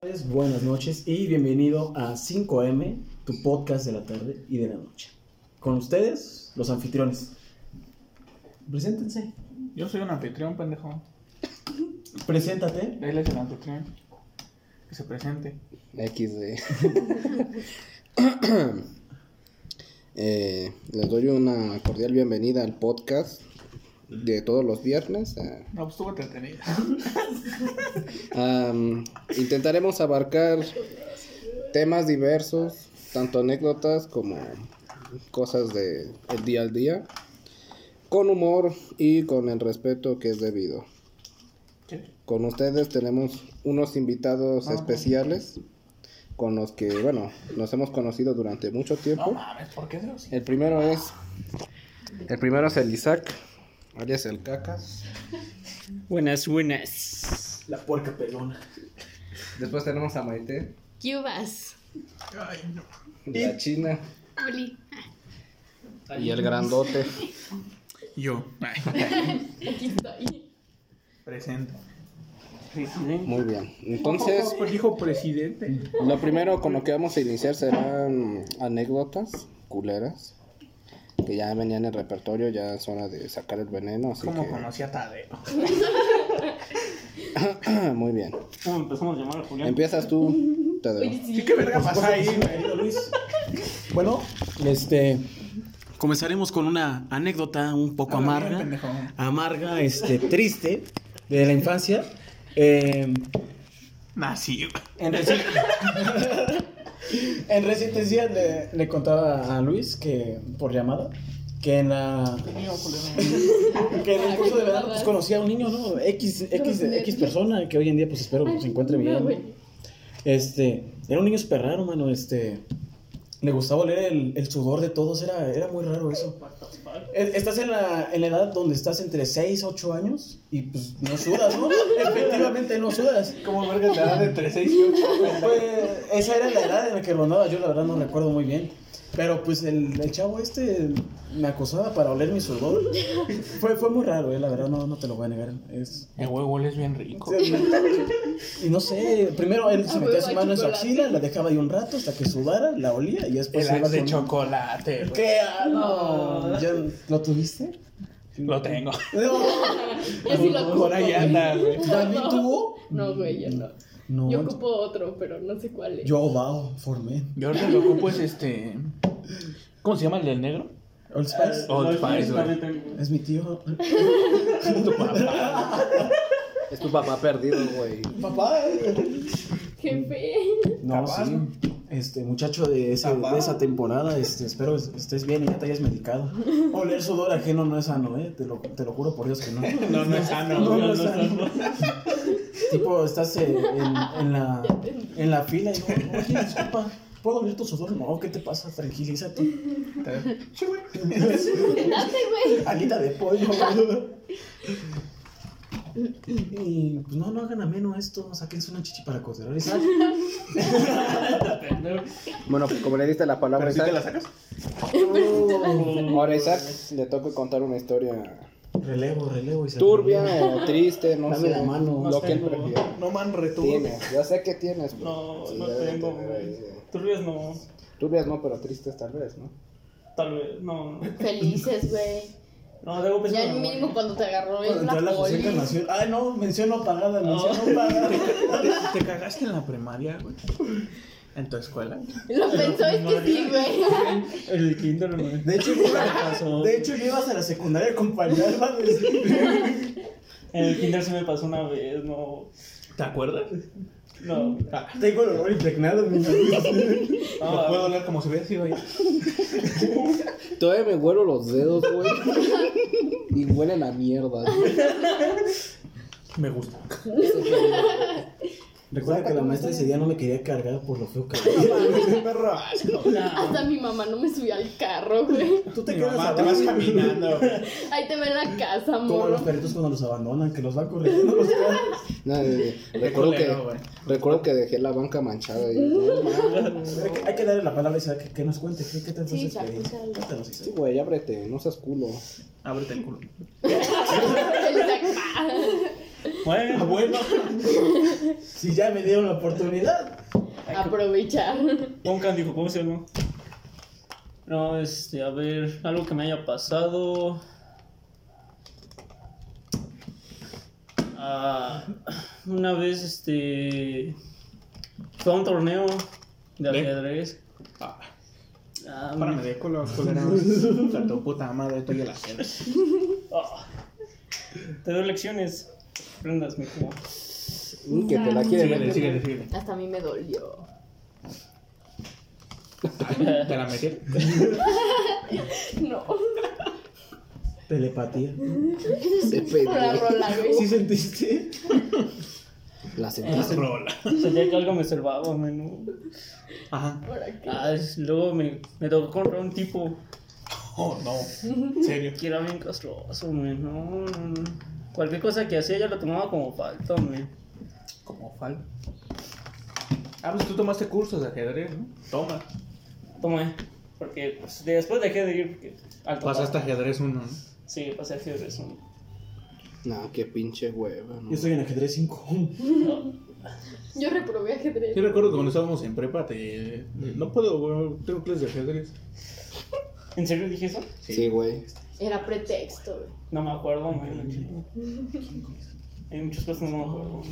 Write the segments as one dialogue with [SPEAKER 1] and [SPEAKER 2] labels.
[SPEAKER 1] Pues, Buenas noches y bienvenido a 5M, tu podcast de la tarde y de la noche. Con ustedes, los anfitriones. Preséntense.
[SPEAKER 2] Yo soy un anfitrión, pendejo.
[SPEAKER 1] Preséntate.
[SPEAKER 2] Él es el anfitrión. Que se presente.
[SPEAKER 3] XD. Eh, les doy una cordial bienvenida al podcast de todos los viernes. eh.
[SPEAKER 2] No, pues estuvo entretenido.
[SPEAKER 3] Am, Ah, um, intentaremos abarcar temas diversos, tanto anécdotas como cosas de el día al día, con humor y con el respeto que es debido.
[SPEAKER 2] Che,
[SPEAKER 3] Con ustedes tenemos unos invitados especiales con los que, bueno, nos hemos conocido durante mucho
[SPEAKER 2] No
[SPEAKER 3] tiempo.
[SPEAKER 2] mames, ¿por qué se los-
[SPEAKER 3] El primero es. El primero es el Isaac, alias el Cacas.
[SPEAKER 4] Buenas, buenas.
[SPEAKER 1] La puerca pelona.
[SPEAKER 3] Después tenemos a Maite,
[SPEAKER 5] ¿Qué vas?
[SPEAKER 3] la China
[SPEAKER 5] Oli.
[SPEAKER 3] y el grandote.
[SPEAKER 2] Yo.
[SPEAKER 5] Aquí estoy.
[SPEAKER 2] Presente.
[SPEAKER 3] Muy bien. Entonces,
[SPEAKER 2] Pues dijo presidente.
[SPEAKER 3] lo primero con lo que vamos a iniciar serán anécdotas culeras. Que ya venían en el repertorio, ya es hora de sacar el veneno, así
[SPEAKER 2] ¿Cómo
[SPEAKER 3] que.
[SPEAKER 2] conocí a Tadeo?
[SPEAKER 3] Muy bien.
[SPEAKER 6] ¿Cómo empezamos a llamar a Julián?
[SPEAKER 3] Empiezas tú, Tadeo.
[SPEAKER 2] Pues, Sí, qué verga pasa ahí, güey.
[SPEAKER 1] Luis. Bueno, este.
[SPEAKER 6] Comenzaremos con una anécdota un poco
[SPEAKER 2] Habla Ah, bien,
[SPEAKER 6] amarga.
[SPEAKER 2] pendejo.
[SPEAKER 1] Amarga, este, triste de la infancia. Eh,
[SPEAKER 2] Nací, güey.
[SPEAKER 1] en reci- en recientes días le, le contaba a Luis que, por llamada, que en la.
[SPEAKER 2] pues,
[SPEAKER 1] Que en el curso de verano pues, conocí a un niño, ¿no? X, X, X persona que hoy en día pues espero que se encuentre bien. ¿no? Este, era un niño súper raro, mano, este... Le gustaba oler el, el sudor de todos, era, era muy raro eso. E- Estás en la, en la edad donde estás entre 6, 8 años y pues no sudas, ¿no? Efectivamente no sudas.
[SPEAKER 2] ¿Cómo verga te da de entre 6 y 8?
[SPEAKER 1] Pues, esa era la edad en la que rondaba, yo la verdad no recuerdo muy bien. Pero pues el, el chavo este me acosaba para oler mi sudor. Fue, fue muy raro, eh, la verdad no, no te lo voy a negar. Es,
[SPEAKER 2] El huevo es bien rico.
[SPEAKER 1] y no sé, primero él se
[SPEAKER 5] Ah,
[SPEAKER 1] metía
[SPEAKER 5] huevo
[SPEAKER 1] su
[SPEAKER 5] de
[SPEAKER 1] mano en su
[SPEAKER 5] chocolate.
[SPEAKER 1] axila, la dejaba ahí un rato hasta que sudara, la olía y después
[SPEAKER 2] El
[SPEAKER 1] se iba
[SPEAKER 2] haz de
[SPEAKER 1] con-
[SPEAKER 2] chocolate, güey.
[SPEAKER 1] ¿Qué? Ah, no. ¿Ya lo tuviste?
[SPEAKER 2] Lo tengo.
[SPEAKER 1] No.
[SPEAKER 5] Yo sí lo
[SPEAKER 2] Por ahí
[SPEAKER 5] ocupo.
[SPEAKER 2] anda, güey.
[SPEAKER 1] ¿David tuvo?
[SPEAKER 5] No, güey, yo no.
[SPEAKER 1] No.
[SPEAKER 5] Yo ocupo otro, pero no sé cuál es.
[SPEAKER 1] Yo wow, formé.
[SPEAKER 2] Yo ahorita lo que ocupo es este. ¿Cómo se llama el del negro?
[SPEAKER 1] Old Spice.
[SPEAKER 2] Old Spice, güey.
[SPEAKER 1] Es mi tío.
[SPEAKER 3] Es tu papá perdido, güey.
[SPEAKER 1] Papá.
[SPEAKER 5] Jefe.
[SPEAKER 1] No,
[SPEAKER 2] Capaz.
[SPEAKER 1] sí. Este muchacho de, ese- de esa temporada, este, espero es- estés bien y ya te hayas medicado. Oler sudor ajeno no es sano, ¿eh? Te lo, te lo juro por Dios que no.
[SPEAKER 2] No, no es sano,
[SPEAKER 1] No,
[SPEAKER 2] güey.
[SPEAKER 1] no es sano. Tipo, estás eh, en, en la, en la fila y no, oye, disculpa, ¿puedo oler tu sudor? No, ¿qué te pasa? Tranquilízate.
[SPEAKER 2] Sí, güey.
[SPEAKER 5] Date, güey.
[SPEAKER 1] Alita de pollo. Y pues no, no hagan ameno esto, sáquense una chichi para considerar. Isaac.
[SPEAKER 3] Bueno, pues como le diste la palabra a
[SPEAKER 2] ¿Pero si
[SPEAKER 3] Isaac,
[SPEAKER 2] te la sacas?
[SPEAKER 3] ahora a Isaac le toca contar una historia
[SPEAKER 1] Relevo, relevo, Isaac.
[SPEAKER 3] turbia o triste, no
[SPEAKER 1] Dame
[SPEAKER 3] sé,
[SPEAKER 1] la mano.
[SPEAKER 3] lo que él prefiera.
[SPEAKER 6] No man returbes.
[SPEAKER 3] Tienes, ya sé que tienes. pero-
[SPEAKER 6] No,
[SPEAKER 3] sí,
[SPEAKER 6] no
[SPEAKER 3] debe de
[SPEAKER 6] tengo,
[SPEAKER 3] tener
[SPEAKER 6] güey.
[SPEAKER 3] ahí, eh.
[SPEAKER 6] Turbias no.
[SPEAKER 3] Turbias no, pero tristes tal vez, ¿no?
[SPEAKER 6] Tal vez, no.
[SPEAKER 5] Felices, güey.
[SPEAKER 6] No, debo pensar.
[SPEAKER 5] Ya el mínimo cuando te agarró
[SPEAKER 1] Pues Cuando
[SPEAKER 5] es
[SPEAKER 1] entró a la
[SPEAKER 5] la
[SPEAKER 1] fusión
[SPEAKER 5] poli.
[SPEAKER 1] nación. Ay, no, mención apagada, mención apagada.
[SPEAKER 2] ¿Te cagaste en la primaria, güey? ¿En tu escuela?
[SPEAKER 5] Lo pensó, es que sí, güey.
[SPEAKER 2] El kinder, güey.
[SPEAKER 1] De hecho, de hecho, llevas a la secundaria acompañada.
[SPEAKER 6] En el kinder se me pasó una vez, no.
[SPEAKER 2] ¿Te acuerdas?
[SPEAKER 6] No.
[SPEAKER 1] Tengo el olor impregnado. mi
[SPEAKER 4] Ah,
[SPEAKER 2] No puedo hablar como si hubiera sido yo.
[SPEAKER 3] Todavía me huelo los dedos, güey. y huelen a mierda.
[SPEAKER 2] Me gusta.
[SPEAKER 1] Recuerda que la maestra ese día no me quería cargar por lo feo que era.
[SPEAKER 2] perro asco.
[SPEAKER 5] Hasta mi mamá no me subió al carro, güey.
[SPEAKER 1] Tú te
[SPEAKER 2] Mi
[SPEAKER 1] quedas
[SPEAKER 2] mamá, te
[SPEAKER 1] abajo.
[SPEAKER 2] vas caminando, güey.
[SPEAKER 5] Ahí te ve en la casa,
[SPEAKER 1] Como
[SPEAKER 5] amor.
[SPEAKER 1] los perritos cuando los abandonan, que los van corriendo los carros.
[SPEAKER 3] No, eh, recuerdo, que,
[SPEAKER 2] culero, güey.
[SPEAKER 3] recuerdo que dejé la banca manchada. Y, no, mames.
[SPEAKER 1] Hay que- Hay que darle la palabra a Isaac que, que nos cuente. ¿Qué, qué tal fue
[SPEAKER 5] Sí,
[SPEAKER 1] su
[SPEAKER 5] Isaac,
[SPEAKER 1] experiencia?
[SPEAKER 5] cuéntalo.
[SPEAKER 1] Cuéntanos, Isaac.
[SPEAKER 3] sí, güey, ábrete, no seas culo.
[SPEAKER 2] Ábrete el culo.
[SPEAKER 5] El de acá.
[SPEAKER 1] Ah,
[SPEAKER 4] Bueno,
[SPEAKER 1] bueno, si ya me dieron la oportunidad.
[SPEAKER 4] ah,
[SPEAKER 5] Aprovechar.
[SPEAKER 4] pongan, dijo, ¿cómo se llama? No, este, a ver, algo que me haya pasado. Ah, una vez, este, fue a un torneo de
[SPEAKER 2] ¿Ve?
[SPEAKER 4] ajedrez. Ah,
[SPEAKER 2] Párame de color, color. La tu puta madre, estoy a la cena.
[SPEAKER 4] ah. Te doy lecciones. Prendas, mi hijo.
[SPEAKER 3] Mm, Que te la quiere
[SPEAKER 2] Síguele,
[SPEAKER 3] meter.
[SPEAKER 2] síguele, síguele.
[SPEAKER 5] Hasta a mí me dolió.
[SPEAKER 2] ¿Te la metí?
[SPEAKER 5] No.
[SPEAKER 1] Telepatía.
[SPEAKER 3] Se
[SPEAKER 5] Una
[SPEAKER 3] pende-
[SPEAKER 5] rola, güey.
[SPEAKER 1] ¿Sí sentiste?
[SPEAKER 3] La sentiste.
[SPEAKER 2] Rola.
[SPEAKER 4] Sentía que algo me salvaba, menú.
[SPEAKER 2] Ajá.
[SPEAKER 5] Ahora que-
[SPEAKER 4] Ah, es- luego me, me tocó contra un tipo
[SPEAKER 2] Oh, no. En serio.
[SPEAKER 4] que era bien castroso, men. No, no, no. Cualquier cosa que hacía yo lo tomaba como falta, men.
[SPEAKER 2] Como fal. Ah, pues tú tomaste cursos de ajedrez, ¿no? Toma.
[SPEAKER 4] Tomé. Porque pues, de- después dejé de ir. Porque, al tomar-
[SPEAKER 2] Pasaste ajedrez uno, ¿no?
[SPEAKER 4] Sí, pasé ajedrez. ¿no?
[SPEAKER 3] No, qué pinche hueva. no.
[SPEAKER 1] Yo estoy en ajedrez 5.
[SPEAKER 5] Yo reprobé ajedrez.
[SPEAKER 2] Yo recuerdo que cuando estábamos en prepa, te... No puedo, güey, tengo clases de ajedrez.
[SPEAKER 4] ¿En serio dije eso?
[SPEAKER 3] Sí, güey.
[SPEAKER 5] Era pretexto, güey.
[SPEAKER 4] No me acuerdo, men. Hay muchas cosas que no me acuerdo.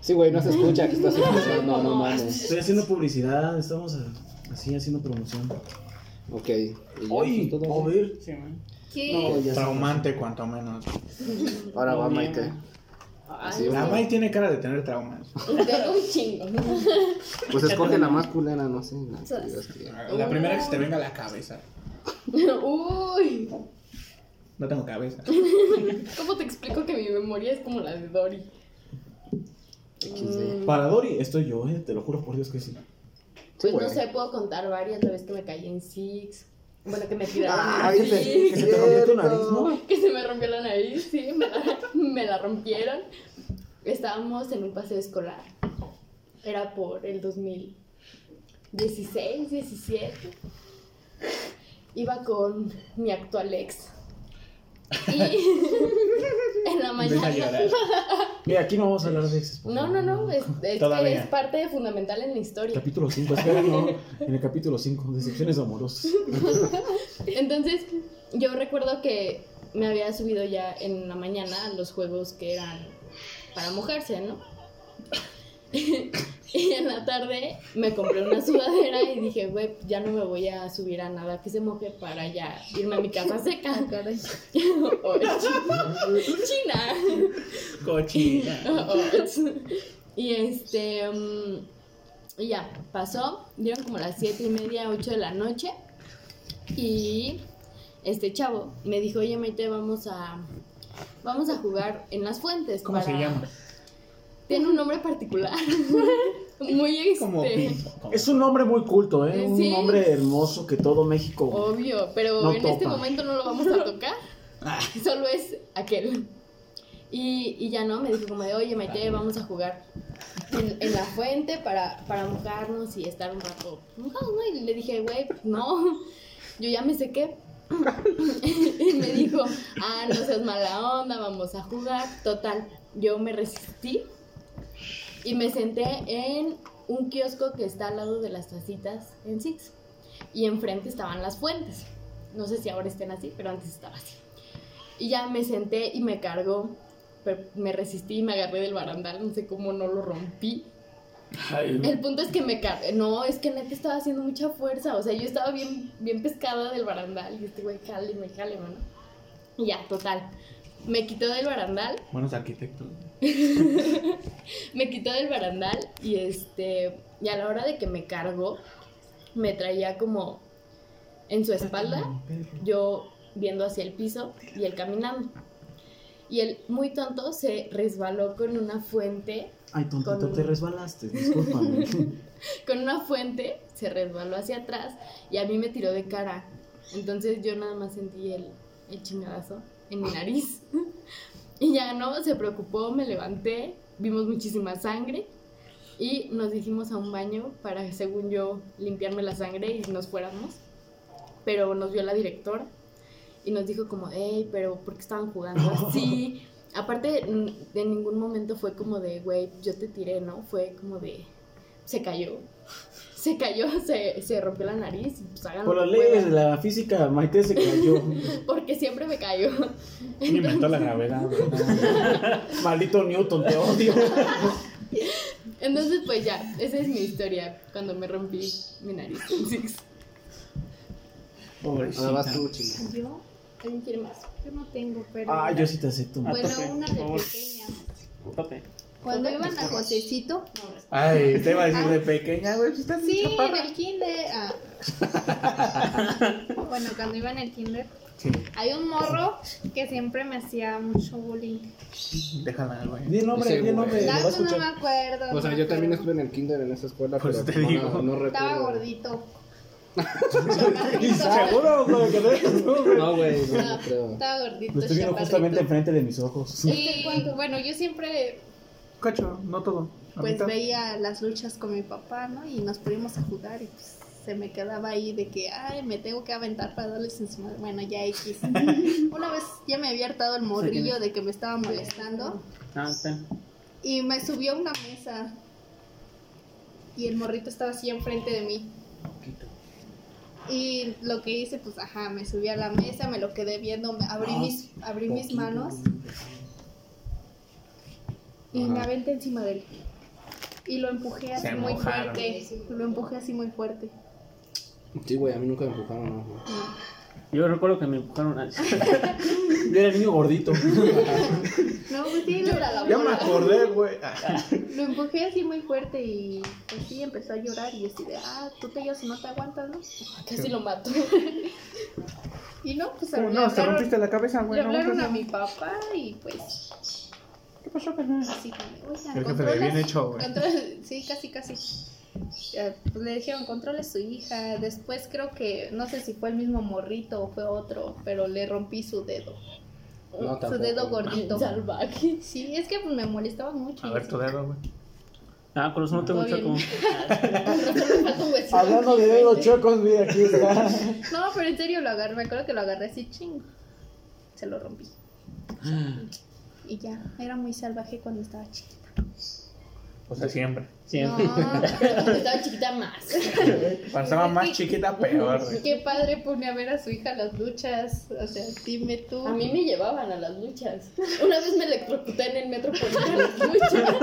[SPEAKER 3] Sí, güey, no se escucha que estás escuchando, no mames.
[SPEAKER 1] Estoy haciendo publicidad, estamos a- así haciendo promoción.
[SPEAKER 3] Ok. y ya,
[SPEAKER 1] ¡Ay!
[SPEAKER 3] pues, todo
[SPEAKER 1] A
[SPEAKER 3] bien.
[SPEAKER 1] ver.
[SPEAKER 4] Sí, men.
[SPEAKER 2] Oh,
[SPEAKER 5] ¿Qué?
[SPEAKER 1] Ya
[SPEAKER 2] Traumante, cuanto menos.
[SPEAKER 3] Ahora va
[SPEAKER 4] No,
[SPEAKER 3] Maite.
[SPEAKER 4] mira.
[SPEAKER 5] Ay,
[SPEAKER 2] La
[SPEAKER 5] sí.
[SPEAKER 2] May tiene cara de tener traumas.
[SPEAKER 5] Tengo un chingo.
[SPEAKER 3] Pues escoge la más culera, no sé. la que
[SPEAKER 5] Solas.
[SPEAKER 3] digas que-
[SPEAKER 2] La primera que se te venga a la cabeza.
[SPEAKER 5] Uy.
[SPEAKER 2] No tengo cabeza.
[SPEAKER 5] ¿Cómo te explico que mi memoria es como la de Dory?
[SPEAKER 3] XD.
[SPEAKER 5] Mm,
[SPEAKER 1] Para Dori estoy yo, eh, te lo juro por Dios que sí.
[SPEAKER 3] Sí,
[SPEAKER 5] pues no
[SPEAKER 3] güey.
[SPEAKER 5] sé, puedo contar varias. La vez que me caí en Six. Bueno, que me tiraron.
[SPEAKER 3] Ay,
[SPEAKER 5] en
[SPEAKER 3] se-
[SPEAKER 5] Six.
[SPEAKER 1] Que se te rompió tu nariz, ¿no?
[SPEAKER 5] Que se me rompió la nariz, sí, me la, me la rompieron. Estábamos en un paseo escolar. Era por el 2016, 17. Iba con mi actual ex. Y en la
[SPEAKER 2] Empieza a
[SPEAKER 5] mañana.
[SPEAKER 2] llorar.
[SPEAKER 1] Mira, aquí no vamos a hablar de exes. por
[SPEAKER 5] No,
[SPEAKER 1] favor.
[SPEAKER 5] no, no, es, es que
[SPEAKER 2] Todavía.
[SPEAKER 5] es parte fundamental en la historia.
[SPEAKER 1] Capítulo 5, espérenlo en el capítulo 5, decepciones amorosas.
[SPEAKER 5] Entonces, yo recuerdo que me había subido ya en la mañana a los juegos que eran para mojarse, ¿no? y en la tarde me compré una sudadera y dije, güey, ya no me voy a subir a nada que se moje para ya irme a mi casa seca. O China. Oh,
[SPEAKER 2] Cochina.
[SPEAKER 5] y este. mm, y ya, pasó. Dieron como las siete y media, 8 de la noche. Y este chavo me dijo: Oye, Maite, vamos a. Vamos a jugar en las fuentes.
[SPEAKER 2] ¿Cómo se
[SPEAKER 5] para-
[SPEAKER 2] llama?
[SPEAKER 5] Tiene un nombre particular. Muy este,
[SPEAKER 2] Como Pimp. como-
[SPEAKER 1] Es un hombre muy culto, ¿eh?
[SPEAKER 5] Sí.
[SPEAKER 1] Un hombre hermoso que todo México.
[SPEAKER 5] Obvio, pero
[SPEAKER 1] No
[SPEAKER 5] en este
[SPEAKER 1] topa. Ah.
[SPEAKER 5] momento no lo vamos a tocar. Solo es aquel. Y, y ya no, me dijo como de, oye, Maite, vamos a jugar en, en la fuente para, para mojarnos y estar un rato mojados, ¿no? Y le dije, güey, no, yo ya me sequé. y me dijo, ah, no seas mala onda, vamos a jugar. Total, yo me resistí y me senté en un kiosco que está al lado de las tacitas en Six y enfrente estaban las fuentes. No sé si ahora estén así, pero antes estaba así. Y ya me senté y me cargó, pero me resistí y me agarré del barandal, no sé cómo no lo rompí. El punto es que me cargué, no, es que neta estaba haciendo mucha fuerza, o sea, yo estaba bien, bien pescada del barandal y este güey jale, me jale, mano. Y ya, total. Me quitó del barandal
[SPEAKER 2] Buenos arquitectos.
[SPEAKER 5] me quitó del barandal y este y a la hora de que me cargó me traía como en su espalda yo viendo hacia el piso y él caminando y él muy tonto se resbaló con una fuente
[SPEAKER 1] Ay, tontito,
[SPEAKER 5] Con-
[SPEAKER 1] te resbalaste, discúlpame.
[SPEAKER 5] con una fuente se resbaló hacia atrás y a mí me tiró de cara entonces yo nada más sentí el, el chingadazo en mi nariz y ya no se preocupó me levanté vimos muchísima sangre Y nos dijimos a un baño para, según yo, limpiarme la sangre y nos fuéramos. Pero nos vio la directora y nos dijo como, hey, pero ¿por qué estaban jugando así? Aparte, n- de ningún momento fue como de, güey, yo te tiré, ¿no? Fue como de, se cayó. Se cayó, se, se rompió la nariz, y, pues hagan
[SPEAKER 1] Por
[SPEAKER 5] lo
[SPEAKER 1] las
[SPEAKER 5] que
[SPEAKER 1] leyes de
[SPEAKER 5] puedan,
[SPEAKER 1] la física, Maite se cayó.
[SPEAKER 5] Porque siempre me cayó.
[SPEAKER 1] Inventó la gravedad. Maldito Newton, te odio.
[SPEAKER 5] Entonces, pues ya, esa es mi historia cuando me rompí mi nariz.
[SPEAKER 3] Nada más
[SPEAKER 2] Pobrecita.
[SPEAKER 3] tú, chinga.
[SPEAKER 7] Yo,
[SPEAKER 5] ¿Alguien quiere más?
[SPEAKER 7] yo no tengo, pero.
[SPEAKER 1] Ah, yo sí te acepto.
[SPEAKER 4] Ah,
[SPEAKER 7] Bueno,
[SPEAKER 4] tope,
[SPEAKER 7] una
[SPEAKER 4] por
[SPEAKER 7] de
[SPEAKER 4] favor.
[SPEAKER 7] pequeña.
[SPEAKER 4] Tope.
[SPEAKER 7] Cuando iban a Josecito.
[SPEAKER 2] Ay, te iba a decir de pequeña, güey. si estás bien
[SPEAKER 7] Sí, en
[SPEAKER 2] chaparra.
[SPEAKER 7] el kinder. ah. bueno, cuando iba en el kinder.
[SPEAKER 2] Sí,
[SPEAKER 7] Hay un morro que siempre me hacía mucho bullying.
[SPEAKER 2] déjala, güey.
[SPEAKER 1] Di el nombre,
[SPEAKER 3] Ese
[SPEAKER 1] di el nombre.
[SPEAKER 3] güey.
[SPEAKER 1] Lo va a
[SPEAKER 7] Datos no me
[SPEAKER 1] escuchar.
[SPEAKER 7] acuerdo.
[SPEAKER 3] O
[SPEAKER 7] no
[SPEAKER 3] sea,
[SPEAKER 7] me
[SPEAKER 3] yo también
[SPEAKER 7] acuerdo.
[SPEAKER 3] estuve en el kinder en esa escuela,
[SPEAKER 2] Pues
[SPEAKER 3] pero
[SPEAKER 2] te
[SPEAKER 3] no,
[SPEAKER 2] digo.
[SPEAKER 3] no recuerdo.
[SPEAKER 7] Estaba gordito.
[SPEAKER 1] Y Seguro, güey, que no eres tú, güey.
[SPEAKER 3] No, güey, no, no
[SPEAKER 7] No,
[SPEAKER 3] creo.
[SPEAKER 7] Estaba
[SPEAKER 1] Lo
[SPEAKER 7] gordito.
[SPEAKER 1] Pues estoy viendo
[SPEAKER 7] chaparrito.
[SPEAKER 1] justamente enfrente de mis ojos.
[SPEAKER 7] Y bueno, yo siempre
[SPEAKER 2] Cacho, no todo. La
[SPEAKER 7] pues
[SPEAKER 2] mitad.
[SPEAKER 7] veía las luchas con mi papá, ¿no? Y nos poníamos a jugar y pues se me quedaba ahí de que, ay, me tengo que aventar para darles en su madre. Bueno, ya X. Una vez ya me había hartado el morrillo de que me estaba molestando
[SPEAKER 4] Ah, está.
[SPEAKER 7] y me subió a una mesa y el morrito estaba así enfrente de mí. Y lo que hice, pues, ajá, me subí a la mesa, me lo quedé viendo, me-
[SPEAKER 2] Ah,
[SPEAKER 7] abrí mis, abrí mis manos y me
[SPEAKER 3] Ajá.
[SPEAKER 7] aventé encima de él. Y lo empujé así
[SPEAKER 2] Se
[SPEAKER 7] muy
[SPEAKER 2] mojaron.
[SPEAKER 7] fuerte. Lo empujé así muy fuerte.
[SPEAKER 3] Sí, güey, a mí nunca me empujaron, no. güey.
[SPEAKER 4] Yo recuerdo que me empujaron a...
[SPEAKER 1] Yo era el niño gordito.
[SPEAKER 7] No, pues sí,
[SPEAKER 5] Llora la
[SPEAKER 7] lo,
[SPEAKER 2] Ya me acordé, güey. Ah,
[SPEAKER 7] lo empujé así muy fuerte y pues sí, empezó a llorar y yo así de, ah, tú te llevas y no te aguantas, ¿no?
[SPEAKER 5] Casi lo mato.
[SPEAKER 7] Y no, pues le
[SPEAKER 2] No, te
[SPEAKER 7] hablaron-
[SPEAKER 2] rompiste la cabeza,
[SPEAKER 7] Le
[SPEAKER 2] güey. no,
[SPEAKER 7] hablaron a
[SPEAKER 2] no.
[SPEAKER 7] mi papá y pues
[SPEAKER 2] ¿Qué pasó, carnal?
[SPEAKER 7] así como, oigan,
[SPEAKER 2] El jefe
[SPEAKER 7] controla
[SPEAKER 2] de bien
[SPEAKER 7] su-
[SPEAKER 2] hecho, güey.
[SPEAKER 7] controla- sí, casi, casi. Ya, pues, le dijeron, controle su hija. Después creo que, no sé si fue el mismo morrito o fue otro, pero le rompí su dedo.
[SPEAKER 3] No,
[SPEAKER 7] su
[SPEAKER 3] tampoco.
[SPEAKER 7] dedo gordito.
[SPEAKER 5] Salvaje.
[SPEAKER 7] Sí, es que pues, me molestaba mucho.
[SPEAKER 2] A ver tu dedo, güey.
[SPEAKER 4] Ah, con los no tengo
[SPEAKER 7] Todo
[SPEAKER 4] chaco.
[SPEAKER 7] bien.
[SPEAKER 1] Hablando de dedos chocos, mira, aquí está.
[SPEAKER 7] No, pero en serio lo agarré. Me acuerdo que lo agarré así ching. Se lo rompí. Y ya, era muy salvaje cuando estaba chiquita.
[SPEAKER 2] O sea, siempre.
[SPEAKER 4] Siempre.
[SPEAKER 5] Pero cuando estaba chiquita más.
[SPEAKER 2] Cuando estaba más chiquita, peor, güey.
[SPEAKER 7] Qué padre pone a ver a su hija en las luchas. O sea, dime tú.
[SPEAKER 5] A mí me llevaban a las luchas. Una vez me electrocuté en el metropolitano. en las luchas.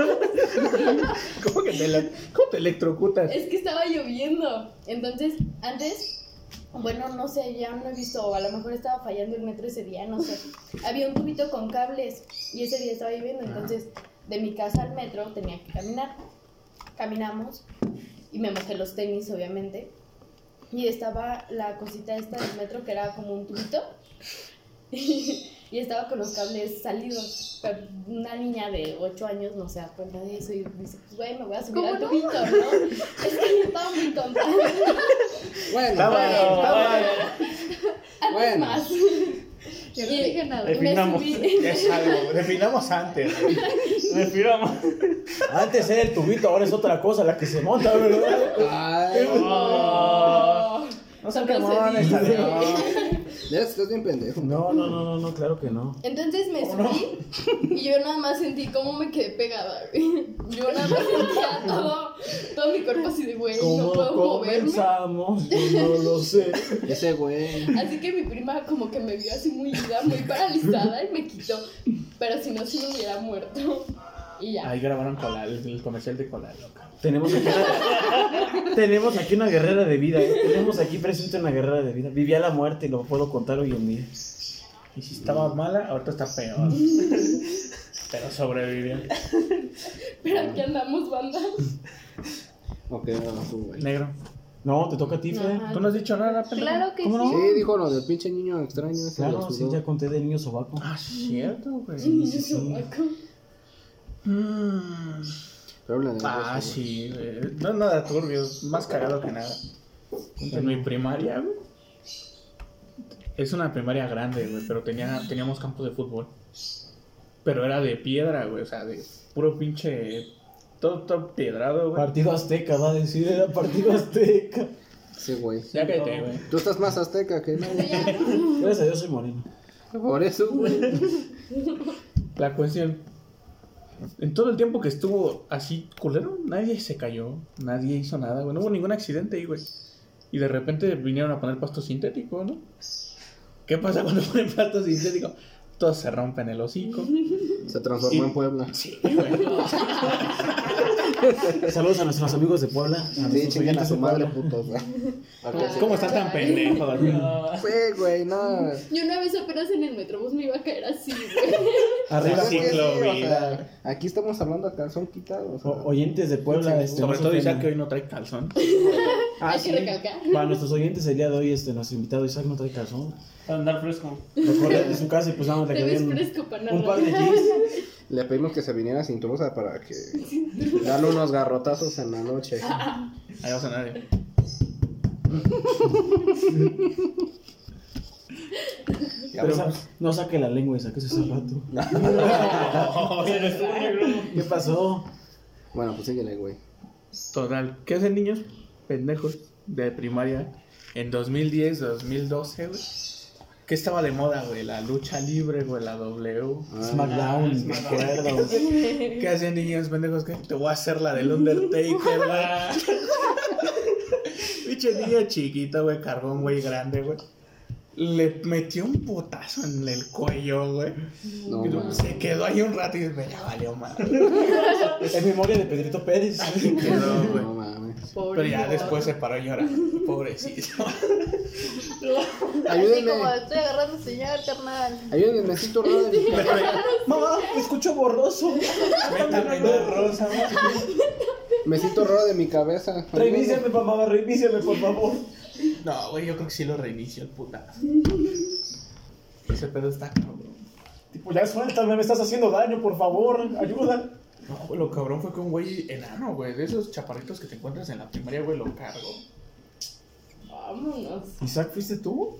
[SPEAKER 2] ¿Cómo que te, ele- cómo te electrocutas?
[SPEAKER 5] Es que estaba lloviendo. Entonces, antes, bueno, no sé, ya no he visto, o a lo mejor estaba fallando el metro ese día, no sé. Había un tubito con cables y ese día estaba lloviendo. Entonces, de mi casa al metro tenía que caminar. Caminamos y me mojé los tenis, obviamente. Y estaba la cosita esta del metro que era como un tubito. Y estaba con los cables salidos. Pero una niña de 8 años no se da cuenta de eso y dice, pues güey, me voy a subir
[SPEAKER 7] ¿Cómo
[SPEAKER 5] al
[SPEAKER 7] no?
[SPEAKER 5] tubito, ¿no? Es que yo estaba muy tonta.
[SPEAKER 3] Bueno,
[SPEAKER 4] Ah,
[SPEAKER 2] Está bueno, está bueno.
[SPEAKER 3] bueno.
[SPEAKER 5] Más.
[SPEAKER 7] Yo no dije nada.
[SPEAKER 5] Y me
[SPEAKER 4] Definamos.
[SPEAKER 5] subí.
[SPEAKER 2] Es algo. Definamos antes. güey.
[SPEAKER 4] Respiramos.
[SPEAKER 1] Antes era el tubito, ahora es otra cosa la que se monta, ¿verdad?
[SPEAKER 3] Ay,
[SPEAKER 4] Oh.
[SPEAKER 2] No se
[SPEAKER 5] No se
[SPEAKER 2] quemaron
[SPEAKER 5] dice.
[SPEAKER 2] esta de-
[SPEAKER 3] ya estás bien pendejo.
[SPEAKER 1] No, no, no, no, no, claro que no.
[SPEAKER 5] Entonces me subí y yo nada más sentí cómo me quedé pegada. güey. Yo nada más sentía todo, todo mi cuerpo así de güey, no
[SPEAKER 1] ¿Cómo
[SPEAKER 5] puedo moverme.
[SPEAKER 1] comenzamos? Yo no lo sé.
[SPEAKER 3] Ese güey.
[SPEAKER 5] Así que mi prima como que me vio así muy ida, muy paralizada y me quitó. Pero si no, si me hubiera muerto. Y ya.
[SPEAKER 2] Ahí grabaron Cola, el, el comercial de Cola, loca.
[SPEAKER 1] Tenemos aquí, una, tenemos aquí una guerrera de vida, ¿eh? tenemos aquí presente una guerrera de vida. Vivía la muerte y lo puedo contar hoy en día.
[SPEAKER 2] Y si estaba mala, ahorita está peor. Pero sobrevivió.
[SPEAKER 5] Pero aquí andamos, banda.
[SPEAKER 3] Ok, no, tú, güey.
[SPEAKER 2] Negro.
[SPEAKER 1] No, te toca a ti, Fede.
[SPEAKER 5] Ajá.
[SPEAKER 2] ¿Tú no has dicho nada, pendejo?
[SPEAKER 7] Claro que
[SPEAKER 1] ¿Cómo no?
[SPEAKER 7] sí.
[SPEAKER 3] Sí, dijo lo del pinche niño extraño ese.
[SPEAKER 1] Claro,
[SPEAKER 3] los
[SPEAKER 1] sí, ya conté del niño sobaco.
[SPEAKER 2] Ah, cierto, güey.
[SPEAKER 5] Sobaco.
[SPEAKER 2] Mm.
[SPEAKER 3] Pero habla de
[SPEAKER 2] Ah,
[SPEAKER 3] eso, güey.
[SPEAKER 2] sí, güey. No es nada turbio, es más cagado que nada. En mi primaria, güey. Es una primaria grande, güey, pero tenía, teníamos campo de fútbol. Pero era de piedra, güey, o sea, de puro pinche. Todo, todo piedrado, güey.
[SPEAKER 1] Partido Azteca, va a decir, era Partido Azteca.
[SPEAKER 3] Sí, güey.
[SPEAKER 2] Ya cállate, güey.
[SPEAKER 3] Tú estás más azteca que
[SPEAKER 7] Pero
[SPEAKER 3] nadie.
[SPEAKER 7] ya,
[SPEAKER 1] Gracias a Dios soy moreno.
[SPEAKER 3] Por eso, güey.
[SPEAKER 2] La cuestión. En todo el tiempo que estuvo así culero, nadie se cayó, nadie hizo nada, güey. No hubo ningún accidente ahí, güey. Y de repente vinieron a poner pasto sintético, ¿no? ¿Qué pasa cuando ponen pasto sintético? Todos se rompen el hocico.
[SPEAKER 3] Se transformó en Puebla.
[SPEAKER 2] Sí, güey.
[SPEAKER 1] Saludos a nuestros amigos de Puebla. a
[SPEAKER 3] Sí,
[SPEAKER 1] nuestros
[SPEAKER 3] chinguen a
[SPEAKER 1] oyentes
[SPEAKER 3] su
[SPEAKER 1] de
[SPEAKER 3] madre,
[SPEAKER 1] Puebla.
[SPEAKER 3] putos. güey. Acá sí.
[SPEAKER 2] ¿Cómo están tan pendejos? güey?
[SPEAKER 3] Sí, güey, no.
[SPEAKER 5] Yo una vez apenas en el metrobús me iba a caer así, güey.
[SPEAKER 1] Arriba,
[SPEAKER 3] Es que sí, o
[SPEAKER 2] ciclovía.
[SPEAKER 3] sea, Aquí estamos hablando a calzón quitado. o sea.
[SPEAKER 1] o- oyentes de Puebla. este, no
[SPEAKER 2] Sobre
[SPEAKER 1] se
[SPEAKER 2] todo Isaac
[SPEAKER 1] ofendan.
[SPEAKER 2] que hoy no trae calzón.
[SPEAKER 1] Ah,
[SPEAKER 5] Hay que
[SPEAKER 1] sí.
[SPEAKER 5] recalcar.
[SPEAKER 1] Para nuestros oyentes el día de hoy, este, nuestro invitado Isaac no trae calzón.
[SPEAKER 4] Para andar fresco.
[SPEAKER 1] Lo corren de su casa y pues nada más le
[SPEAKER 5] Te ves
[SPEAKER 1] querían
[SPEAKER 5] fresco para
[SPEAKER 1] un par
[SPEAKER 5] narrar.
[SPEAKER 1] de jeans.
[SPEAKER 3] Le pedimos que se viniera cinturosa para que darle unos garrotazos en la noche.
[SPEAKER 2] Ahí vas a nadie.
[SPEAKER 3] Ya
[SPEAKER 1] Pero
[SPEAKER 3] vamos.
[SPEAKER 1] sa- no saque la lengua Isaac, ese zapato. ¿Qué pasó?
[SPEAKER 3] Bueno, pues síguele, güey.
[SPEAKER 2] Total, ¿qué hacen niños pendejos de primaria en 2010, 2012, güey? ¿Qué estaba de moda, güey? La lucha libre, güey, la W.
[SPEAKER 3] Ah.
[SPEAKER 1] SmackDown, me acuerdo.
[SPEAKER 2] ¿Qué hacen niños pendejos? ¿Qué? Te voy a hacer la del Undertaker, güey. Pinche niño chiquito, güey, carbón, güey, grande, güey. Le metió un putazo en el cuello, güey.
[SPEAKER 3] No, mames.
[SPEAKER 2] Se quedó ahí un rato y me ya valió madre.
[SPEAKER 1] Es memoria de Pedrito Pérez.
[SPEAKER 2] Se quedó, güey.
[SPEAKER 3] No mames.
[SPEAKER 2] Pero ya después
[SPEAKER 1] eh.
[SPEAKER 2] se paró llorando, pobrecito.
[SPEAKER 7] así
[SPEAKER 3] Ayúdenme.
[SPEAKER 7] como estoy agarrando señal, carnal.
[SPEAKER 3] Ayúdenme, necesito radio.
[SPEAKER 1] Mamá, escucho borroso.
[SPEAKER 2] Métame una rosa, güey.
[SPEAKER 3] Me siento raro de mi cabeza.
[SPEAKER 1] Revíseme, mamá, revíseme, por favor.
[SPEAKER 2] No, güey, yo creo que sí lo reinicio el puta. Ese pedo está cabrón.
[SPEAKER 1] Tipo, ya suéltame, me estás haciendo daño, por favor, ayuda.
[SPEAKER 2] No, güey, lo cabrón fue que un güey enano, güey, de esos chaparritos que te encuentras en la primaria, güey, lo cargo.
[SPEAKER 5] Vámonos.
[SPEAKER 1] ¿Isaac fuiste tú?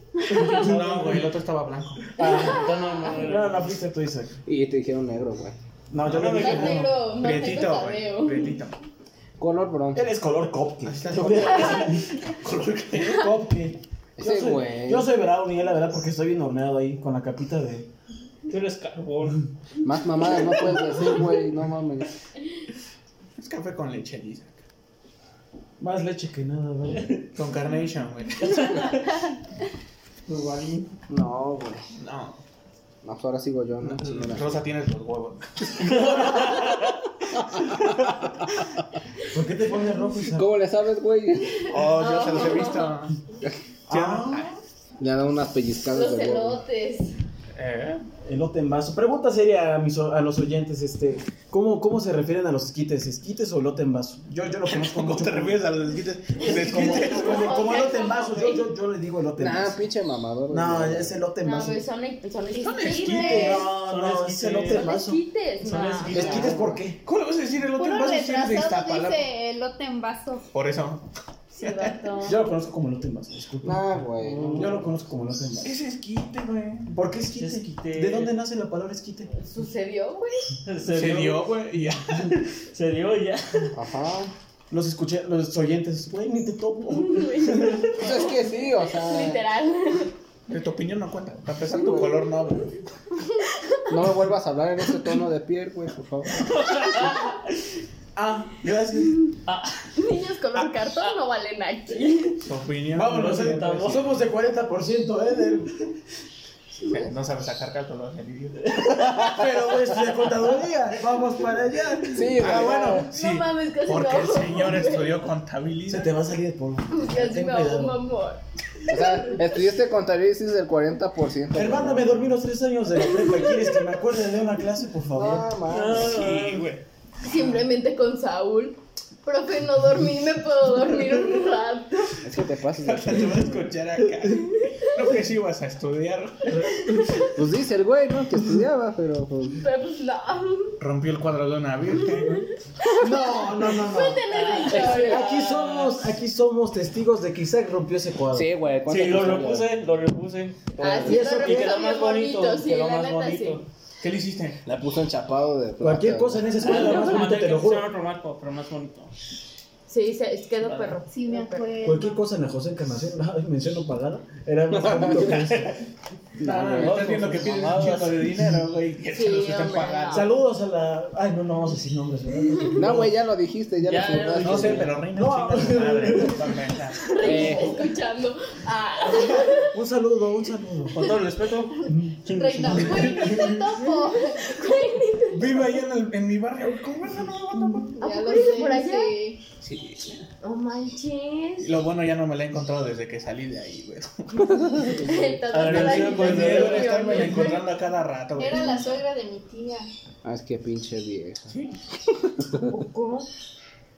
[SPEAKER 2] No, güey, el otro estaba blanco.
[SPEAKER 4] No, no, Ah, no, no.
[SPEAKER 1] No, no fuiste tú, Isaac.
[SPEAKER 3] Y te dijeron negro, güey.
[SPEAKER 1] No, yo no dije
[SPEAKER 5] Más
[SPEAKER 1] nada.
[SPEAKER 5] negro, más negro
[SPEAKER 2] Prietito, güey.
[SPEAKER 5] sabeo.
[SPEAKER 2] Prietito.
[SPEAKER 3] Color bronce.
[SPEAKER 1] Eres color copte.
[SPEAKER 2] Ahí está.
[SPEAKER 1] color copte.
[SPEAKER 3] Ese
[SPEAKER 1] yo, soy,
[SPEAKER 3] güey.
[SPEAKER 1] yo soy brown y él, la verdad, porque estoy bien horneado ahí con la capita de.
[SPEAKER 4] Tú eres carbón.
[SPEAKER 3] Más mamadas no puedes decir, güey. No mames.
[SPEAKER 2] Es café con leche, Isaac.
[SPEAKER 1] Más leche que nada, ¿vale?
[SPEAKER 2] Con carnation, güey.
[SPEAKER 3] No, güey.
[SPEAKER 2] No.
[SPEAKER 3] No, pues ahora sigo yo, ¿no? Mira.
[SPEAKER 2] Rosa tienes los huevos.
[SPEAKER 1] ¿Por qué te pones rojo, Isaac?
[SPEAKER 3] ¿Cómo le sabes, güey?
[SPEAKER 2] Oh, yo se los he visto. Ah. ¿Sí o no?
[SPEAKER 3] Le ha dado unas pellizcadas
[SPEAKER 5] Los
[SPEAKER 3] de huevo.
[SPEAKER 5] elotes.
[SPEAKER 2] ¿Eh?
[SPEAKER 1] Elote en vaso. Pregunta seria a, mis, o- a los oyentes, este, ¿cómo, ¿cómo se refieren a los esquites? ¿Esquites o elote en vaso? Yo, yo lo conozco
[SPEAKER 2] ¿Cómo
[SPEAKER 1] mucho.
[SPEAKER 2] te refieres a los desquites?
[SPEAKER 1] Como,
[SPEAKER 2] Desquites.
[SPEAKER 1] como, como elote en vaso, yo, yo, yo le digo elote en
[SPEAKER 3] Nah,
[SPEAKER 1] vaso.
[SPEAKER 3] pinche mamador. güey.
[SPEAKER 1] No, ya es elote en
[SPEAKER 5] No,
[SPEAKER 1] vaso.
[SPEAKER 5] güey, son, son
[SPEAKER 1] Esquite,
[SPEAKER 5] esquites.
[SPEAKER 1] no, no, es
[SPEAKER 4] esquites.
[SPEAKER 1] elote en
[SPEAKER 5] Son
[SPEAKER 1] vaso.
[SPEAKER 5] esquites, no.
[SPEAKER 1] ¿Esquites por qué?
[SPEAKER 2] ¿Cómo le vas a decir el otro
[SPEAKER 7] Puro
[SPEAKER 2] vaso si eres de
[SPEAKER 7] retrasado
[SPEAKER 2] Iztapalapa?
[SPEAKER 7] dice elote en vaso.
[SPEAKER 2] Por eso.
[SPEAKER 5] Sí, vato.
[SPEAKER 1] Yo lo conozco como elote en vaso, disculpe.
[SPEAKER 3] Nah, güey.
[SPEAKER 1] Yo lo conozco como elote en vaso.
[SPEAKER 2] Ese esquite, güey.
[SPEAKER 1] ¿Por qué esquite?
[SPEAKER 4] Esquite.
[SPEAKER 1] ¿De dónde nace la palabra esquite?
[SPEAKER 5] Sucedió, güey.
[SPEAKER 2] Se dio, güey, y ya.
[SPEAKER 4] Se dio ya.
[SPEAKER 3] Ajá.
[SPEAKER 1] Los escuché, los oyentes, güey, ni te topo.
[SPEAKER 3] Pues es que sí, o sea.
[SPEAKER 5] Literal.
[SPEAKER 2] De tu opinión no cuenta. Para empezar, tu color no, güey.
[SPEAKER 3] No me vuelvas a hablar en ese tono de piel, güey, por favor.
[SPEAKER 2] Ah, gracias.
[SPEAKER 5] Niños color cartón no valen aquí.
[SPEAKER 2] Tu opinión.
[SPEAKER 1] Vámonos, eh, somos de 40%, ¿eh? del-
[SPEAKER 2] No sabes sacar cálculos, el idiota.
[SPEAKER 1] Pero es de contaduría, vamos para allá.
[SPEAKER 3] Sí,
[SPEAKER 2] Ah,
[SPEAKER 3] güey.
[SPEAKER 2] bueno. Sí.
[SPEAKER 5] No mames, casi
[SPEAKER 2] Porque
[SPEAKER 5] no.
[SPEAKER 2] el señor estudió
[SPEAKER 1] Se
[SPEAKER 2] contabilidad.
[SPEAKER 1] te va a salir el polvo.
[SPEAKER 5] Casi
[SPEAKER 1] Ten
[SPEAKER 5] me
[SPEAKER 1] cuidado.
[SPEAKER 5] ahogo, amor.
[SPEAKER 3] O sea, estudiaste contabilidad y hiciste el 40%.
[SPEAKER 1] Hermano, me dormí los tres años de la prepa. ¿Quieres que me acuerde de una clase, por favor?
[SPEAKER 3] No, mames.
[SPEAKER 2] Sí, güey.
[SPEAKER 5] Simplemente con Saúl. Profe, no dormí, me puedo dormir un rato.
[SPEAKER 3] Es que te pasas
[SPEAKER 2] O sea,
[SPEAKER 3] de
[SPEAKER 2] Te voy a escuchar acá. Creo que sí vas a estudiar.
[SPEAKER 3] Pues dice el güey, ¿no? Que estudiaba, pero pues,
[SPEAKER 5] Pero pues no.
[SPEAKER 2] Rompió el cuadro de una virgen, güey.
[SPEAKER 1] No, no, no, no.
[SPEAKER 5] Tenés historia.
[SPEAKER 1] Aquí somos, aquí somos testigos de que Isaac rompió ese cuadro.
[SPEAKER 3] Sí, güey, ¿cuánto
[SPEAKER 4] Sí, lo
[SPEAKER 3] tiempo?
[SPEAKER 4] repuse, lo repuse.
[SPEAKER 5] Así es,
[SPEAKER 1] eso
[SPEAKER 5] lo
[SPEAKER 1] que-
[SPEAKER 5] recuerdo bien bonito, sí,
[SPEAKER 4] quedó
[SPEAKER 5] la
[SPEAKER 4] más
[SPEAKER 5] neta sí.
[SPEAKER 4] bonito.
[SPEAKER 2] ¿Qué le hiciste?
[SPEAKER 3] La puso enchapado de plata,
[SPEAKER 1] Cualquier
[SPEAKER 3] güey.
[SPEAKER 1] cosa en esa
[SPEAKER 4] Ah,
[SPEAKER 1] escuela, lo más
[SPEAKER 4] no,
[SPEAKER 1] bonito,
[SPEAKER 4] mandé
[SPEAKER 1] te
[SPEAKER 4] que
[SPEAKER 1] lo juro.
[SPEAKER 4] pusieran otro marco, pero más bonito.
[SPEAKER 5] Sí, se es- quedó perro.
[SPEAKER 7] Sí, me
[SPEAKER 5] Quedó perro.
[SPEAKER 7] acuerdo.
[SPEAKER 1] Cualquier cosa en la José Encarnación, nada, menciono pagada, era más bonito que eso.
[SPEAKER 2] Ah, Estás viendo que piden un chingo de dinero, güey. Que se
[SPEAKER 5] Sí,
[SPEAKER 2] los están
[SPEAKER 5] hombre,
[SPEAKER 2] pagando.
[SPEAKER 1] Saludos a la. Ay, no, no vamos a decir nombres, ¿verdad?
[SPEAKER 3] No, güey, ya lo dijiste, ya,
[SPEAKER 4] Ya,
[SPEAKER 3] lo soltaste.
[SPEAKER 2] No sé, pero reina.
[SPEAKER 1] No.
[SPEAKER 2] chinga su madre, totalmente.
[SPEAKER 5] Escuchando. Ah,
[SPEAKER 1] Un saludo, un saludo.
[SPEAKER 4] Con todo el respeto. chingue su
[SPEAKER 7] Reina,
[SPEAKER 4] madre.
[SPEAKER 7] güey, ni te topo.
[SPEAKER 2] Vive ahí en, el- en mi barrio. ¿Cómo es no
[SPEAKER 5] ¿A
[SPEAKER 7] Ya
[SPEAKER 5] poco
[SPEAKER 7] lo
[SPEAKER 5] vive
[SPEAKER 7] sé,
[SPEAKER 5] por allá?
[SPEAKER 7] sí.
[SPEAKER 2] Sí.
[SPEAKER 5] no manches.
[SPEAKER 2] Lo bueno, ya no me la he encontrado desde que salí de ahí, güey.
[SPEAKER 5] Entonces,
[SPEAKER 4] A ver,
[SPEAKER 5] no la-
[SPEAKER 4] sí, pues,
[SPEAKER 5] no
[SPEAKER 2] Me
[SPEAKER 5] la-
[SPEAKER 2] debo de estarme encontrando a cada rato, güey.
[SPEAKER 7] Era la suegra de mi tía.
[SPEAKER 3] Ah, es que pinche vieja.
[SPEAKER 5] ¿Cómo?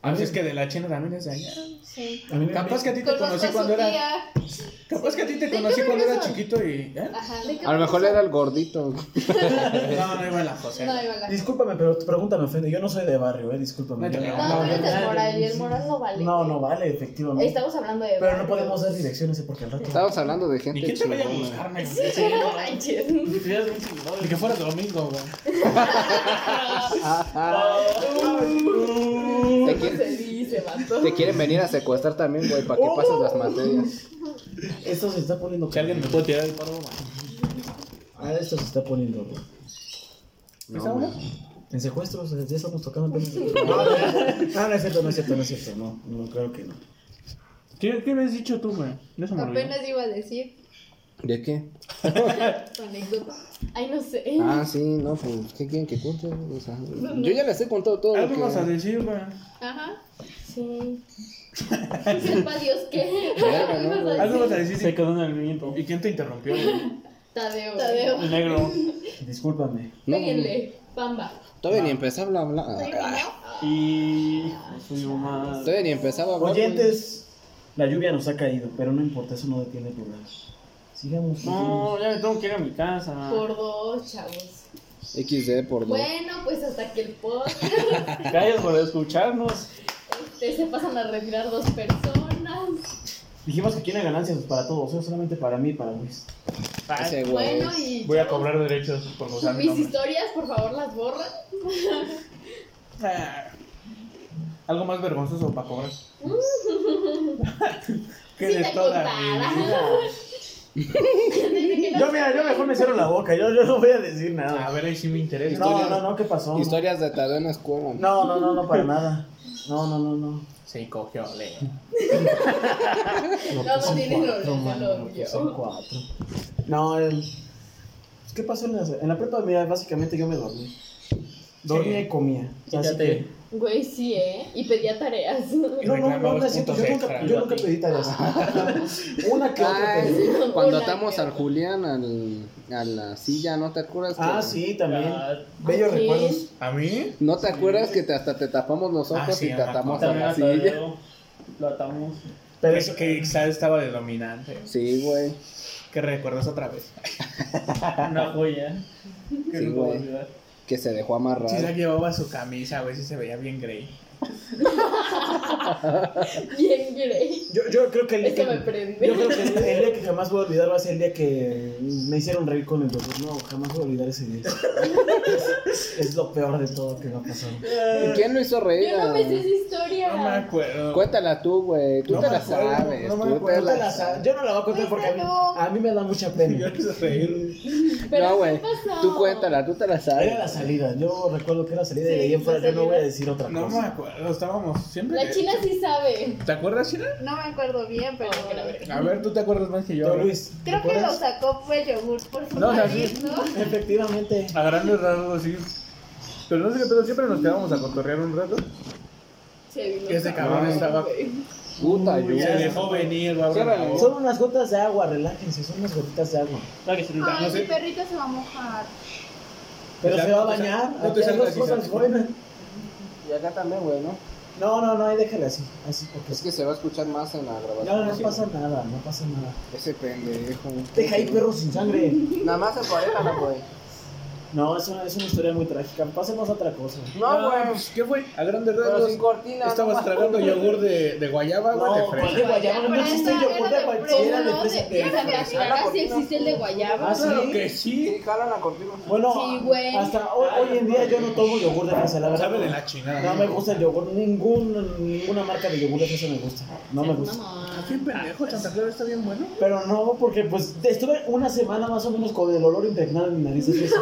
[SPEAKER 2] A veces Ah, que de la China también es de allá.
[SPEAKER 7] Sí.
[SPEAKER 1] A mí me-
[SPEAKER 2] Capaz que a ti te
[SPEAKER 7] Conozco a
[SPEAKER 2] conocí
[SPEAKER 7] su
[SPEAKER 2] cuando era.
[SPEAKER 7] tía.
[SPEAKER 2] Capaz que a ti te
[SPEAKER 7] ¿De qué Ah.
[SPEAKER 2] conocí cuando era
[SPEAKER 7] regreso?
[SPEAKER 2] chiquito y. ¿eh?
[SPEAKER 7] Ajá.
[SPEAKER 3] A lo mejor era el gordito.
[SPEAKER 2] No, no iba en la José.
[SPEAKER 7] No, iba a la.
[SPEAKER 1] Discúlpame, pero tu pregunta me ofende. Yo no soy de barrio, eh, discúlpame.
[SPEAKER 2] No te
[SPEAKER 1] Yo-
[SPEAKER 2] preocupes.
[SPEAKER 5] No, tú eres
[SPEAKER 1] no,
[SPEAKER 5] del moral y el moral no vale.
[SPEAKER 1] no, no vale, efectivamente.
[SPEAKER 5] Estamos hablando de.
[SPEAKER 1] Pero no podemos dar direcciones eh, porque al rato.
[SPEAKER 3] Estábamos hablando de
[SPEAKER 2] Ni
[SPEAKER 3] gente
[SPEAKER 2] quién te vaya a
[SPEAKER 3] chingona.
[SPEAKER 2] buscarme, güey.
[SPEAKER 5] Sí, no manches.
[SPEAKER 4] Felicidades, muy chingón.
[SPEAKER 2] Ni que fuera domingo, güey.
[SPEAKER 3] Te,
[SPEAKER 5] ¿Cómo se
[SPEAKER 3] quiere-
[SPEAKER 5] dice, vato?
[SPEAKER 3] te quieren venir a secuestrar también, güey, para que pases las materias.
[SPEAKER 1] Esto se está poniendo.
[SPEAKER 2] Si alguien me puede tirar el paro, güey.
[SPEAKER 1] Ah, esto se está poniendo. güey.
[SPEAKER 3] No, güey.
[SPEAKER 1] En secuestros, eh, ya estamos tocando temas de- No, no es cierto, no es cierto, no es cierto. No, no, creo que no.
[SPEAKER 2] ¿Qué, ¿Qué me has dicho tú, güey? No se me olvidó.
[SPEAKER 7] Apenas iba a decir
[SPEAKER 3] ¿De qué?
[SPEAKER 7] tu anécdota.
[SPEAKER 5] Ay, no sé.
[SPEAKER 3] Ah, sí, no, pues, ¿qué quieren que cuente? O sea, yo ya les he contado todo lo
[SPEAKER 2] Algo vas a
[SPEAKER 3] que...
[SPEAKER 2] decir, güey.
[SPEAKER 7] Ajá.
[SPEAKER 5] Sí.
[SPEAKER 7] Sepa Dios que.
[SPEAKER 3] Verga, ¿no, güey?
[SPEAKER 2] Algo vas a decir.
[SPEAKER 4] Se
[SPEAKER 2] sí.
[SPEAKER 4] quedó en el viento.
[SPEAKER 2] ¿Y quién te interrumpió, güey?
[SPEAKER 5] Tadeo.
[SPEAKER 7] Tadeo.
[SPEAKER 4] El negro.
[SPEAKER 1] Discúlpame.
[SPEAKER 3] No,
[SPEAKER 5] Péguenle. Pamba.
[SPEAKER 3] todavía ni empezaba a hablar.
[SPEAKER 4] Y. Su mamá.
[SPEAKER 3] Todavía ni empezaba a hablar. güey.
[SPEAKER 1] Oyentes, la lluvia nos ha caído, pero no importa, eso no detiene el programa. Sigamos.
[SPEAKER 4] No, ya me tengo que ir a mi casa.
[SPEAKER 5] Por dos, chavos.
[SPEAKER 3] XD por dos.
[SPEAKER 5] Bueno, pues hasta que el podcast
[SPEAKER 4] Gracias por escucharnos.
[SPEAKER 5] este, se pasan a retirar dos personas.
[SPEAKER 1] Dijimos que quieren ganancias para todos, no solamente para mí y para Luis.
[SPEAKER 3] Ese güey.
[SPEAKER 5] Bueno, y
[SPEAKER 2] Voy a cobrar derechos por usar mi
[SPEAKER 5] mis
[SPEAKER 2] nombre.
[SPEAKER 5] historias, por favor, las borran.
[SPEAKER 2] Ah, Algo más vergonzoso para cobrar. que
[SPEAKER 5] Si
[SPEAKER 2] de
[SPEAKER 5] te
[SPEAKER 2] toda
[SPEAKER 5] contara.
[SPEAKER 2] mi vida.
[SPEAKER 1] Yo, mira, yo mejor me cierro la boca, yo, yo no voy a decir
[SPEAKER 2] A
[SPEAKER 1] nada.
[SPEAKER 2] ver, ahí sí me interesa.
[SPEAKER 1] No, no, no, ¿qué pasó?
[SPEAKER 3] Historias de Tadeo en la escuela.
[SPEAKER 1] No, no, no, no, para nada. No, no, no, no.
[SPEAKER 2] Se cogió, le.
[SPEAKER 5] No, no tiene problema, lo
[SPEAKER 1] Que Son
[SPEAKER 5] vio.
[SPEAKER 1] cuatro. No, el- ¿qué pasó en la, en la prepa? Mira, básicamente yo me dormí. Dormía y comía. Así
[SPEAKER 2] Fíjate.
[SPEAKER 1] que,
[SPEAKER 5] Güey, sí, ¿eh? Y pedía tareas.
[SPEAKER 1] no, no, no,
[SPEAKER 2] Reclamabas
[SPEAKER 1] no es cierto, Yo
[SPEAKER 2] puntos
[SPEAKER 1] nunca,
[SPEAKER 2] extra. Ah.
[SPEAKER 1] yo nunca pedí tareas. Una que otra
[SPEAKER 3] Ay,
[SPEAKER 1] pedí.
[SPEAKER 3] cuando
[SPEAKER 5] Una
[SPEAKER 3] atamos
[SPEAKER 5] que-
[SPEAKER 3] al Julián al, a la silla, ¿no te acuerdas? que-
[SPEAKER 1] Ah, sí, también.
[SPEAKER 4] Ah,
[SPEAKER 1] Bellos
[SPEAKER 5] sí.
[SPEAKER 1] recuerdos.
[SPEAKER 2] ¿A mí?
[SPEAKER 3] ¿No te acuerdas que te- hasta te tapamos los ojos
[SPEAKER 2] Ah, sí,
[SPEAKER 3] y te
[SPEAKER 2] ajá.
[SPEAKER 3] atamos a
[SPEAKER 4] También
[SPEAKER 3] la
[SPEAKER 4] a
[SPEAKER 3] silla?
[SPEAKER 4] Tadeo. Lo atamos.
[SPEAKER 1] Pero
[SPEAKER 2] que, que quizás estaba de dominante.
[SPEAKER 3] Sí, güey.
[SPEAKER 2] Que recuerdas otra vez.
[SPEAKER 4] Una joya. Que
[SPEAKER 3] Sí,
[SPEAKER 4] no puedo
[SPEAKER 3] güey.
[SPEAKER 4] olvidar.
[SPEAKER 3] Que se dejó
[SPEAKER 2] Si
[SPEAKER 3] amarrar.
[SPEAKER 2] llevaba su camisa, güey, si se veía bien grey.
[SPEAKER 5] Bien, Grey.
[SPEAKER 1] yo, yo creo que el día
[SPEAKER 5] Es que me
[SPEAKER 1] que,
[SPEAKER 5] prende.
[SPEAKER 1] yo creo que el día que jamás voy a olvidar va a ser el día que me hicieron reír con el doctor. No, jamás voy a olvidar ese día. Es, es lo peor de todo que me ha pasado.
[SPEAKER 3] ¿Quién lo hizo reír? Ah,
[SPEAKER 5] Yo no me sé esa
[SPEAKER 2] No me
[SPEAKER 5] historia.
[SPEAKER 2] acuerdo.
[SPEAKER 3] Cuéntala tú, güey. Tú
[SPEAKER 2] No
[SPEAKER 3] te
[SPEAKER 2] me
[SPEAKER 3] la
[SPEAKER 2] acuerdo,
[SPEAKER 3] sabes.
[SPEAKER 2] no me
[SPEAKER 3] tú
[SPEAKER 2] acuerdo.
[SPEAKER 3] te
[SPEAKER 1] Yo te la sa- Yo no la voy a contar porque a mí, a mí me da mucha
[SPEAKER 2] Yo
[SPEAKER 1] pena.
[SPEAKER 2] no sé reír.
[SPEAKER 5] Pero
[SPEAKER 3] No,
[SPEAKER 5] ¿qué
[SPEAKER 3] güey.
[SPEAKER 5] pasó?
[SPEAKER 3] Tú cuéntala, tú te la
[SPEAKER 1] Era
[SPEAKER 3] sabes.
[SPEAKER 1] la salida, yo recuerdo que era salida y
[SPEAKER 7] Sí,
[SPEAKER 1] de ahí en
[SPEAKER 7] la
[SPEAKER 1] fuera yo no
[SPEAKER 7] salida.
[SPEAKER 1] voy a decir otra
[SPEAKER 2] No me
[SPEAKER 1] cosa.
[SPEAKER 2] acuerdo, estábamos siempre.
[SPEAKER 5] La china sí sabe.
[SPEAKER 2] ¿Te acuerdas, China?
[SPEAKER 7] No me acuerdo bien, pero.
[SPEAKER 5] Oh, que la verga.
[SPEAKER 2] A ver, tú te acuerdas más que yo.
[SPEAKER 1] Yo, Luis,
[SPEAKER 7] Creo que lo
[SPEAKER 1] ¿recuerdas?
[SPEAKER 7] sacó fue el yogur por su
[SPEAKER 2] No, o sea,
[SPEAKER 7] nariz,
[SPEAKER 2] sí.
[SPEAKER 7] ¿no?
[SPEAKER 1] Efectivamente.
[SPEAKER 2] A grandes rasgos, sí. Pero no sé qué pedo, siempre nos quedábamos a cotorrear un rato.
[SPEAKER 5] Se vino.
[SPEAKER 2] Ese cabrón estaba.
[SPEAKER 3] Puta,
[SPEAKER 2] Se
[SPEAKER 3] yo.
[SPEAKER 2] dejó venir, va
[SPEAKER 3] Cierra
[SPEAKER 2] a
[SPEAKER 3] la
[SPEAKER 1] Son unas gotas de agua, relájense, son unas gotitas de agua.
[SPEAKER 4] Claro que sí,
[SPEAKER 7] Ay,
[SPEAKER 2] no sé.
[SPEAKER 7] mi perrito se va a mojar.
[SPEAKER 1] Pero
[SPEAKER 2] Ya,
[SPEAKER 1] se va a
[SPEAKER 2] no te sal-
[SPEAKER 1] bañar,
[SPEAKER 2] no te
[SPEAKER 1] aquí hay
[SPEAKER 2] salgas
[SPEAKER 1] dos
[SPEAKER 2] y
[SPEAKER 1] cosas
[SPEAKER 2] sal.
[SPEAKER 1] buenas.
[SPEAKER 3] Y acá también, güey, ¿no?
[SPEAKER 1] No, no, no, ahí déjale así, así porque
[SPEAKER 3] Es que se va a escuchar más en la grabación.
[SPEAKER 1] No, no pasa nada, no pasa nada.
[SPEAKER 3] Ese pendejo.
[SPEAKER 1] Deja ahí perros sin sangre.
[SPEAKER 3] Nada más en 40, güey.
[SPEAKER 1] No, es una, es una historia muy trágica. Pasemos a otra cosa.
[SPEAKER 8] No, güey.
[SPEAKER 2] pues, ¿Qué fue?
[SPEAKER 1] A grandes
[SPEAKER 8] Pero
[SPEAKER 1] rasgos,
[SPEAKER 8] sin cortina.
[SPEAKER 2] Estabas
[SPEAKER 8] no.
[SPEAKER 2] tragando yogur de, de guayaba, güey, de
[SPEAKER 1] No, ¿cuál
[SPEAKER 2] fresa.
[SPEAKER 1] de guayaba? No
[SPEAKER 7] Pero
[SPEAKER 1] existe
[SPEAKER 7] esta
[SPEAKER 1] yogur
[SPEAKER 7] era
[SPEAKER 1] de
[SPEAKER 7] de
[SPEAKER 1] cualquiera de
[SPEAKER 5] No,
[SPEAKER 1] fresa
[SPEAKER 5] de- en
[SPEAKER 1] que-
[SPEAKER 5] Santa Clara sí existe el de guayaba.
[SPEAKER 1] Ah,
[SPEAKER 2] Claro
[SPEAKER 1] sí.
[SPEAKER 2] que sí.
[SPEAKER 8] Sí, jalan la cortina.
[SPEAKER 1] Bueno,
[SPEAKER 5] Sí, güey.
[SPEAKER 1] hasta hoy, hoy en día yo no tomo yogur de fresa, la verdad.
[SPEAKER 2] Sabe de la chingada.
[SPEAKER 1] No me gusta el yogur, ningún, ninguna marca de yogur de fresa me gusta. No me gusta.
[SPEAKER 2] Qué pendejo, Santa Clara está bien bueno.
[SPEAKER 1] Pero no, porque pues estuve una semana más o menos con el olor impregnado en mi nariz. es eso.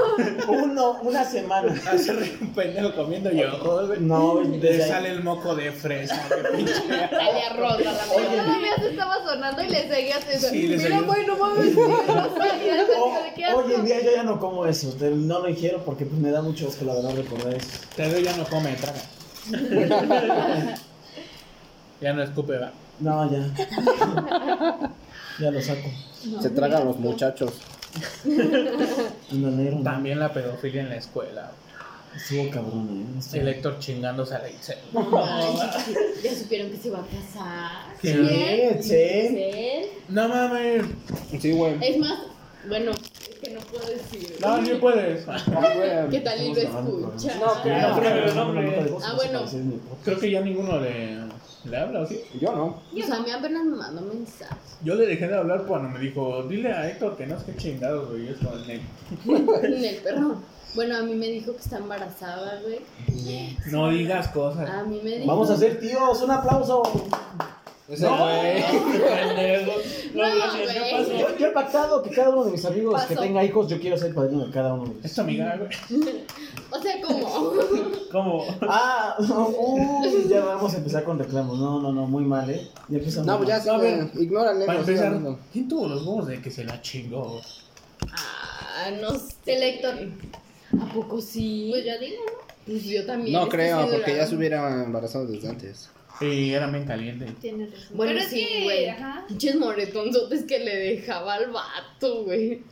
[SPEAKER 1] Uno, una semana.
[SPEAKER 2] Hacer Ah, un pendejo comiendo yogur, güey.
[SPEAKER 1] No,
[SPEAKER 2] Le
[SPEAKER 1] desde ahí-
[SPEAKER 2] sale el moco de fresa, qué pinche.
[SPEAKER 5] Dale arroz a la
[SPEAKER 7] Yo todavía se estaba sonando y le seguías eso.
[SPEAKER 2] Sí, le
[SPEAKER 7] Mira,
[SPEAKER 2] seguí.
[SPEAKER 7] güey, no mames. güey, No sabía,
[SPEAKER 1] O-
[SPEAKER 7] güey, qué asco.
[SPEAKER 1] hoy en día Oh, yo ya no como eso, te- no lo ingiero porque pues, me da mucho asco la verdad recordar eso.
[SPEAKER 2] Te doy ya no come, traga. ya no escupe, va.
[SPEAKER 1] No, ya. ya lo saco.
[SPEAKER 3] Se tragan los muchachos.
[SPEAKER 1] En enero. ¿no?
[SPEAKER 2] También la pedofilia en la escuela. güey.
[SPEAKER 1] Estuvo cabrón, eh.
[SPEAKER 2] El
[SPEAKER 1] Estuvo-
[SPEAKER 2] Héctor chingándose a la Itzel.
[SPEAKER 5] Ya supieron que se va a casar.
[SPEAKER 2] Sí.
[SPEAKER 1] Sí, sí.
[SPEAKER 5] Él.
[SPEAKER 2] No mames.
[SPEAKER 3] Sí, güey.
[SPEAKER 5] Es más, bueno, es que no puedo decir.
[SPEAKER 2] No, sí puedes.
[SPEAKER 3] Sí, güey.
[SPEAKER 5] ¿Qué tal y lo escucha?
[SPEAKER 8] No, que-
[SPEAKER 1] No,
[SPEAKER 4] pero
[SPEAKER 1] pero no,
[SPEAKER 4] no,
[SPEAKER 1] no,
[SPEAKER 4] hombre.
[SPEAKER 1] no, no, no,
[SPEAKER 5] Ah,
[SPEAKER 1] no,
[SPEAKER 5] bueno.
[SPEAKER 1] no, no, no.
[SPEAKER 2] Creo que ya ninguno le, le habla, ¿o sí?
[SPEAKER 3] Yo no.
[SPEAKER 5] O sea, a mí apenas me mandó mensaje.
[SPEAKER 2] Yo le dejé de hablar cuando me dijo, dile a Héctor que no es que chingados, güey. Es con él.
[SPEAKER 5] En el perro. Bueno, a mí me dijo que está embarazada, güey.
[SPEAKER 2] No digas cosas.
[SPEAKER 5] A mí me dijo.
[SPEAKER 1] Vamos a hacer tíos, un aplauso.
[SPEAKER 3] Ese güey.
[SPEAKER 4] Pendejo. No,
[SPEAKER 5] No,
[SPEAKER 4] gracias,
[SPEAKER 5] güey.
[SPEAKER 4] ¿qué
[SPEAKER 1] Yo,
[SPEAKER 4] pasó?
[SPEAKER 1] yo he pactado que cada uno de mis amigos que
[SPEAKER 7] Paso.
[SPEAKER 1] tenga hijos, yo quiero ser padrino de cada uno de ellos.
[SPEAKER 2] Es tu amiga, güey.
[SPEAKER 5] O sea, como.
[SPEAKER 4] ¿Cómo?
[SPEAKER 1] Ah, uy, ya vamos a empezar con reclamos. No, no, no, muy mal, ¿eh? Ya empezamos.
[SPEAKER 3] No, pues ya, sí,
[SPEAKER 2] No, a
[SPEAKER 3] güey.
[SPEAKER 2] ver.
[SPEAKER 3] Ignórale.
[SPEAKER 2] Para
[SPEAKER 3] no, sí,
[SPEAKER 2] empezar,
[SPEAKER 3] no.
[SPEAKER 2] ¿quién tuvo los huevos de que se la chingó?
[SPEAKER 5] Ah, no sé.
[SPEAKER 7] El Héctor.
[SPEAKER 5] ¿A poco sí?
[SPEAKER 7] Pues yo digo,
[SPEAKER 5] Pues yo también.
[SPEAKER 3] No
[SPEAKER 5] es que
[SPEAKER 3] creo,
[SPEAKER 5] sí
[SPEAKER 3] porque ya
[SPEAKER 5] duraron.
[SPEAKER 3] se hubiera embarazado desde antes.
[SPEAKER 2] Y era bien caliente.
[SPEAKER 7] tienes razón.
[SPEAKER 5] Bueno,
[SPEAKER 7] Pero es
[SPEAKER 5] sí,
[SPEAKER 7] que,
[SPEAKER 5] güey.
[SPEAKER 7] ajá.
[SPEAKER 5] Pinches moretonzotes que le dejaba al vato, güey.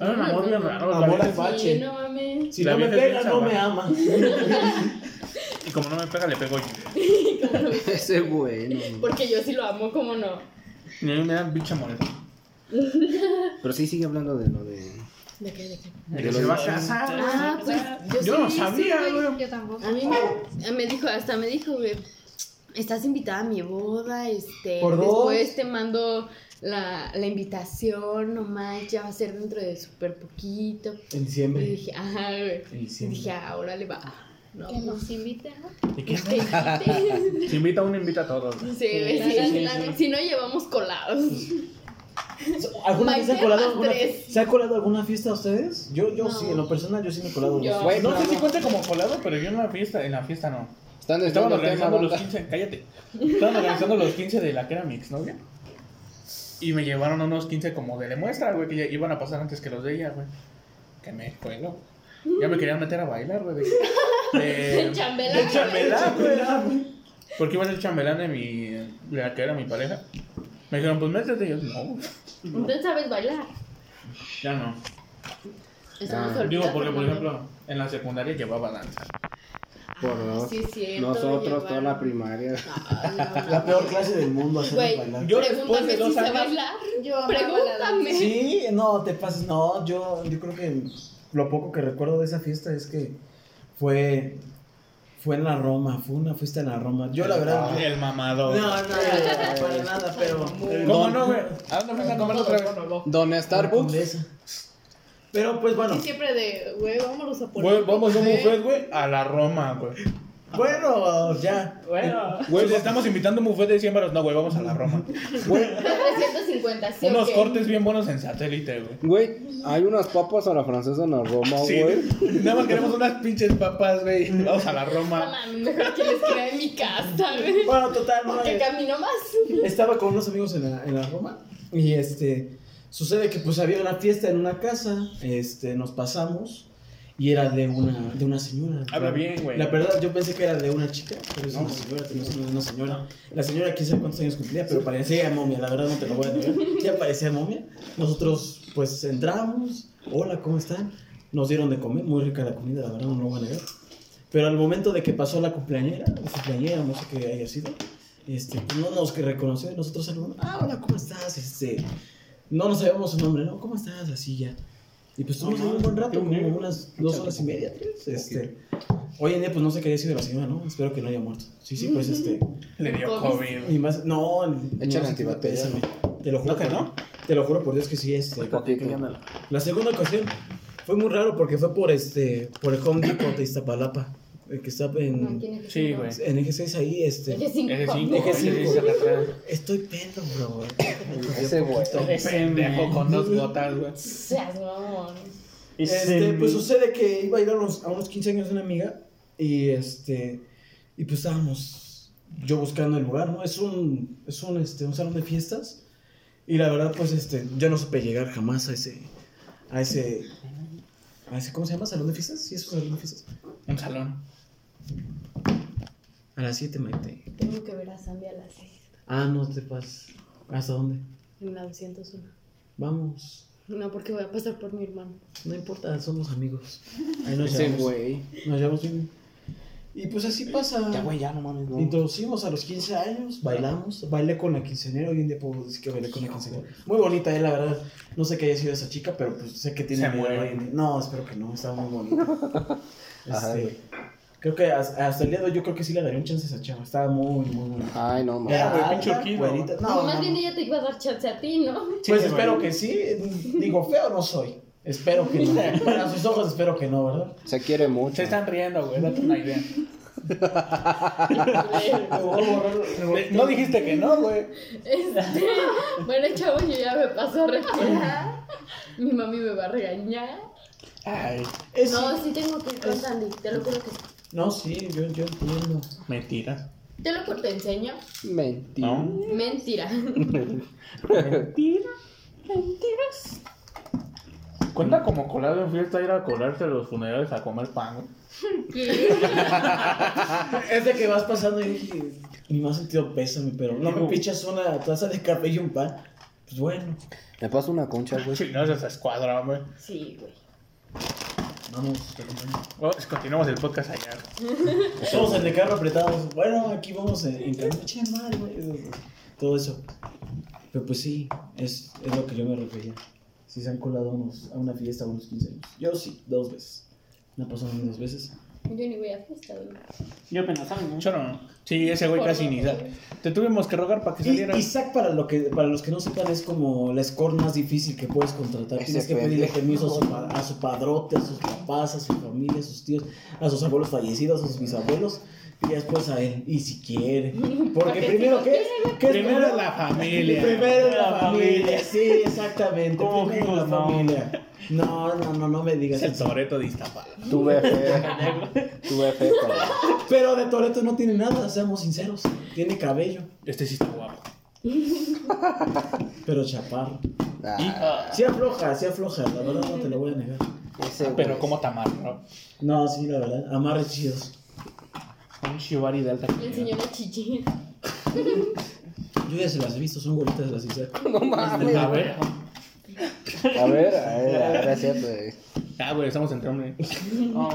[SPEAKER 2] Era un amor bien raro. la
[SPEAKER 1] Amor
[SPEAKER 2] neta.
[SPEAKER 1] al
[SPEAKER 5] Sí,
[SPEAKER 1] bache.
[SPEAKER 5] no mames.
[SPEAKER 1] Si
[SPEAKER 2] La
[SPEAKER 1] no me
[SPEAKER 2] vieja es
[SPEAKER 1] pega,
[SPEAKER 2] bien
[SPEAKER 1] no me
[SPEAKER 2] chaval.
[SPEAKER 1] ama.
[SPEAKER 2] Y como no me pega, le pego yo.
[SPEAKER 3] Ese güey, no.
[SPEAKER 5] Porque yo sí lo amo, ¿cómo no?
[SPEAKER 2] Y a mí me dan pinche molestia.
[SPEAKER 3] Pero sí sigue hablando de lo de.
[SPEAKER 5] ¿De qué? ¿De qué?
[SPEAKER 2] De que se va a casar.
[SPEAKER 5] Ah, pues.
[SPEAKER 2] Yo no
[SPEAKER 5] sí,
[SPEAKER 2] sabía,
[SPEAKER 5] sí,
[SPEAKER 2] güey.
[SPEAKER 7] Yo tampoco.
[SPEAKER 5] A mí me, me dijo, hasta me dijo, güey, estás invitada a mi boda, este,
[SPEAKER 1] Por dos.
[SPEAKER 5] después te mando la, la invitación, nomás, ya va a ser dentro de súper poquito.
[SPEAKER 1] En
[SPEAKER 5] Y
[SPEAKER 1] diciembre.
[SPEAKER 5] dije, ajá, güey.
[SPEAKER 1] En
[SPEAKER 5] Y
[SPEAKER 1] diciembre.
[SPEAKER 5] dije, ahora le va. No,
[SPEAKER 7] Que nos inviten, ¿no?
[SPEAKER 2] ¿Y qué?
[SPEAKER 5] te invites.
[SPEAKER 2] Si invita a uno, invita a todos. güey.
[SPEAKER 5] Sí, güey,
[SPEAKER 4] Sí,
[SPEAKER 5] sí,
[SPEAKER 4] sí,
[SPEAKER 5] la-
[SPEAKER 4] sí.
[SPEAKER 5] si no llevamos colados.
[SPEAKER 1] ¿Alguna vez se ha
[SPEAKER 5] Maite
[SPEAKER 1] colado
[SPEAKER 5] más
[SPEAKER 1] alguna,
[SPEAKER 5] tres.
[SPEAKER 1] ¿se ha colado alguna fiesta a ustedes? Yo, yo
[SPEAKER 5] No.
[SPEAKER 1] sí, en lo personal, yo sí me he colado.
[SPEAKER 5] Yo-
[SPEAKER 1] dos.
[SPEAKER 3] Güey,
[SPEAKER 2] No
[SPEAKER 3] pero
[SPEAKER 2] sé si cuenta como colado, pero yo en la fiesta, en la fiesta no.
[SPEAKER 3] Están
[SPEAKER 2] Estaban
[SPEAKER 3] estando el tema,
[SPEAKER 2] organizando los
[SPEAKER 3] banda.
[SPEAKER 2] 15, cállate. Estaban organizando los 15 de la que era mi exnovia. Y me llevaron unos 15 como de muestra, güey, que ya iban a pasar antes que los de ella, güey. Que me cuelo. Ya me querían meter a bailar, güey. De, de-
[SPEAKER 5] El chambelán.
[SPEAKER 2] de chambelán, güey. Porque iba a ser chambelán de mi. de la que era mi pareja. Me dijeron, pues métete. Y yo, no,
[SPEAKER 5] Entonces sabes bailar.
[SPEAKER 2] ya no.
[SPEAKER 5] Eso
[SPEAKER 3] Ah.
[SPEAKER 5] no se olvida,
[SPEAKER 2] Digo, porque por
[SPEAKER 5] Fernando.
[SPEAKER 2] ejemplo, en la secundaria llevaba danza.
[SPEAKER 3] Por
[SPEAKER 5] Ah,
[SPEAKER 3] dos.
[SPEAKER 5] sí, es cierto,
[SPEAKER 3] Nosotros, toda
[SPEAKER 5] llevaron.
[SPEAKER 3] la primaria.
[SPEAKER 5] Ah, no,
[SPEAKER 1] La
[SPEAKER 5] no.
[SPEAKER 1] peor clase del mundo, hacernos
[SPEAKER 5] Güey,
[SPEAKER 1] bailar.
[SPEAKER 2] Yo después
[SPEAKER 5] Pregúntame
[SPEAKER 2] de
[SPEAKER 5] si
[SPEAKER 2] dos
[SPEAKER 5] sé
[SPEAKER 2] años.
[SPEAKER 5] bailar.
[SPEAKER 7] Yo amaba la danza.
[SPEAKER 5] Pregúntame.
[SPEAKER 1] Sí, no, te pases. No, yo, yo creo que lo poco que recuerdo de esa fiesta es que fue, fue en la Roma, fue una fiesta en la Roma. Yo la verdad...
[SPEAKER 2] El
[SPEAKER 1] No,
[SPEAKER 2] mamador.
[SPEAKER 1] no, no, no, para nada, pero...
[SPEAKER 2] ¿Cómo no, güey? ¿A dónde fuiste a comer otra vez?
[SPEAKER 3] Don Starbucks.
[SPEAKER 1] Condesa. Pero pues bueno,
[SPEAKER 7] Y siempre de, güey, vámonos a por
[SPEAKER 2] Güey, vamos a un buffet, güey, a la Roma, güey.
[SPEAKER 1] bueno, ya.
[SPEAKER 4] Bueno.
[SPEAKER 2] Güey, les estamos invitando a un buffet de 100 baros. No, güey, vamos a la Roma.
[SPEAKER 5] 350, sí.
[SPEAKER 2] Unos
[SPEAKER 5] ok.
[SPEAKER 2] cortes bien buenos en satélite, güey.
[SPEAKER 3] Güey, hay unas papas a la francesa en la Roma,
[SPEAKER 2] Sí,
[SPEAKER 3] güey.
[SPEAKER 2] nada más queremos unas pinches papas, güey. Vamos a la
[SPEAKER 5] No
[SPEAKER 2] Roma.
[SPEAKER 5] mames, mejor que les quede en mi casa, güey.
[SPEAKER 1] Bueno, total, no,
[SPEAKER 5] Porque
[SPEAKER 1] eh,
[SPEAKER 5] camino más.
[SPEAKER 1] estaba con unos amigos en la, en la Roma y este sucede que pues había una fiesta en una casa, este nos pasamos y era de una de una señora.
[SPEAKER 2] Habla bien, güey.
[SPEAKER 1] La verdad yo pensé que era de una chica, pero es una señora, tenemos una una señora. La señora quién sabe cuántos años cumplía, pero parecía momia, la verdad no te lo voy a negar. Ya parecía momia. Nosotros pues entramos, hola, ¿cómo están? Nos dieron de comer, muy rica la comida, la verdad no lo voy a negar. Pero al momento de que pasó la cumpleañera, la cumpleañera, no sé qué haya sido, este, pues, no nos que reconoció, nosotros saludamos, ah, hola, ¿cómo estás? Este, no nos sabíamos su nombre, ¿no? ¿Cómo estás? Así ya. Y pues estuvimos ahí un buen rato, como unas dos horas y media, tres. Este, hoy en día, pues no sé qué decir de la señora, ¿no? Espero que no haya muerto. Sí, sí, pues este.
[SPEAKER 2] Le dio COVID.
[SPEAKER 1] Y más, no, no,
[SPEAKER 3] Échale
[SPEAKER 1] sí,
[SPEAKER 3] antibacterial.
[SPEAKER 1] pésame. Te lo juro
[SPEAKER 2] ¿No que
[SPEAKER 1] por-
[SPEAKER 2] no?
[SPEAKER 1] Te lo juro por Dios que sí, este. La segunda ocasión fue muy raro porque fue por este por el Home Depot de Iztapalapa, el que está
[SPEAKER 5] No,
[SPEAKER 1] en,
[SPEAKER 5] ¿quién es?
[SPEAKER 2] Sí, güey.
[SPEAKER 1] en eje 6 ahí,
[SPEAKER 5] Eje
[SPEAKER 1] este.
[SPEAKER 5] cinco.
[SPEAKER 2] Eje 5.
[SPEAKER 1] Mm, Eje
[SPEAKER 2] Eje
[SPEAKER 1] cinco.
[SPEAKER 2] 5.
[SPEAKER 1] Estoy pedo, bro.
[SPEAKER 3] Ese güey.
[SPEAKER 4] Ese
[SPEAKER 2] Dejo
[SPEAKER 4] me-
[SPEAKER 2] con dos botas, güey.
[SPEAKER 5] Seas mamón.
[SPEAKER 4] Ese
[SPEAKER 1] Este,
[SPEAKER 4] me-
[SPEAKER 1] pues sucede que iba a ir a unos, a unos 15 años de una amiga y este y pues estábamos yo buscando el lugar, ¿no? Es un es un este un salón de fiestas y la verdad pues este yo no supe llegar jamás a ese a ese a ese ¿cómo se llama? Salón de fiestas? Sí, es un salón de fiestas.
[SPEAKER 2] Un salón.
[SPEAKER 1] A las 7 Maite.
[SPEAKER 5] Tengo que ver a Zambi a las 6
[SPEAKER 1] Ah, no te pases. ¿Hasta dónde?
[SPEAKER 5] en la 201.
[SPEAKER 1] Vamos.
[SPEAKER 5] No, porque voy a pasar por mi hermano.
[SPEAKER 1] No importa, somos amigos. Ahí nos
[SPEAKER 3] Ese
[SPEAKER 1] llevamos.
[SPEAKER 3] güey.
[SPEAKER 1] Nos llevamos bien. Y pues así pasa.
[SPEAKER 3] Ya, güey, ya, no mames, no.
[SPEAKER 1] Introducimos a los 15 años, bailamos, bailé con la quinceañera, hoy en día puedo decir que bailé con la quinceañera. Muy bonita, eh, la verdad. No sé qué haya sido esa chica, pero pues sé que tiene
[SPEAKER 2] Se
[SPEAKER 1] mi edad
[SPEAKER 2] muere.
[SPEAKER 1] hoy en día. No, espero que no, está muy bonita.
[SPEAKER 3] Ajá,
[SPEAKER 1] Este, creo que has- hasta el día de hoy yo creo que sí le daría un chance a esa chava. Estaba muy, muy bonita.
[SPEAKER 3] Ay, no mames.
[SPEAKER 1] Era
[SPEAKER 2] güey,
[SPEAKER 1] alta,
[SPEAKER 2] pinche orquídea.
[SPEAKER 1] güerita. No,
[SPEAKER 5] más
[SPEAKER 1] no,
[SPEAKER 5] bien
[SPEAKER 1] no.
[SPEAKER 5] ella te iba a dar chance a ti, ¿no?
[SPEAKER 1] Pues espero que sí. Digo, feo no soy. Espero que no. Para sus ojos espero que no, ¿verdad?
[SPEAKER 3] Se quiere mucho.
[SPEAKER 2] Se están riendo, güey. Date una idea. No dijiste que no, güey.
[SPEAKER 5] Este, bueno, chavos, yo ya me paso a retirar. Mi mami me va a regañar.
[SPEAKER 2] Ay,
[SPEAKER 1] Es-
[SPEAKER 5] No, sí tengo que ir con Sandy, te lo juro que sí.
[SPEAKER 1] No, sí, yo, yo entiendo.
[SPEAKER 2] mentira.
[SPEAKER 5] Te lo juro, te enseño.
[SPEAKER 3] Mentira.
[SPEAKER 2] No.
[SPEAKER 5] Mentira.
[SPEAKER 2] Cuenta como colado en fiesta ir a colarse a los funerales a comer pan, güey.
[SPEAKER 1] Es de que vas pasando y dije, ni más sentido pésame, pero no me pichas una taza de café y un pan. Pues bueno,
[SPEAKER 3] Me paso una concha, güey.
[SPEAKER 2] Chinos esa escuadra, güey.
[SPEAKER 5] Sí, güey.
[SPEAKER 1] vamos, te acompaño.
[SPEAKER 2] Oh, continuamos el podcast allá.
[SPEAKER 1] Estamos en el carro apretados. Bueno, aquí vamos en, en camino. Che, madre, güey. Todo eso. Pero pues sí, es, es lo que yo me refería. Si se han colado a unos- a una fiesta a unos 15 años. Yo sí, dos veces. Me ha pasado dos veces.
[SPEAKER 5] Yo ni voy a fiesta, güey.
[SPEAKER 4] Yo apenas salgo.
[SPEAKER 2] Yo no. Sí, ese güey casi ni sale. Te tuvimos que rogar para que
[SPEAKER 1] Y,
[SPEAKER 2] saliera.
[SPEAKER 1] y Zack, para, lo que, para los que no sepan, es como la score más difícil que puedes contratar.
[SPEAKER 3] Ese
[SPEAKER 1] Tienes que pedirle
[SPEAKER 3] pendejo.
[SPEAKER 1] permiso a su, pa- a su padrote, a sus papás, a su familia, a sus tíos, a sus abuelos fallecidos, a sus bisabuelos. Y después a él, y si quiere. Porque
[SPEAKER 5] Porque
[SPEAKER 1] primero,
[SPEAKER 5] si
[SPEAKER 1] ¿qué
[SPEAKER 5] lo
[SPEAKER 1] es? ¿Qué es
[SPEAKER 2] Primero la familia.
[SPEAKER 1] Primero es la
[SPEAKER 2] La
[SPEAKER 1] familia,
[SPEAKER 2] familia.
[SPEAKER 1] sí, exactamente.
[SPEAKER 2] ¿Cómo
[SPEAKER 1] Primero la
[SPEAKER 2] hijos, no?
[SPEAKER 1] familia. No, no, no, no me digas
[SPEAKER 2] Es el
[SPEAKER 1] eso.
[SPEAKER 2] toreto de Iztapalapa.
[SPEAKER 3] Tuve fe. Tuve fe, cabrón.
[SPEAKER 1] Pero de Toreto no tiene nada, seamos sinceros. Tiene cabello,
[SPEAKER 2] Este sí está guapo.
[SPEAKER 1] pero chaparro.
[SPEAKER 3] Ah,
[SPEAKER 1] Sí afloja, sí afloja, la verdad no te lo voy a negar.
[SPEAKER 3] ese güey.
[SPEAKER 2] ah, Pero como tamar, ¿no?
[SPEAKER 1] No, sí, la verdad. Amarres chidos.
[SPEAKER 2] Un shibari de alta
[SPEAKER 5] Le
[SPEAKER 2] calidad.
[SPEAKER 5] enseñó la chichi.
[SPEAKER 1] Yo ya se las he visto, son bolitas de las Isaac.
[SPEAKER 3] No mames.
[SPEAKER 2] A ver.
[SPEAKER 3] A ver, a ver, a ver, es cierto, güey.
[SPEAKER 2] Ah, güey, estamos entre hombres.
[SPEAKER 4] Oh,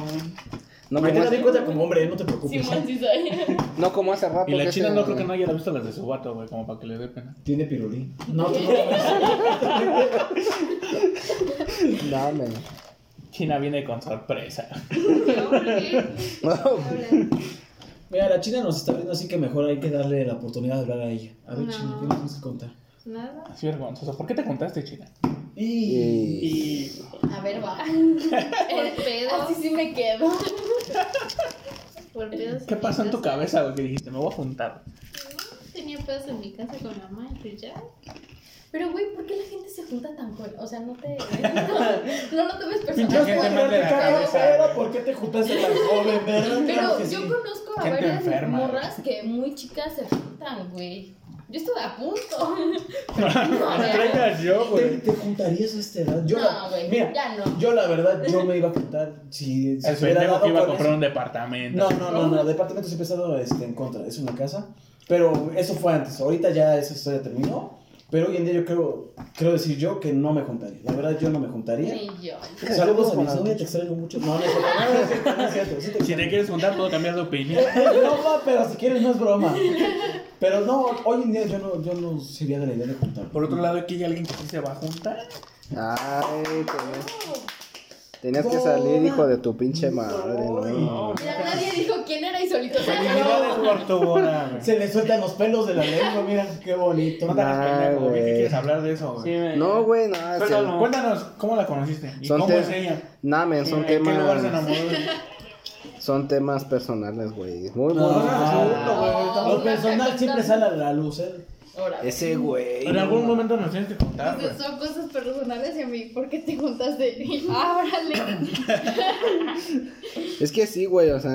[SPEAKER 3] No
[SPEAKER 1] Ahorita
[SPEAKER 3] como,
[SPEAKER 1] te di
[SPEAKER 3] hace,
[SPEAKER 1] cuenta como hombre, eh, no te preocupes.
[SPEAKER 5] Simón, sí soy.
[SPEAKER 3] no como hace rato.
[SPEAKER 2] Y la
[SPEAKER 3] que
[SPEAKER 2] china
[SPEAKER 3] ese-
[SPEAKER 2] no creo que no haya visto las de su vato, güey, como para que le dé pena.
[SPEAKER 1] Tiene pirulí. No, tú no lo ves.
[SPEAKER 3] Dame.
[SPEAKER 2] China viene con sorpresa.
[SPEAKER 1] Mira, la China nos está viendo, así que mejor hay que darle la oportunidad de hablar a ella. A ver, China, ¿qué nos tienes que contar?
[SPEAKER 7] pues, Nada.
[SPEAKER 2] Así vergonzoso. ¿Por qué te contaste, China?
[SPEAKER 1] Y...
[SPEAKER 3] Y...
[SPEAKER 5] A ver, va.
[SPEAKER 7] Por pedo.
[SPEAKER 5] Así sí me quedo.
[SPEAKER 7] Por pedos.
[SPEAKER 2] ¿Qué
[SPEAKER 7] en
[SPEAKER 2] pasó en
[SPEAKER 7] mi
[SPEAKER 2] tu
[SPEAKER 7] casa.
[SPEAKER 2] cabeza, güey, que dijiste, me voy a juntar?
[SPEAKER 7] Tenía pedos en mi casa con mamá y pues ya.
[SPEAKER 5] Pero, güey, ¿por qué la gente se junta tan fuerte? O sea, no te. No, no te ves
[SPEAKER 2] Pinche
[SPEAKER 5] personal.
[SPEAKER 2] gente mal de la cabeza,
[SPEAKER 1] pero
[SPEAKER 2] güey.
[SPEAKER 1] ¿por qué te juntaste tan joven, verdad? Claro
[SPEAKER 5] Pero
[SPEAKER 1] que
[SPEAKER 5] yo
[SPEAKER 1] sí.
[SPEAKER 5] conozco a
[SPEAKER 2] Gente
[SPEAKER 5] varias
[SPEAKER 2] enferma.
[SPEAKER 5] morras que muy chicas se juntan, güey. Yo estuve a punto.
[SPEAKER 2] No me traigas yo,
[SPEAKER 1] ¿Te,
[SPEAKER 2] güey.
[SPEAKER 1] te juntarías a esta edad? Yo la-
[SPEAKER 5] No, güey,
[SPEAKER 1] Mira,
[SPEAKER 5] ya no.
[SPEAKER 1] Yo la verdad, yo me iba a juntar si, si
[SPEAKER 2] El
[SPEAKER 1] hubiera
[SPEAKER 2] pendejo
[SPEAKER 1] dado
[SPEAKER 2] que iba a
[SPEAKER 1] con
[SPEAKER 2] comprar
[SPEAKER 1] eso.
[SPEAKER 2] un departamento.
[SPEAKER 1] No, no, no, no, departamento siempre he estado este, en contra, es una casa. Pero eso fue antes, ahorita ya esa historia terminó. Pero hoy en día yo creo, creo decir yo que no me juntaría. La verdad, yo no me juntaría.
[SPEAKER 5] Ni yo.
[SPEAKER 1] Saludos a mi novia, te extraño mucho. No, no es cierto, no es cierto, no es cierto, sí te
[SPEAKER 2] Si te
[SPEAKER 1] extraño.
[SPEAKER 2] quieres juntar, puedo cambiar de opinión.
[SPEAKER 1] Es broma, pero si quieres no es broma. Pero no, hoy en día yo no, yo no sería de la idea de juntar.
[SPEAKER 2] Por otro lado, aquí hay alguien que sí se va a juntar.
[SPEAKER 3] Ay, tenías, tenías que salir, hijo de tu pinche madre, no.
[SPEAKER 5] Mira, nadie dijo quién era y solito salió.
[SPEAKER 2] Felicidades por tu boda, güey.
[SPEAKER 1] Se le sueltan los pelos de la lengua, mira, qué bonito.
[SPEAKER 2] No te hagas
[SPEAKER 3] Nah,
[SPEAKER 2] pendejo, güey. ¿Qué
[SPEAKER 3] güey.
[SPEAKER 2] quieres hablar de eso, güey?
[SPEAKER 4] me-
[SPEAKER 3] No, güey, no.
[SPEAKER 2] Pero,
[SPEAKER 3] se-
[SPEAKER 4] no.
[SPEAKER 2] Cuéntanos, ¿cómo la conociste? ¿Y
[SPEAKER 3] Son
[SPEAKER 2] cómo
[SPEAKER 3] te-
[SPEAKER 2] es ella?
[SPEAKER 3] nah, men, son
[SPEAKER 2] ¿En qué lugar se
[SPEAKER 3] temas,
[SPEAKER 2] enamoró? güey?
[SPEAKER 3] son temas personales, güey. Muy
[SPEAKER 1] No,
[SPEAKER 3] bueno.
[SPEAKER 2] Ah.
[SPEAKER 1] no,
[SPEAKER 5] No.
[SPEAKER 1] no, lo personal siempre sale a la luz, ¿eh?
[SPEAKER 5] Ahora,
[SPEAKER 3] Ese güey.
[SPEAKER 2] En algún momento nos tienes que contar, güey.
[SPEAKER 7] Dices, son cosas personales y a mí, ¿por qué te juntaste? Ábrale.
[SPEAKER 3] Es que sí, güey, o sea,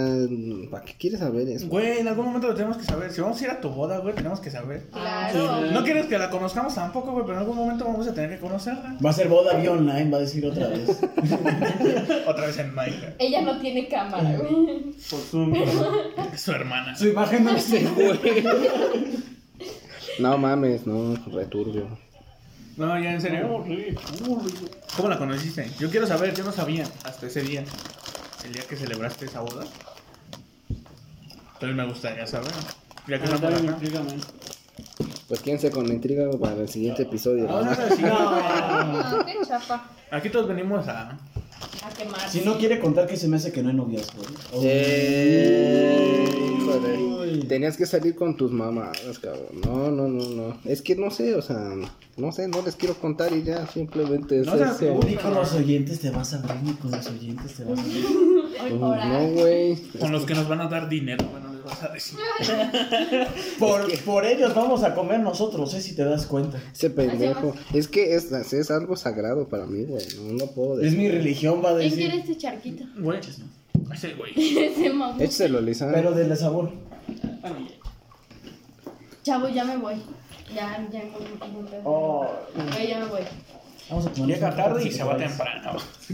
[SPEAKER 3] ¿para qué quieres saber eso?
[SPEAKER 2] Güey, en algún momento lo tenemos que saber. Si vamos a ir a tu boda, güey, tenemos que saber.
[SPEAKER 7] Claro.
[SPEAKER 2] No quieres que la conozcamos tampoco, güey, pero en algún momento vamos a tener que conocerla.
[SPEAKER 1] Va a ser boda vía online, va a decir otra vez.
[SPEAKER 2] Otra vez en Minecraft.
[SPEAKER 5] ella no tiene cámara, güey.
[SPEAKER 4] Por Zoom.
[SPEAKER 2] Su hermana.
[SPEAKER 1] Su imagen no se
[SPEAKER 3] No mames, no, returbio.
[SPEAKER 2] No, ya en serio. ¿Cómo la conociste? Yo quiero saber, yo no sabía hasta ese día. El día que celebraste esa boda. Entonces me gustaría saber. Ya que estamos
[SPEAKER 4] Ah, Dale,
[SPEAKER 2] acá.
[SPEAKER 4] explícame.
[SPEAKER 3] Pues quién se con la intriga para el siguiente episodio. Ah.
[SPEAKER 2] Vamos
[SPEAKER 3] ¿no?
[SPEAKER 2] a ver si-
[SPEAKER 7] No, qué chapa.
[SPEAKER 2] Aquí todos venimos a.
[SPEAKER 5] A quemar.
[SPEAKER 1] Si no quiere contar que se me hace que no hay noviazgo.
[SPEAKER 3] Eh,
[SPEAKER 1] Uy.
[SPEAKER 3] híjole. Tenías que salir con tus mamadas, cabrón. No, no, no, no. Es que no sé, o sea, no sé, no les quiero contar y ya, simplemente es
[SPEAKER 2] No seas
[SPEAKER 3] eso.
[SPEAKER 1] Ni con los oyentes te vas a abrir, ni con los oyentes te vas a abrir.
[SPEAKER 3] No, güey.
[SPEAKER 2] Con los que nos van a dar dinero, güey, no les vas a decir.
[SPEAKER 1] Por, por ellos vamos a comer nosotros, ¿eh? Si te das cuenta.
[SPEAKER 3] Ese pendejo. Es que es, es algo sagrado para mí, güey. No, no puedo
[SPEAKER 1] Es
[SPEAKER 3] decir.
[SPEAKER 1] mi religión, va a
[SPEAKER 7] ¿Quién quiere
[SPEAKER 1] decir.
[SPEAKER 7] este charquito?
[SPEAKER 2] Güey, ese güey.
[SPEAKER 7] Ese mamón.
[SPEAKER 3] Échselo, Lisa.
[SPEAKER 1] Pero del sabor.
[SPEAKER 4] Bueno,
[SPEAKER 7] Chavo, ya me voy. Ya, ya me voy. Güey, ya me voy.
[SPEAKER 1] Vamos a tomar
[SPEAKER 2] Llega
[SPEAKER 1] un-
[SPEAKER 2] tarde y se va temprano.
[SPEAKER 7] Es que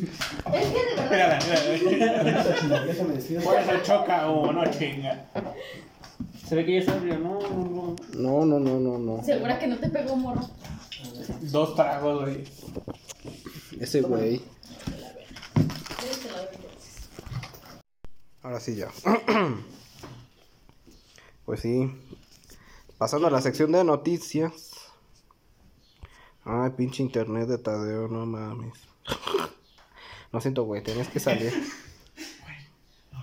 [SPEAKER 7] de verdad.
[SPEAKER 2] Mira, mira, mira.
[SPEAKER 1] Déjame decir.
[SPEAKER 2] Por eso choca o no chinga.
[SPEAKER 4] Se ve que ya está arriba. No, no, no.
[SPEAKER 3] No, no, no, no, no.
[SPEAKER 5] Segura que no te pegó morro.
[SPEAKER 2] Dos tragos, güey.
[SPEAKER 3] Ese güey. Ahora sí ya. pues sí. Pasando a la sección de noticias. Ay, pinche internet de Tadeo, no mames. No siento, güey, tenías que salir.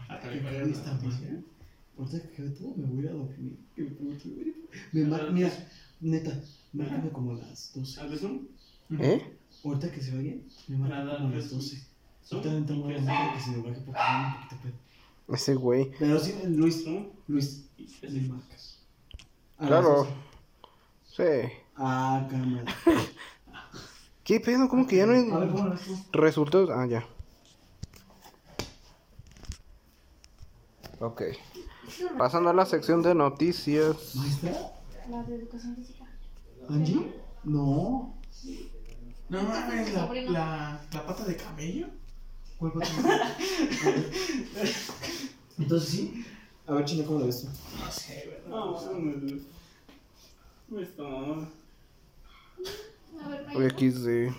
[SPEAKER 2] Ah,
[SPEAKER 8] Ahorita ¿eh? que todo, me voy a ir a dormir. que me tengo que ir. Me mar- mira, neta, márcame como a las 12.
[SPEAKER 4] ¿Al Zoom?
[SPEAKER 3] ¿Eh?
[SPEAKER 8] Ahorita que se vaya, me marca
[SPEAKER 4] Nada,
[SPEAKER 8] como a las
[SPEAKER 4] pues,
[SPEAKER 8] 12.
[SPEAKER 4] Zoom.
[SPEAKER 8] Ahorita entra una que se me baje porque no un poquito pedo.
[SPEAKER 3] Ese güey.
[SPEAKER 8] Pero sí, eh, Luis,
[SPEAKER 4] Zoom.
[SPEAKER 8] Luis, le marcas. A las
[SPEAKER 3] Claro.
[SPEAKER 8] 12.
[SPEAKER 3] Sí.
[SPEAKER 8] Ah, cámara.
[SPEAKER 3] ¿Qué pedo? ¿Cómo que ya no hay
[SPEAKER 8] A ver, ¿cómo lo ves tú?
[SPEAKER 3] resultados? Ah, ya. Ok. Pasando a la sección de noticias.
[SPEAKER 8] ¿Maestra? ¿Angie? No.
[SPEAKER 2] No mames, la,
[SPEAKER 7] Sobrino.
[SPEAKER 2] la, la pata de camello.
[SPEAKER 8] ¿Cuál va a tomar? A ver. Entonces sí. A ver, China, ¿cómo lo ves tú?
[SPEAKER 2] No sé, güey.
[SPEAKER 4] No, no, no. Esta mamá.
[SPEAKER 7] A ver, Mike.
[SPEAKER 3] XD.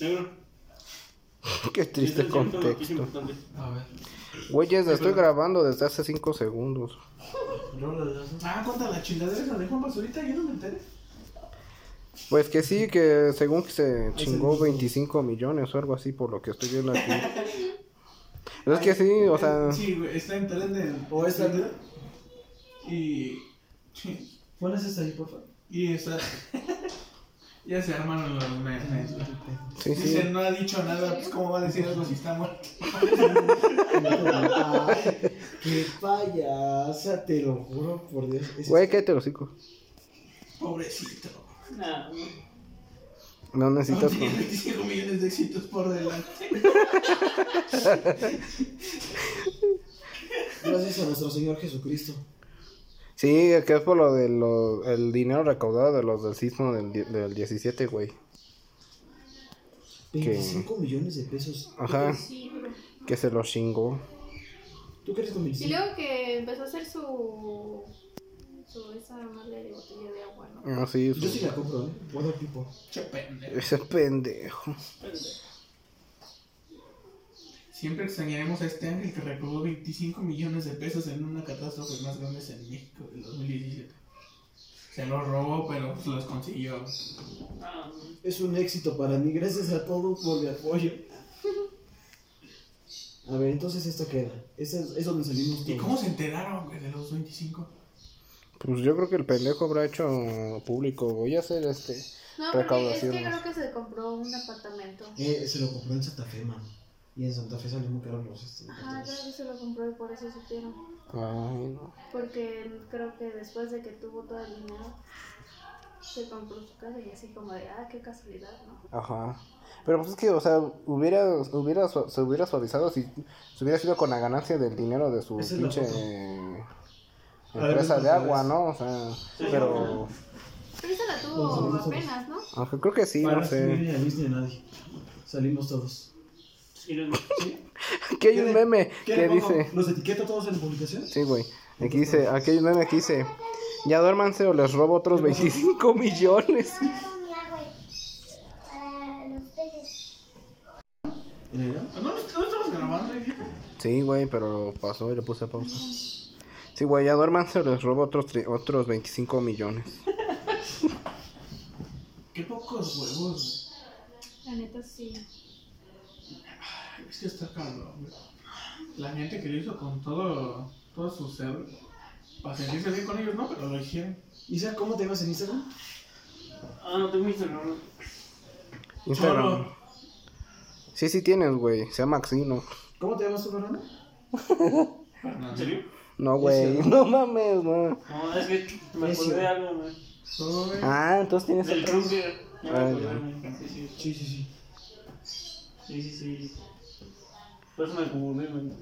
[SPEAKER 4] Negro.
[SPEAKER 3] Qué triste
[SPEAKER 4] Esta es una noticia
[SPEAKER 3] Este contexto.
[SPEAKER 4] importante.
[SPEAKER 3] Güeyes, la estoy grabando desde hace 5 segundos.
[SPEAKER 2] Ah, cuenta la chingadera esa de Juan Basurita, yo no me enteré.
[SPEAKER 3] Pues que sí, que según que se chingó 25 millones o algo así por lo que estoy viendo aquí. Pero es que sí, o sea,
[SPEAKER 2] Sí, güey, está en tren de.
[SPEAKER 8] ¿O es la duda?
[SPEAKER 2] Y.
[SPEAKER 8] ¿Cuál es esta ahí, por favor?
[SPEAKER 2] Y está. ya se armaron los memes. güey.
[SPEAKER 3] sí,
[SPEAKER 2] Dice,
[SPEAKER 3] sí.
[SPEAKER 2] no ha dicho nada, pues cómo va a decir algo si está muerto.
[SPEAKER 8] Ay, qué payasa, te lo juro por Dios. Es-
[SPEAKER 3] Güey, cállate los hocico.
[SPEAKER 2] Pobrecito.
[SPEAKER 4] Nah,
[SPEAKER 3] No necesitas.
[SPEAKER 2] Tiene 25 millones de éxitos por delante.
[SPEAKER 8] Gracias a nuestro Señor Jesucristo.
[SPEAKER 3] Sí, que es por lo de lo, el dinero recaudado de los del sismo del, die- del 17, güey.
[SPEAKER 8] 25 millones de pesos.
[SPEAKER 3] Ajá, que se los chingó.
[SPEAKER 8] ¿Tú crees con
[SPEAKER 7] Y
[SPEAKER 8] 25?
[SPEAKER 7] luego que empezó a hacer su. su esa madre de botella de agua, ¿no?
[SPEAKER 3] Ah, sí,
[SPEAKER 8] Yo
[SPEAKER 3] su-
[SPEAKER 8] sí la compro, ¿eh? Bueno, tipo.
[SPEAKER 2] Che pendejo.
[SPEAKER 3] ese pendejo.
[SPEAKER 2] Siempre extrañaremos a este ángel que recaudó 25 millones de pesos en una catástrofe más grande en México del 2017. Se los robó, pero se los consiguió.
[SPEAKER 1] Es un éxito para mí. Gracias a todos por mi apoyo. A ver, entonces esta queda. Esa es, es donde salimos
[SPEAKER 2] ¿Y
[SPEAKER 1] todos.
[SPEAKER 2] cómo se enteraron, güey, de los 25?
[SPEAKER 3] Pues yo creo que el pendejo habrá hecho público. Voy a hacer este.
[SPEAKER 7] No, porque es que
[SPEAKER 3] Recaudaciones.
[SPEAKER 7] creo que se compró un apartamento.
[SPEAKER 1] Eh, se lo compró en Santa Fe, man. Y en Santa Fe salió muy caro los este,
[SPEAKER 7] Ajá, creo
[SPEAKER 1] los-
[SPEAKER 7] que se lo compró y por eso supieron.
[SPEAKER 3] Ay, no.
[SPEAKER 7] Porque creo que después de que tuvo todo el dinero, se compró su casa y así como de, ah, qué casualidad, ¿no?
[SPEAKER 3] Ajá. Pero pues es que, o sea, hubiera, hubiera, su- se hubiera suavizado si se hubiera sido con la ganancia del dinero de su
[SPEAKER 1] Esa es la
[SPEAKER 3] pinche
[SPEAKER 1] foto.
[SPEAKER 3] eh,
[SPEAKER 1] A ver,
[SPEAKER 3] empresa
[SPEAKER 1] ven,
[SPEAKER 3] de
[SPEAKER 1] pues,
[SPEAKER 3] agua,
[SPEAKER 1] ves.
[SPEAKER 3] ¿no? O sea, pero
[SPEAKER 7] Pero esa la tuvo
[SPEAKER 1] Nosotros-
[SPEAKER 7] apenas, ¿no?
[SPEAKER 3] aunque creo que sí,
[SPEAKER 1] Para
[SPEAKER 3] no
[SPEAKER 1] no
[SPEAKER 3] sé.
[SPEAKER 1] viene a Luis ni a nadie. Salimos todos.
[SPEAKER 4] Y los-
[SPEAKER 3] Aquí hay un meme que
[SPEAKER 1] le pongo?
[SPEAKER 3] dice,
[SPEAKER 1] ¿Los etiqueta todos en la publicación?
[SPEAKER 3] sí, güey. Aquí dice, aquí hay un meme que dice, ya duérmanse o les robo otros 25 millones.
[SPEAKER 1] ¿En el
[SPEAKER 2] ¿No, no estamos grabando, güey?
[SPEAKER 3] Sí, güey, pero pasó y le puse pausa. Sí, güey, ya duérmanse o les robo otros, tri- otros 25 millones.
[SPEAKER 2] Qué pocos huevos,
[SPEAKER 7] La neta sí.
[SPEAKER 2] güey. Es que está cabrón, güey. La gente que lo hizo con todo, todo su ser. Para sentirse bien con ellos, no, pero lo hicieron.
[SPEAKER 1] Isa, ¿cómo te vas en Instagram?
[SPEAKER 4] Ah, no tengo Instagram.
[SPEAKER 3] Instagram. Sí, sí tienes, güey. Se llama Maxino.
[SPEAKER 1] ¿Cómo te llamas tú, Fernando?
[SPEAKER 4] ¿En serio?
[SPEAKER 3] No, güey. No mames, no.
[SPEAKER 4] No, es que me
[SPEAKER 1] Necio.
[SPEAKER 4] acordé de algo, güey.
[SPEAKER 3] Ah, entonces tienes
[SPEAKER 4] Del
[SPEAKER 3] otro.
[SPEAKER 4] Kruger. Ya me
[SPEAKER 3] Ah,
[SPEAKER 4] acordé,
[SPEAKER 3] ya.
[SPEAKER 4] güey.
[SPEAKER 1] Sí,
[SPEAKER 4] Sí, sí.
[SPEAKER 1] sí, sí.
[SPEAKER 4] Sí, sí, sí. Por eso me confundí, güey.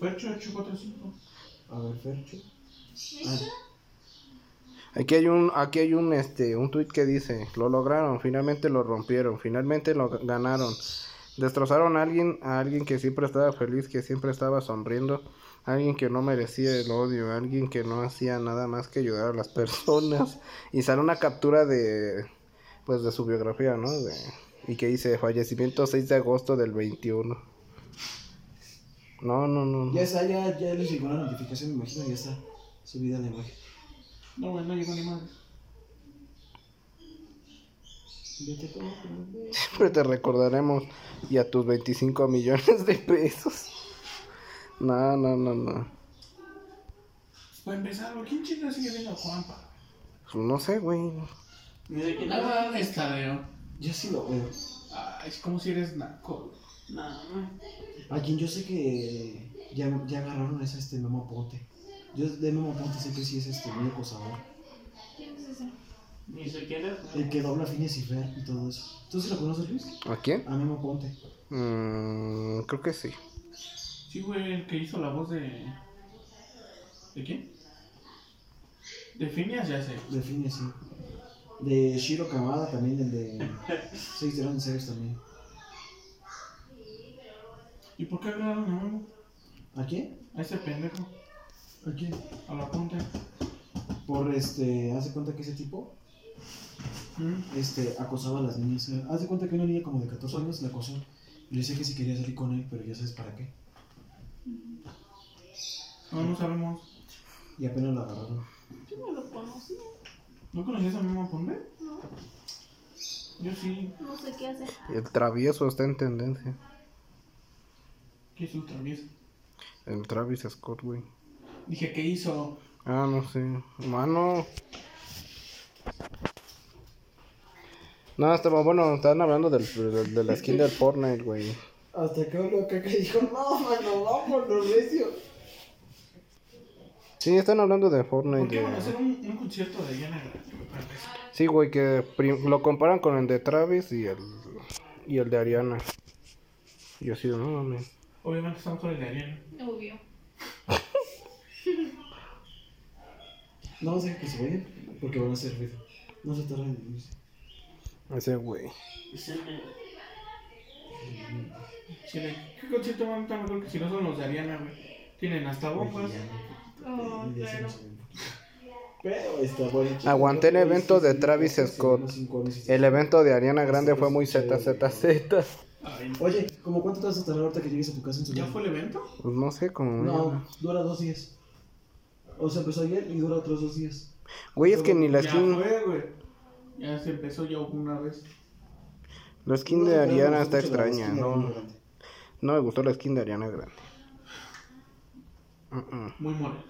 [SPEAKER 2] Fue 8845.
[SPEAKER 1] A ver, Fercho.
[SPEAKER 3] Aquí hay un, aquí hay un, este, un tweet que dice: Lo lograron, finalmente lo rompieron, finalmente lo ganaron. Destrozaron a alguien, a alguien que siempre estaba feliz, que siempre estaba sonriendo, alguien que no merecía el odio, alguien que no hacía nada más que ayudar a las personas. Y sale una captura de, pues, de su biografía, ¿no? De- y que dice: Fallecimiento 6 de agosto del 21. No, no, no. no.
[SPEAKER 1] Ya está, ya, ya les llegó la notificación, me imagino, ya está subida la imagen.
[SPEAKER 2] No, güey, no llegó ni madre.
[SPEAKER 1] Vete todo, pero-
[SPEAKER 3] Siempre te recordaremos y a tus 25 millones de pesos. No, no, no, no.
[SPEAKER 2] Para empezar, güey, ¿quién chinga sigue viendo a Juanpa?
[SPEAKER 3] Pues No sé, güey.
[SPEAKER 4] Ni sé quién es.
[SPEAKER 2] Nada de estaleo.
[SPEAKER 1] Yo sí lo veo.
[SPEAKER 2] Ay, es como si eres naco, güey.
[SPEAKER 4] No, no.
[SPEAKER 1] A quien yo sé que ya, ya agarraron es este Memo Ponte. Yo de Memo Ponte sé que sí es este muy acosador.
[SPEAKER 7] ¿Quién es ese?
[SPEAKER 4] Ni sé quién es. güey.
[SPEAKER 1] El que dobla fines y Fer y todo eso. ¿Tú sí lo conoces, Luis?
[SPEAKER 3] ¿A quién?
[SPEAKER 1] A Memo Ponte.
[SPEAKER 3] Mm, creo que sí.
[SPEAKER 2] Sí, güey, el que hizo la voz de. ¿De quién? De Phineas ya sé.
[SPEAKER 1] De fines, sí. De Shiro Kamada también, el de Six Dragon Series también.
[SPEAKER 2] ¿Y por qué hablaron a uno?
[SPEAKER 1] ¿A quién?
[SPEAKER 2] A ese pendejo.
[SPEAKER 1] ¿A quién?
[SPEAKER 2] A la punta.
[SPEAKER 1] Por este, hace cuenta que ese tipo
[SPEAKER 2] Mm.
[SPEAKER 1] este, acosaba a las niñas. Hace cuenta que una niña como de 14 años la acosó. Le decía que si quería salir con él, pero ya sabes para qué.
[SPEAKER 2] No, no sabemos.
[SPEAKER 1] Y apenas la agarraron.
[SPEAKER 7] Yo no lo conocí,
[SPEAKER 2] ¿No conocías a Memo Ponte?
[SPEAKER 7] No.
[SPEAKER 2] Yo sí,
[SPEAKER 7] no sé qué hace.
[SPEAKER 3] El travieso está en tendencia.
[SPEAKER 2] que es ultra travieso.
[SPEAKER 3] El Travis Scott, güey.
[SPEAKER 2] Dije, ¿qué hizo?
[SPEAKER 3] Ah, no sé. Mano. No, estaba bueno. Estaban hablando del, del- de la skin del Fortnite, güey.
[SPEAKER 1] Hasta que uno acá que dijo, no, mano, vámonos, recio.
[SPEAKER 3] Sí, están hablando de
[SPEAKER 2] ¿Por
[SPEAKER 3] Fortnite.
[SPEAKER 2] qué
[SPEAKER 3] de-
[SPEAKER 2] van a hacer un, un concierto de Diana Grande? güey, para empezar?
[SPEAKER 3] Sí, güey, que prim- lo comparan con el de Travis y el, y el de Ariana. Y yo así de, no mames.
[SPEAKER 2] Obviamente estamos con el de Ariana.
[SPEAKER 7] Obvio.
[SPEAKER 1] No, sé que se vayan, porque van a hacer ruido. No se tardan en irse.
[SPEAKER 3] Ese güey.
[SPEAKER 4] Ese me-
[SPEAKER 2] Si le- ¿Qué concierto van tan mejor que si no son los de Ariana, güey? Tienen hasta bombas.
[SPEAKER 7] Oh, claro.
[SPEAKER 1] Pero está bueno.
[SPEAKER 3] Aguanté el evento de Travis Scott. El evento de Ariana Grande fue muy ZZZ. Pues
[SPEAKER 2] Ay,
[SPEAKER 1] Oye, ¿cómo cuánto te vas a tardar ahorita que llegues a tu casa en su
[SPEAKER 2] ¿Ya fue el evento?
[SPEAKER 3] Pues no sé, como...
[SPEAKER 1] No, dura dos días. O sea, empezó ayer y dura otros dos días.
[SPEAKER 3] Güey, es que ni la
[SPEAKER 2] Ya
[SPEAKER 3] skin.
[SPEAKER 2] fue, güey. Ya se empezó ya una vez.
[SPEAKER 3] La skin de Ariana está extraña. No, no me gustó la skin de Ariana Grande. Mm, mm.
[SPEAKER 2] Muy morena.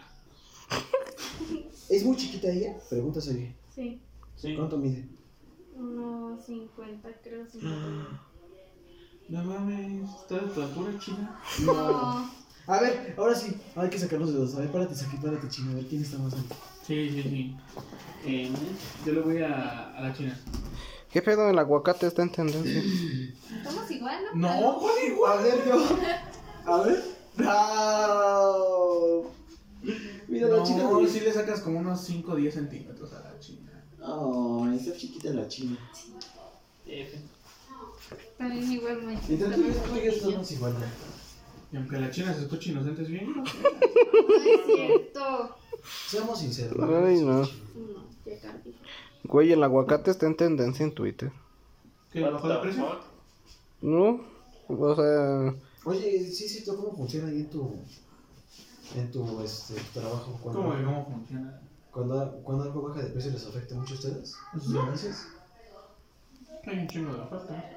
[SPEAKER 1] ¿Es muy chiquita ella? Pregunta seria.
[SPEAKER 9] Sí,
[SPEAKER 2] Sí.
[SPEAKER 1] ¿Cuánto mide?
[SPEAKER 9] unos 50, creo.
[SPEAKER 1] Mm.
[SPEAKER 9] 50.
[SPEAKER 2] No mames, está de tu altura china.
[SPEAKER 9] No,
[SPEAKER 1] A ver, ahora sí. Hay que sacar los dedos. A ver, párate, Saki, párate, chino. A ver quién está más alto.
[SPEAKER 2] Sí, sí, sí. Eh, yo le voy a, a la china.
[SPEAKER 3] ¿Qué pedo? El aguacate está en tendencia.
[SPEAKER 9] estamos igual, ¿no?
[SPEAKER 2] No, güey, igual.
[SPEAKER 1] A ver, yo. A ver. ¡No! Mira la chica.
[SPEAKER 2] No,
[SPEAKER 1] de-
[SPEAKER 2] si le sacas como unos 5 o 10 centímetros a la china.
[SPEAKER 1] Oh, está chiquita la china.
[SPEAKER 9] También igual, me
[SPEAKER 1] Entonces, tú y tú ya estamos igual.
[SPEAKER 2] Y aunque la china se escuche inocente, es bien.
[SPEAKER 9] No es cierto.
[SPEAKER 1] Seamos sinceros.
[SPEAKER 3] Ay, no.
[SPEAKER 9] No, ya cambié.
[SPEAKER 3] Güey, el aguacate está en tendencia en Twitter.
[SPEAKER 2] ¿Qué? ¿Bajó de precio?
[SPEAKER 3] ¿No? O sea,
[SPEAKER 1] Oye, sí, sí, ¿tú ¿cómo funciona ahí en tu. en tu este, trabajo? Cuando,
[SPEAKER 2] ¿Cómo que cómo funciona?
[SPEAKER 1] Cuando, cuando algo baja de precio, ¿les afecta mucho a ustedes? ¿A sus ganancias?
[SPEAKER 2] Hay un chingo de oferta.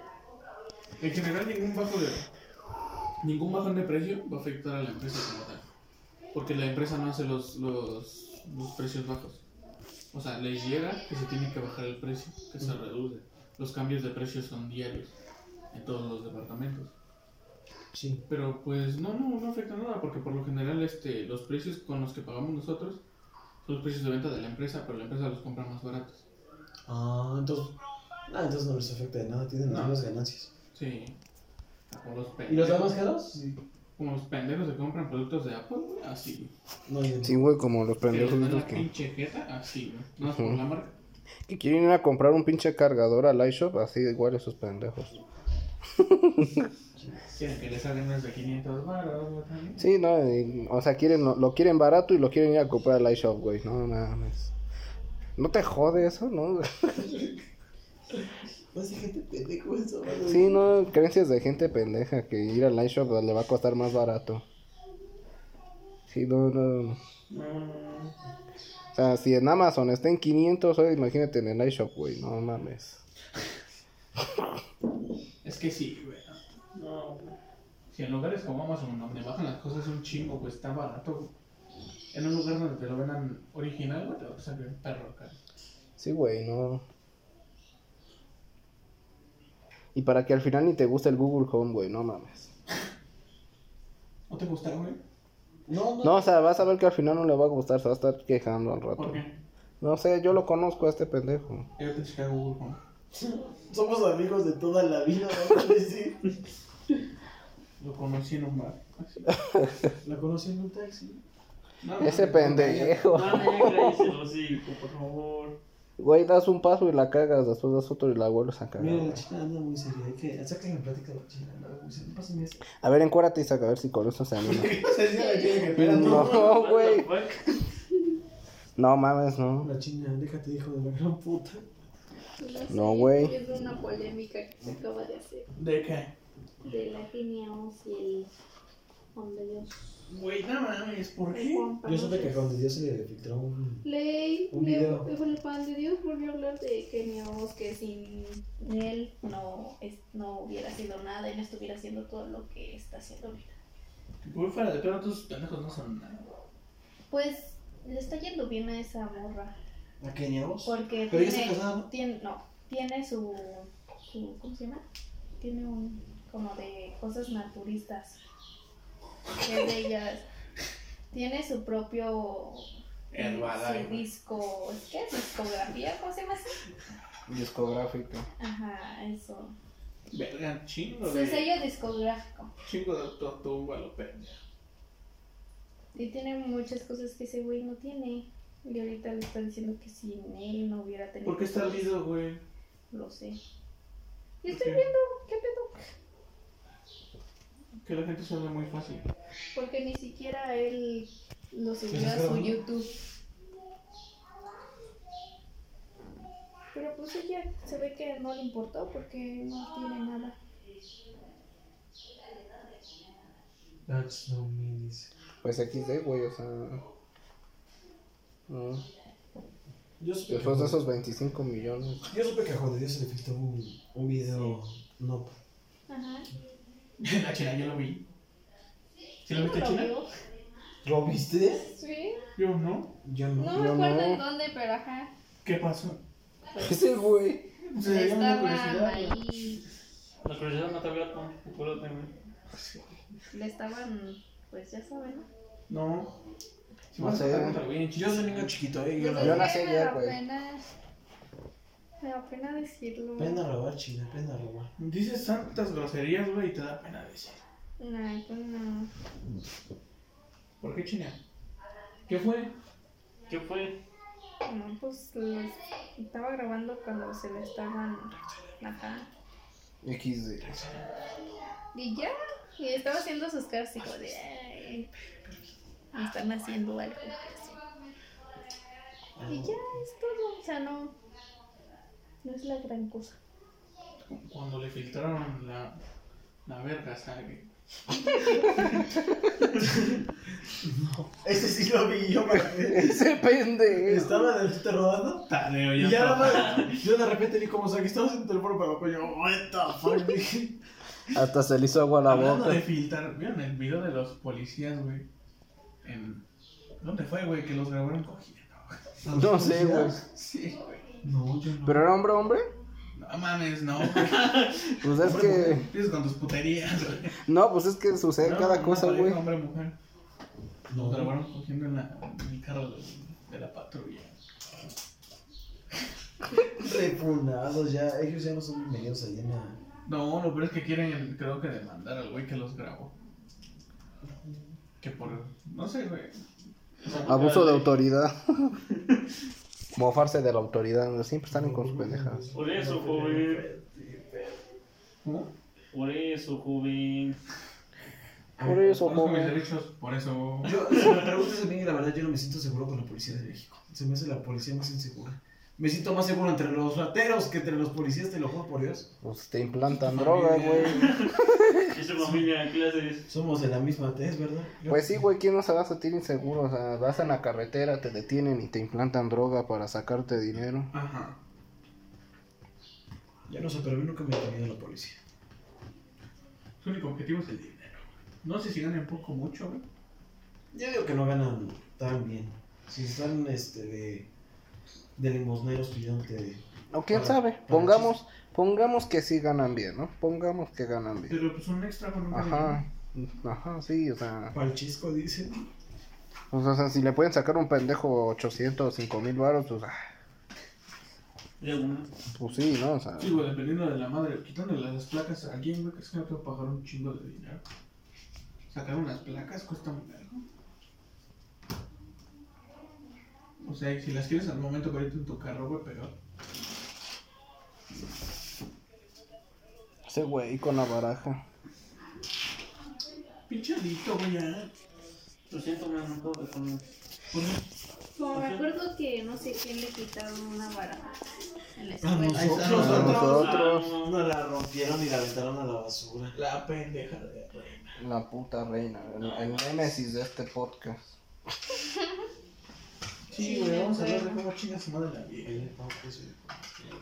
[SPEAKER 2] En general, ningún bajo de. Ningún bajón de precio va a afectar a la empresa como tal. Porque la empresa no hace los, los, los precios bajos. O sea, les llega que se tiene que bajar el precio, que se reduce. Los cambios de precios son diarios en todos los departamentos.
[SPEAKER 1] Sí.
[SPEAKER 2] Pero pues no, no, no afecta nada, porque por lo general este, los precios con los que pagamos nosotros son los precios de venta de la empresa, pero la empresa los compra más baratos.
[SPEAKER 1] Ah, entonces. Ah, entonces no les afecta de nada, tienen las
[SPEAKER 2] No.
[SPEAKER 1] mismas ganancias.
[SPEAKER 2] Sí. Como los
[SPEAKER 1] ¿Y los demás caros?
[SPEAKER 2] Como los pendejos que compran productos de Apple, güey, así.
[SPEAKER 1] No, yo no.
[SPEAKER 3] sí, güey, como los
[SPEAKER 2] güey. Que les
[SPEAKER 3] pendejos
[SPEAKER 2] dan
[SPEAKER 3] esos
[SPEAKER 2] la
[SPEAKER 3] que,
[SPEAKER 2] pinche jeta, así, güey. No es por la marca.
[SPEAKER 3] que quieren ir a comprar un pinche cargador al iShop, así igual esos pendejos.
[SPEAKER 2] Quieren que les hagan unas de 500 baros, güey, también.
[SPEAKER 3] Sí, no, y- o sea, quieren, lo, lo quieren barato y lo quieren ir a comprar al iShop, güey. No mames. No te jode eso, ¿no? güey?
[SPEAKER 1] Pues, gente pendejo eso, mano.
[SPEAKER 3] Sí, no, creencias de gente pendeja que ir al iShop le va a costar más barato. Sí, no, no. O sea, si en Amazon está en 500, hoy imagínate en el iShop, güey, no mames.
[SPEAKER 2] Es que sí, güey. No, güey. Si en lugares como Amazon donde bajan las cosas un chingo, pues está barato. güey. En un lugar donde te lo vendan original, güey, te va a salir un perro acá.
[SPEAKER 3] Sí, güey, no. Y para que al final ni te guste el Google Home, güey, no mames.
[SPEAKER 2] ¿No te gusta, güey?
[SPEAKER 1] No, no.
[SPEAKER 3] No, o sea, vas a ver que al final no le va a gustar, se va a estar quejando al
[SPEAKER 2] ¿Por
[SPEAKER 3] rato.
[SPEAKER 2] qué?
[SPEAKER 3] No sé, yo lo conozco a este pendejo.
[SPEAKER 2] Yo te chequeo Google Home.
[SPEAKER 1] Somos amigos de toda la vida, ¿no? Sí.
[SPEAKER 2] Lo conocí en un bar. Así.
[SPEAKER 1] La conocí en un taxi.
[SPEAKER 2] No,
[SPEAKER 3] Ese
[SPEAKER 2] no,
[SPEAKER 3] pendejo.
[SPEAKER 4] No, negra, ese hocico, Oh, por favor.
[SPEAKER 3] Güey, das un paso y la cagas, después das otro y la vuelves a cagar.
[SPEAKER 1] Mira,
[SPEAKER 3] güey.
[SPEAKER 1] la china anda muy seria. Hay que. Sácale la plática a la china. Anda muy seria. Pásame eso.
[SPEAKER 3] A ver, encuérate y saca, a ver si con eso se anima.
[SPEAKER 4] What
[SPEAKER 3] no,
[SPEAKER 4] the
[SPEAKER 3] güey.
[SPEAKER 4] fuck?
[SPEAKER 3] No mames, no.
[SPEAKER 1] La china, déjate, hijo de la gran puta.
[SPEAKER 3] No, güey.
[SPEAKER 9] Es una polémica que se acaba de hacer
[SPEAKER 2] ¿De qué?
[SPEAKER 9] de la genia Oz y el hombre Dios.
[SPEAKER 2] Güey, no mames, ¿por
[SPEAKER 9] el
[SPEAKER 2] qué?
[SPEAKER 9] Juan
[SPEAKER 1] Yo supe
[SPEAKER 9] Pablo
[SPEAKER 1] que cuando Dios se le filtró un.
[SPEAKER 9] Ley,
[SPEAKER 1] Un video.
[SPEAKER 9] con el pan de Dios volvió a hablar de que digamos que sin él no, es, no hubiera sido nada, él estuviera haciendo todo lo que está haciendo ahorita.
[SPEAKER 2] Güey, fuera de pedo, tus pendejos no son nada.
[SPEAKER 9] Pues le está yendo bien a esa morra,
[SPEAKER 1] ¿A qué niegos?
[SPEAKER 9] porque
[SPEAKER 1] Pero ya está
[SPEAKER 9] tiene,
[SPEAKER 1] casada, ¿no?
[SPEAKER 9] tiene, no, tiene su, su, ¿cómo se llama? Tiene un, como de cosas naturistas, que es de ellas, tiene su propio...
[SPEAKER 2] Herbalife.
[SPEAKER 9] su disco, ¿qué es? ¿Discografía? ¿Cómo se llama así?
[SPEAKER 3] Discográfico.
[SPEAKER 9] Ajá, eso.
[SPEAKER 2] Verga, chingo
[SPEAKER 9] Su
[SPEAKER 2] de.
[SPEAKER 9] sello discográfico.
[SPEAKER 2] Chingo de autotumba, lo pendejo.
[SPEAKER 9] Y tiene muchas cosas que ese güey no tiene. Y ahorita le está diciendo que sin él no hubiera tenido.
[SPEAKER 2] ¿Por qué está
[SPEAKER 9] todo eso.
[SPEAKER 2] ardido, güey?
[SPEAKER 9] Lo sé. Y estoy
[SPEAKER 2] Ok.
[SPEAKER 9] viendo, ¿qué pedo?
[SPEAKER 2] Que la gente se habla muy fácil.
[SPEAKER 9] Porque ni siquiera él lo subió a
[SPEAKER 1] Claro,
[SPEAKER 9] su
[SPEAKER 1] ¿no?
[SPEAKER 9] YouTube. Pero pues ella se ve que no le importó porque no tiene nada.
[SPEAKER 1] That's no means.
[SPEAKER 3] Pues XD, güey, o sea. No.
[SPEAKER 1] Yo supe, que,
[SPEAKER 3] Después de esos 25 millones.
[SPEAKER 1] yo supe que a Juan de Dios se le filtró un, un video. No.
[SPEAKER 9] Ajá.
[SPEAKER 2] La china yo lo vi. ¿Sí lo viste
[SPEAKER 9] ¿Lo
[SPEAKER 2] china?
[SPEAKER 9] vio?
[SPEAKER 1] ¿Lo viste?
[SPEAKER 9] Sí.
[SPEAKER 2] Yo no.
[SPEAKER 1] Yo no.
[SPEAKER 9] No me
[SPEAKER 3] Yo
[SPEAKER 9] acuerdo
[SPEAKER 3] no.
[SPEAKER 9] en dónde, pero ajá.
[SPEAKER 2] ¿Qué pasó?
[SPEAKER 3] Ese güey.
[SPEAKER 2] Se veía una
[SPEAKER 9] estaban
[SPEAKER 2] curiosidad. güey.
[SPEAKER 9] ahí.
[SPEAKER 4] La curiosidad mata al gato. Acuérdate, güey.
[SPEAKER 9] Le estaban. Pues ya saben, ¿no?
[SPEAKER 2] No. Si
[SPEAKER 3] No
[SPEAKER 2] vas a
[SPEAKER 3] sé.
[SPEAKER 2] estar contra el güey
[SPEAKER 1] Yo
[SPEAKER 2] en china.
[SPEAKER 1] soy niño chiquito, eh. Yo
[SPEAKER 9] Pues
[SPEAKER 1] no.
[SPEAKER 9] es
[SPEAKER 3] yo
[SPEAKER 9] que
[SPEAKER 3] nací
[SPEAKER 9] me
[SPEAKER 3] ayer,
[SPEAKER 9] da
[SPEAKER 3] güey.
[SPEAKER 9] pena- Me da pena decirlo.
[SPEAKER 1] Pena robar, China, pena robar.
[SPEAKER 2] Dices santas groserías, güey, y te da pena decir.
[SPEAKER 9] Ay, pues no.
[SPEAKER 2] ¿Por qué china? ¿Qué fue?
[SPEAKER 4] ¿Qué fue?
[SPEAKER 9] No, pues les- estaba grabando cuando se le estaban. Ajá.
[SPEAKER 3] XD.
[SPEAKER 9] Y ya. Y estaba haciendo sus caras y como de. "Ay, me están haciendo algo. Y ya es todo. O sea, no. No es la gran cosa.
[SPEAKER 2] Cuando le filtraron la, la verga, ¿sabes?
[SPEAKER 1] Ese sí lo vi, yo me
[SPEAKER 3] Ese pendejo.
[SPEAKER 1] Estaba en el Twitter rodando.
[SPEAKER 2] Tadeo,
[SPEAKER 1] Y ya nada más, yo de repente vi como, o sea, que estabas en el teléfono para abajo. Yo, what the fuck, dije.
[SPEAKER 3] Hasta se le hizo agua a la
[SPEAKER 2] Hablando de
[SPEAKER 3] boca.
[SPEAKER 2] filtrar, ¿vieron el video de los policías, güey? En... ¿Dónde fue, güey? Que los grabaron cogiendo. güey.
[SPEAKER 3] No sé, güey.
[SPEAKER 2] Sí, güey.
[SPEAKER 1] No, yo no.
[SPEAKER 3] Pero era hombre, hombre.
[SPEAKER 2] No mames, no, güey.
[SPEAKER 3] Pues es
[SPEAKER 2] Hombre, mujer,
[SPEAKER 3] que.
[SPEAKER 2] Empiezas con tus puterías, güey.
[SPEAKER 3] No, pues es que sucede
[SPEAKER 2] No,
[SPEAKER 3] cada
[SPEAKER 2] no,
[SPEAKER 3] cosa,
[SPEAKER 2] pareja,
[SPEAKER 3] güey.
[SPEAKER 2] Hombre, mujer. Los
[SPEAKER 1] No,
[SPEAKER 2] grabaron cogiendo en, la, en el carro de, de la patrulla.
[SPEAKER 1] repunados ya. Ellos ya no son bienvenidos allá en la.
[SPEAKER 2] No, lo peor es que quieren, creo que demandar al güey que los grabó. Que por. No sé, güey.
[SPEAKER 3] Abuso de autoridad. Mofarse de la autoridad. güey. Siempre están con sus pendejadas.
[SPEAKER 4] Por eso, joven.
[SPEAKER 2] ¿Cómo?
[SPEAKER 4] Por eso, joven.
[SPEAKER 3] Por eso,
[SPEAKER 2] Conozco mis
[SPEAKER 3] joven.
[SPEAKER 2] derechos, por eso.
[SPEAKER 1] Yo, si me preguntas a mí, la verdad, yo no me siento seguro con la policía de México. Se me hace la policía más insegura. Me siento más seguro entre los rateros que entre los policías, te lo juro por Dios.
[SPEAKER 3] Pues te implantan droga, güey.
[SPEAKER 4] ¿Y su familia? ¿Qué le haces?
[SPEAKER 1] Somos de la misma tez, ¿verdad? Yo-
[SPEAKER 3] Pues sí, güey, ¿quién no se va a sentir inseguro? O sea, vas en la carretera, te detienen y te implantan droga para sacarte dinero.
[SPEAKER 2] Ajá.
[SPEAKER 1] Ya no sé, pero a mí nunca me ha tenido la policía.
[SPEAKER 2] Su único objetivo es el dinero. No sé si ganan poco o mucho, güey.
[SPEAKER 1] Ya digo que no ganan tan bien. Si están este, de, de limosneros pidiéndote.
[SPEAKER 3] O quién
[SPEAKER 1] Para-
[SPEAKER 3] sabe,
[SPEAKER 1] para
[SPEAKER 3] pongamos, pongamos que sí ganan bien, ¿no? Pongamos que ganan bien.
[SPEAKER 2] Pero pues un extra con un
[SPEAKER 3] Ajá, ajá, sí, o sea,
[SPEAKER 1] Para el chisco, dicen.
[SPEAKER 3] pues, o sea, si le pueden sacar un pendejo 800 o 5 mil baros, pues, ah,
[SPEAKER 4] Ya, bueno.
[SPEAKER 3] pues sí, ¿no? O sea,
[SPEAKER 2] Sí, güey, dependiendo de la madre. Quitándole las placas a alguien, güey, que es que no te va a pagar un chingo de dinero. Sacar unas placas cuesta muy algo. O sea, y si las quieres al momento que ahorita en tu carro, güey, peor.
[SPEAKER 3] ese güey con la baraja.
[SPEAKER 2] Pinchadito, güey, ya.
[SPEAKER 4] Lo siento, man, no puedo responder.
[SPEAKER 9] Como me acuerdo que no sé quién le quitaron una baraja en la
[SPEAKER 1] A
[SPEAKER 9] escuela.
[SPEAKER 1] nosotros,
[SPEAKER 3] A nosotros,
[SPEAKER 1] Nos la rompieron y la aventaron a la basura.
[SPEAKER 2] La pendeja de
[SPEAKER 3] la puta reina, el, el némesis de este podcast.
[SPEAKER 2] Sí, güey, vamos a hablar de cómo chinga su madre la vieja.
[SPEAKER 1] pues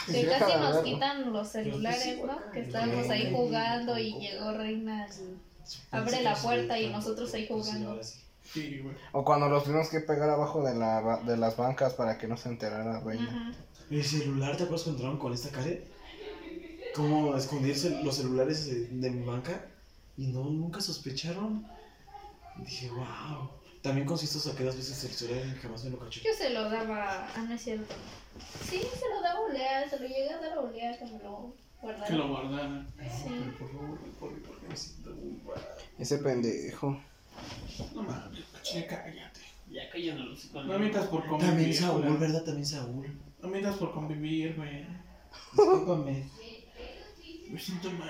[SPEAKER 9] Que
[SPEAKER 3] deja
[SPEAKER 9] casi
[SPEAKER 3] de
[SPEAKER 9] nos
[SPEAKER 3] verlo.
[SPEAKER 9] quitan los celulares, ¿no? Que estábamos ahí jugando y llegó Reina.
[SPEAKER 1] pues
[SPEAKER 9] Abre la puerta y nosotros ahí jugando.
[SPEAKER 2] Sí, güey.
[SPEAKER 3] O cuando los tuvimos que pegar abajo de, la, ba- de las bancas para que no se enterara reina.
[SPEAKER 9] Ajá.
[SPEAKER 1] El celular, ¿te acuerdas cuando entraron con esta cara? ¿Cómo escondirse los celulares de, de mi banca? Y no, nunca sospecharon. Dije, wow. También con Sisto saqué dos veces el celular y jamás me lo caché.
[SPEAKER 9] Yo se lo daba. Ah, no es cierto. Sí, se lo daba a Olea, se lo llegué a dar a Olea que me lo
[SPEAKER 2] Que lo
[SPEAKER 9] guardara.
[SPEAKER 2] guardaran.
[SPEAKER 9] Sí.
[SPEAKER 2] Por favor, güey, por favor, que me siento muy mal.
[SPEAKER 3] Ese pendejo.
[SPEAKER 2] No mames, chinga, cállate.
[SPEAKER 4] Ya cállenlo, los hocico,
[SPEAKER 2] No mientas por convivir.
[SPEAKER 1] También Saúl,
[SPEAKER 2] güey.
[SPEAKER 1] ¿verdad? También Saúl.
[SPEAKER 2] No mientas por convivir, güey.
[SPEAKER 1] Discúlpame.
[SPEAKER 2] Me siento mal.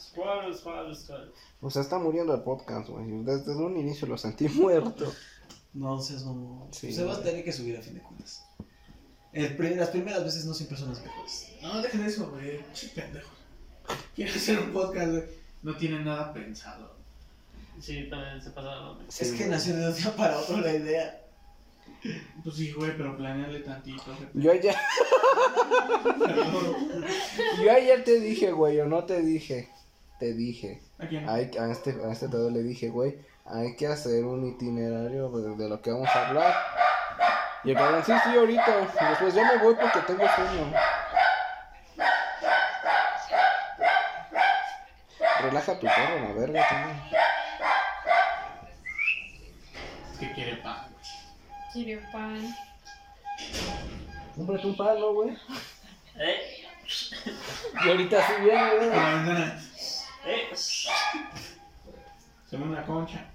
[SPEAKER 4] Squares, squares, squares.
[SPEAKER 3] O sea, está muriendo el podcast, güey. Desde un inicio lo sentí muerto.
[SPEAKER 1] No seas mamón.
[SPEAKER 3] Sí.
[SPEAKER 1] Se va a tener que subir a fin de cuentas. El pri- las primeras veces no siempre son las mejores.
[SPEAKER 2] No, dejen eso, güey. Che, pendejo. Quiero hacer un podcast, güey. No tienen nada pensado.
[SPEAKER 4] Sí, también se pasaba. ¿no?
[SPEAKER 1] es que nació de un día para otro la idea.
[SPEAKER 2] Pues sí, güey, pero planearle tantito. güey.
[SPEAKER 3] Yo ayer, yo ayer te dije, güey, o no te dije. Te dije.
[SPEAKER 2] ¿A quién?
[SPEAKER 3] Hay, a este, a este todo le dije, güey, hay que hacer un itinerario de, de lo que vamos a hablar. Y el cabrón, sí, sí, ahorita. Y después yo me voy porque tengo sueño. Relaja tu perro, la verga, también.
[SPEAKER 2] Es que quiere pan. güey.
[SPEAKER 9] Quiero pan.
[SPEAKER 3] Cómprate un palo, güey.
[SPEAKER 4] Eh,
[SPEAKER 3] Y ahorita sí viene, güey.
[SPEAKER 2] Por la ventana.
[SPEAKER 4] eh.
[SPEAKER 2] Se ve una concha.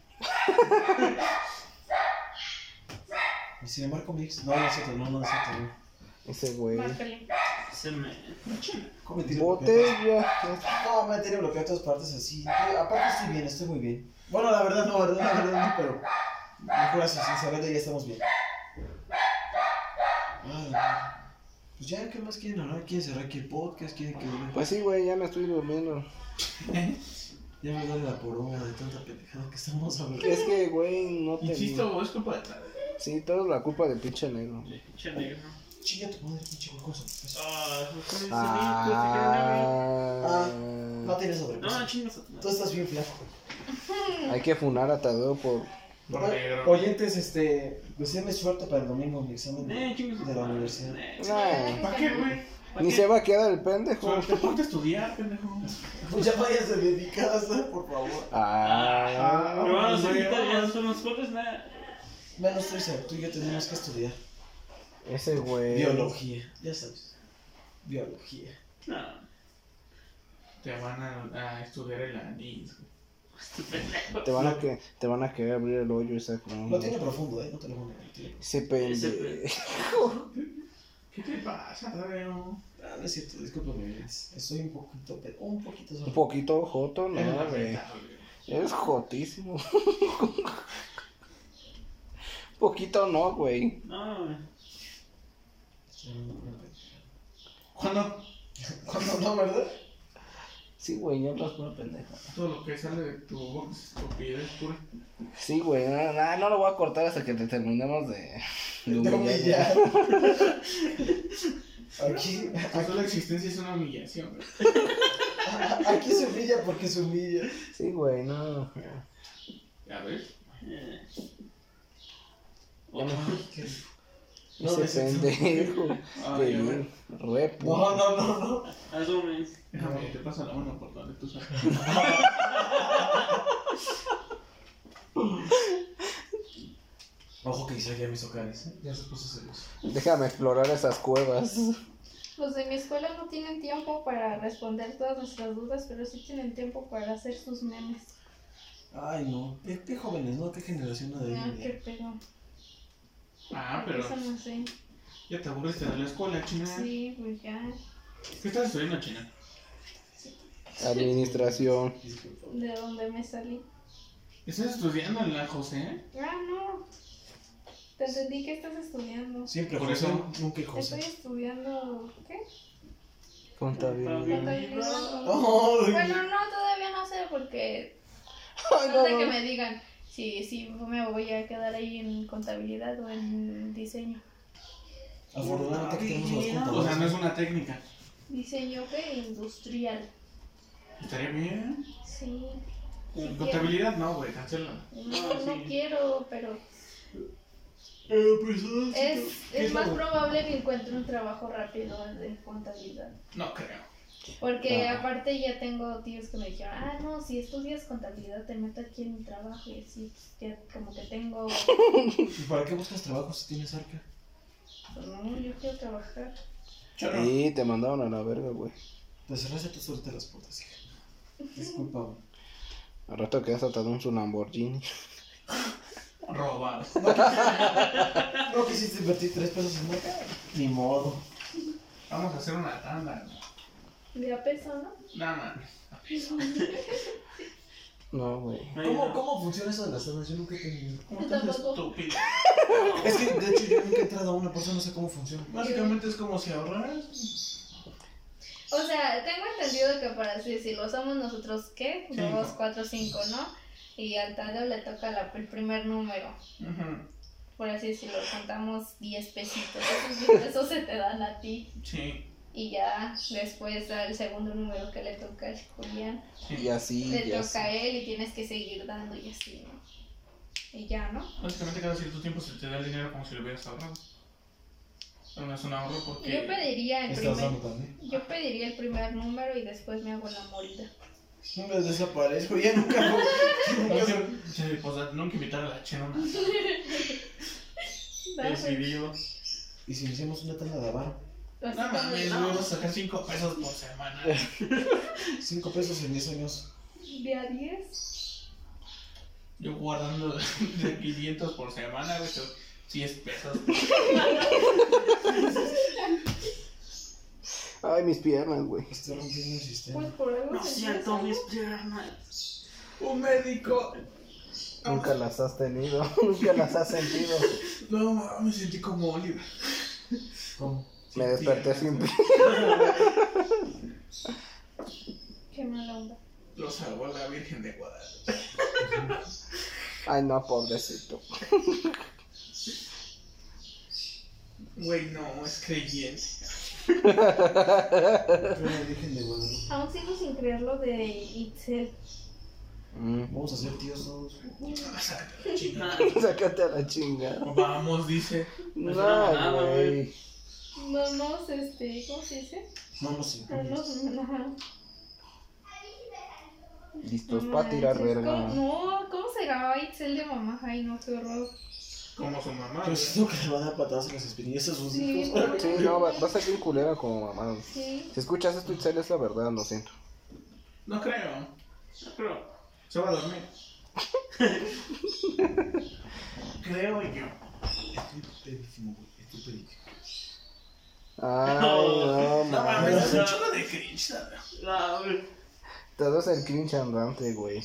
[SPEAKER 1] Y sin embargo, Mix. No, no es cierto, no, no es cierto. No.
[SPEAKER 3] Ese güey.
[SPEAKER 9] Márcale.
[SPEAKER 4] Se me.
[SPEAKER 1] ¿Cómo me tiene bloqueado?
[SPEAKER 3] Botella.
[SPEAKER 1] No, me tiene bloqueado a todas partes así. Eh, Aparte, estoy bien, estoy muy bien. Bueno, la verdad, no, la verdad, la verdad, no, pero. Mejor así, sin saberlo, ya estamos bien. Ay, pues ya, ¿qué más quieren hablar? ¿Quieren cerrar aquí el podcast? ¿Quieren que
[SPEAKER 3] Pues sí, güey, ya me estoy durmiendo.
[SPEAKER 1] Ya me duele la poronga de tanta pendejada que estamos hablando.
[SPEAKER 3] Es que, güey, no te.
[SPEAKER 2] Insisto, es culpa de la-
[SPEAKER 3] Sí, todo es la culpa del pinche negro.
[SPEAKER 4] Pinche negro.
[SPEAKER 1] Chinga tu madre, pinche Pues, huecoso.
[SPEAKER 4] Ah, ¿cómo se dice?
[SPEAKER 3] Ah,
[SPEAKER 1] No tienes sobrepeso.
[SPEAKER 4] No, chingas a tu
[SPEAKER 1] Tú
[SPEAKER 4] madre.
[SPEAKER 1] estás bien flaco.
[SPEAKER 3] hay que funar a Tadeo por.
[SPEAKER 2] Por negro.
[SPEAKER 1] Oyentes, este. Pues ya me suerte para el domingo mi examen
[SPEAKER 4] Eh,
[SPEAKER 1] de,
[SPEAKER 4] chingas
[SPEAKER 1] de
[SPEAKER 4] a tu
[SPEAKER 1] la
[SPEAKER 4] madre.
[SPEAKER 1] universidad.
[SPEAKER 4] Eh,
[SPEAKER 3] Nah,
[SPEAKER 2] ¿Para qué, güey?
[SPEAKER 4] ¿pa'
[SPEAKER 3] ni
[SPEAKER 4] qué?
[SPEAKER 3] se va a quedar el pendejo.
[SPEAKER 2] Solo te ponte a estudiar, pendejo.
[SPEAKER 1] Pues ya vayas de mi casa, por favor.
[SPEAKER 3] Ah,
[SPEAKER 2] Ah,
[SPEAKER 4] Pero bueno,
[SPEAKER 2] no,
[SPEAKER 4] ahorita
[SPEAKER 2] no.
[SPEAKER 4] ya son los jueves, nada.
[SPEAKER 1] Menos Teresa, tú y yo tenemos que estudiar.
[SPEAKER 3] ese güey.
[SPEAKER 1] Biología, ya sabes. Biología.
[SPEAKER 4] No,
[SPEAKER 2] Te van a, a estudiar el anís. güey.
[SPEAKER 4] este pendejo.
[SPEAKER 3] Te van a que, te van a querer abrir el hoyo ese cabrón.
[SPEAKER 1] Lo tiene profundo, ¿eh? No te lo voy a mentir.
[SPEAKER 3] Ese
[SPEAKER 4] Ese
[SPEAKER 3] pendejo.
[SPEAKER 4] pe-
[SPEAKER 2] ¿Qué te pasa, Tadeo?
[SPEAKER 1] Ah, no es cierto, discúlpame. es- Estoy un poquito, pero un poquito
[SPEAKER 3] Un
[SPEAKER 1] solo.
[SPEAKER 3] poquito joto,
[SPEAKER 2] Eres
[SPEAKER 3] no,
[SPEAKER 2] la
[SPEAKER 3] güey.
[SPEAKER 2] neta, güey.
[SPEAKER 3] Eres jotísimo. Poquito no, güey.
[SPEAKER 4] No, güey.
[SPEAKER 2] Cuando
[SPEAKER 1] ¿Cuándo no, verdad?
[SPEAKER 3] Sí, güey, ya hablas pura pendeja.
[SPEAKER 2] todo lo que sale de tu boca es estupidez pura.
[SPEAKER 3] Sí, güey, no, no, no lo voy a cortar hasta que te terminemos de, de
[SPEAKER 1] No,
[SPEAKER 3] humillar,
[SPEAKER 1] güey,
[SPEAKER 3] güey.
[SPEAKER 1] ya. Aquí,
[SPEAKER 2] Tu sola existencia es una humillación, güey.
[SPEAKER 1] aquí se humilla porque se humilla.
[SPEAKER 3] Sí, güey, no.
[SPEAKER 2] ¿Ya ves?
[SPEAKER 4] Eh,
[SPEAKER 1] Qué rico. No, no es
[SPEAKER 3] Ese
[SPEAKER 1] cierto.
[SPEAKER 3] pendejo.
[SPEAKER 2] Ah,
[SPEAKER 3] güey,
[SPEAKER 2] ya ves.
[SPEAKER 3] re pu-
[SPEAKER 1] No, no, no, no.
[SPEAKER 4] eso, güey.
[SPEAKER 2] Déjame, Eh, te pasa la mano por donde tú sabes.
[SPEAKER 1] Ojo que Isaac ya me hizo caras, ¿eh? Ya se puso celoso.
[SPEAKER 3] Déjame explorar esas cuevas.
[SPEAKER 9] Los de mi escuela no tienen tiempo para responder todas nuestras dudas, pero sí tienen tiempo para hacer sus memes.
[SPEAKER 1] Ay, no. ¿Qué, qué jóvenes, no? ¿Qué generación la de hoy
[SPEAKER 9] Ah,
[SPEAKER 1] en día?
[SPEAKER 9] qué pedo.
[SPEAKER 2] Ah, pero
[SPEAKER 9] Eso no sé.
[SPEAKER 2] ya te aburriste de la escuela, china.
[SPEAKER 9] Sí, pues ya.
[SPEAKER 2] ¿Qué estás estudiando, china?
[SPEAKER 3] Administración.
[SPEAKER 1] Disculpa.
[SPEAKER 9] De donde me salí.
[SPEAKER 2] ¿Estás estudiando en la José?
[SPEAKER 9] Ah, no. Te entendí que estás estudiando.
[SPEAKER 1] Siempre
[SPEAKER 2] Por
[SPEAKER 1] Por José,
[SPEAKER 2] eso-
[SPEAKER 1] nunca el José.
[SPEAKER 9] Estoy estudiando. ¿Qué?
[SPEAKER 3] Contabilidad.
[SPEAKER 9] Contabilidad.
[SPEAKER 1] Oh, Ay.
[SPEAKER 9] Bueno, no, todavía no sé porque.
[SPEAKER 3] Ay,
[SPEAKER 9] No sé
[SPEAKER 3] no,
[SPEAKER 9] que
[SPEAKER 3] no.
[SPEAKER 9] me digan si, si me voy a quedar ahí en contabilidad o en diseño.
[SPEAKER 1] Afortunadamente que tenemos los
[SPEAKER 2] O sea, no es
[SPEAKER 1] computadores.
[SPEAKER 2] una técnica.
[SPEAKER 9] Diseño que industrial.
[SPEAKER 2] Estaría bien.
[SPEAKER 9] Sí. sí quiero.
[SPEAKER 2] Contabilidad, no, güey, cancela.
[SPEAKER 9] No, no quiero, pero
[SPEAKER 2] Eh, pues,
[SPEAKER 9] es,
[SPEAKER 2] ¿qué
[SPEAKER 9] es más
[SPEAKER 2] lo-
[SPEAKER 9] probable que encuentre un trabajo rápido en contabilidad.
[SPEAKER 2] No creo.
[SPEAKER 9] Porque aparte ya tengo tíos que me dijeron, ah, no, si estudias contabilidad te meto aquí en mi trabajo y así, pues, ya como que tengo,
[SPEAKER 1] ¿Y para qué buscas trabajo si tienes arca?
[SPEAKER 9] pues, no, yo quiero trabajar.
[SPEAKER 2] Chorro.
[SPEAKER 3] Y te mandaron a la verga, güey.
[SPEAKER 1] Te cerraste tú solita las puertas, hija. Disculpa, güey.
[SPEAKER 3] Al rato quedas atado en su Lamborghini.
[SPEAKER 2] Robado.
[SPEAKER 1] No quisiste invertir tres pesos en marca. Ni modo.
[SPEAKER 2] Vamos a hacer una tanda. güey.
[SPEAKER 9] De a peso, ¿no?
[SPEAKER 2] Nada más.
[SPEAKER 3] No, güey.
[SPEAKER 4] Ahí
[SPEAKER 1] ¿Cómo,
[SPEAKER 4] va.
[SPEAKER 1] cómo funciona eso de las tandas? Yo nunca he tenido.
[SPEAKER 2] ¿Cómo estás
[SPEAKER 9] Tampoco.
[SPEAKER 2] estúpido?
[SPEAKER 1] Es que, de hecho, yo nunca he entrado a una, por eso no sé cómo funciona.
[SPEAKER 2] Básicamente es como si ahorraras.
[SPEAKER 9] O sea, tengo entendido que para así decirlo, somos nosotros, ¿qué?
[SPEAKER 2] Cinco.
[SPEAKER 9] Dos, cuatro, cinco, ¿no? y al Tadeo le toca la- el primer número.
[SPEAKER 2] Ujú.
[SPEAKER 9] Por así decirlo, contamos 10 pesitos. Esos 10 pesos se te dan a ti.
[SPEAKER 2] Sí.
[SPEAKER 9] Y ya después al segundo número que le toca al Julián,
[SPEAKER 2] sí.
[SPEAKER 3] Y así,
[SPEAKER 9] le
[SPEAKER 3] y así.
[SPEAKER 9] toca eh. a él y tienes que seguir dando y así, ¿no? Y ya, ¿no?
[SPEAKER 2] Básicamente cada cierto tiempo se te da el dinero como si lo hubieras ahorrado. Pero no es un ahorro porque...
[SPEAKER 9] Yo pediría el
[SPEAKER 1] ¿Estás
[SPEAKER 9] primer,
[SPEAKER 1] dando también?
[SPEAKER 9] yo pediría el primer número y después me hago la morida.
[SPEAKER 1] No me desaparezco, ya nunca.
[SPEAKER 2] No, sí, sí, pues a- nunca invitar a la chenona. Decidido.
[SPEAKER 1] ¿Y si hicimos una tanda de avaro?
[SPEAKER 9] Así
[SPEAKER 2] No
[SPEAKER 9] como de,
[SPEAKER 2] mames,
[SPEAKER 9] no,
[SPEAKER 2] vamos a sacar 5 pesos por semana.
[SPEAKER 1] Cinco pesos en diez años.
[SPEAKER 9] de a 10.
[SPEAKER 2] Yo guardando de 500 por semana, güey, son 10 pesos.
[SPEAKER 3] Ay, mis piernas, güey.
[SPEAKER 1] Estoy rompiendo el
[SPEAKER 9] Pues
[SPEAKER 1] sistema.
[SPEAKER 9] por algo.
[SPEAKER 10] No
[SPEAKER 9] se
[SPEAKER 10] siento
[SPEAKER 9] empieza,
[SPEAKER 10] mis piernas.
[SPEAKER 2] Un médico.
[SPEAKER 3] Nunca las has tenido, nunca las has sentido.
[SPEAKER 2] No mames, me sentí como Oliver.
[SPEAKER 1] ¿Cómo?
[SPEAKER 3] Me desperté sin
[SPEAKER 2] piernas,
[SPEAKER 3] piernas.
[SPEAKER 9] ¿no? Qué mala onda.
[SPEAKER 2] Lo salvó la Virgen de Guadalupe.
[SPEAKER 3] Ay, no, pobrecito.
[SPEAKER 2] Güey, no, es creyente.
[SPEAKER 1] Pero la Virgen de Guadalupe.
[SPEAKER 9] Aún sigo sin creer lo de Itzel.
[SPEAKER 3] Mm.
[SPEAKER 1] Vamos a ser tíos todos.
[SPEAKER 2] Sácate Ah, la chingada.
[SPEAKER 3] Sácate a la chingada.
[SPEAKER 2] Vamos, dice.
[SPEAKER 3] No,
[SPEAKER 4] nada,
[SPEAKER 3] güey.
[SPEAKER 9] No nos, este, ¿cómo se dice?
[SPEAKER 1] Vamos sí.
[SPEAKER 9] No nos, ajá.
[SPEAKER 3] Listos
[SPEAKER 9] No
[SPEAKER 3] para tirar
[SPEAKER 9] manches,
[SPEAKER 3] verga.
[SPEAKER 9] ¿cómo- No, ¿cómo se grababa Itzel de mamá? Ay, no, qué horror.
[SPEAKER 2] Como su mamá.
[SPEAKER 1] Yo
[SPEAKER 2] güey.
[SPEAKER 1] Ah, siento que le van a dar patadas en las espinillas a sus
[SPEAKER 9] Sí,
[SPEAKER 1] hijos.
[SPEAKER 9] no.
[SPEAKER 3] Pues Sí, no, va, va a ser bien culera como mamá.
[SPEAKER 9] Sí.
[SPEAKER 3] Si escuchas esto, Itzel, es la verdad, lo siento.
[SPEAKER 2] No creo. No creo. Se va a dormir. creo yo.
[SPEAKER 1] Estoy pedísimo, güey. Estoy pedísimo.
[SPEAKER 3] Ay,
[SPEAKER 2] No
[SPEAKER 3] no,
[SPEAKER 4] No,
[SPEAKER 3] mames.
[SPEAKER 2] mames, es un chico de cringe, ¿sabes?
[SPEAKER 4] No, güey.
[SPEAKER 3] Todo es el cringe andante, güey.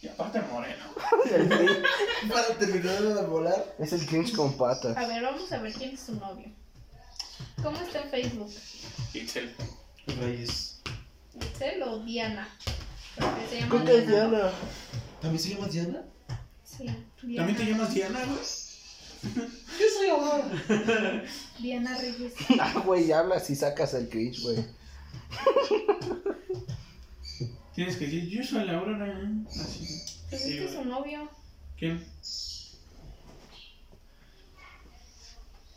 [SPEAKER 2] Y aparte moreno.
[SPEAKER 3] El cringe-
[SPEAKER 1] Para terminar de volar.
[SPEAKER 3] es el cringe con
[SPEAKER 9] A
[SPEAKER 3] patas.
[SPEAKER 9] ver, vamos a ver quién es su novio. ¿Cómo está en Facebook?
[SPEAKER 2] Itzel.
[SPEAKER 1] Reyes.
[SPEAKER 9] ¿Itzel o Diana? Porque se llama
[SPEAKER 3] ¿Cómo que es
[SPEAKER 9] Diana, ¿no?
[SPEAKER 3] Diana?
[SPEAKER 1] ¿También se llama Diana?
[SPEAKER 9] Sí,
[SPEAKER 2] ¿También te
[SPEAKER 9] Diana.
[SPEAKER 2] llamas Diana, güey?
[SPEAKER 1] Yo soy Aurora.
[SPEAKER 9] Diana Reyes.
[SPEAKER 3] Ah, güey, hablas y sacas el cringe, güey.
[SPEAKER 2] Tienes que decir, yo soy la Aurora. ¿eh? Así.
[SPEAKER 9] Pues
[SPEAKER 2] Sí,
[SPEAKER 9] este es
[SPEAKER 2] güey.
[SPEAKER 9] su novio.
[SPEAKER 2] ¿Quién?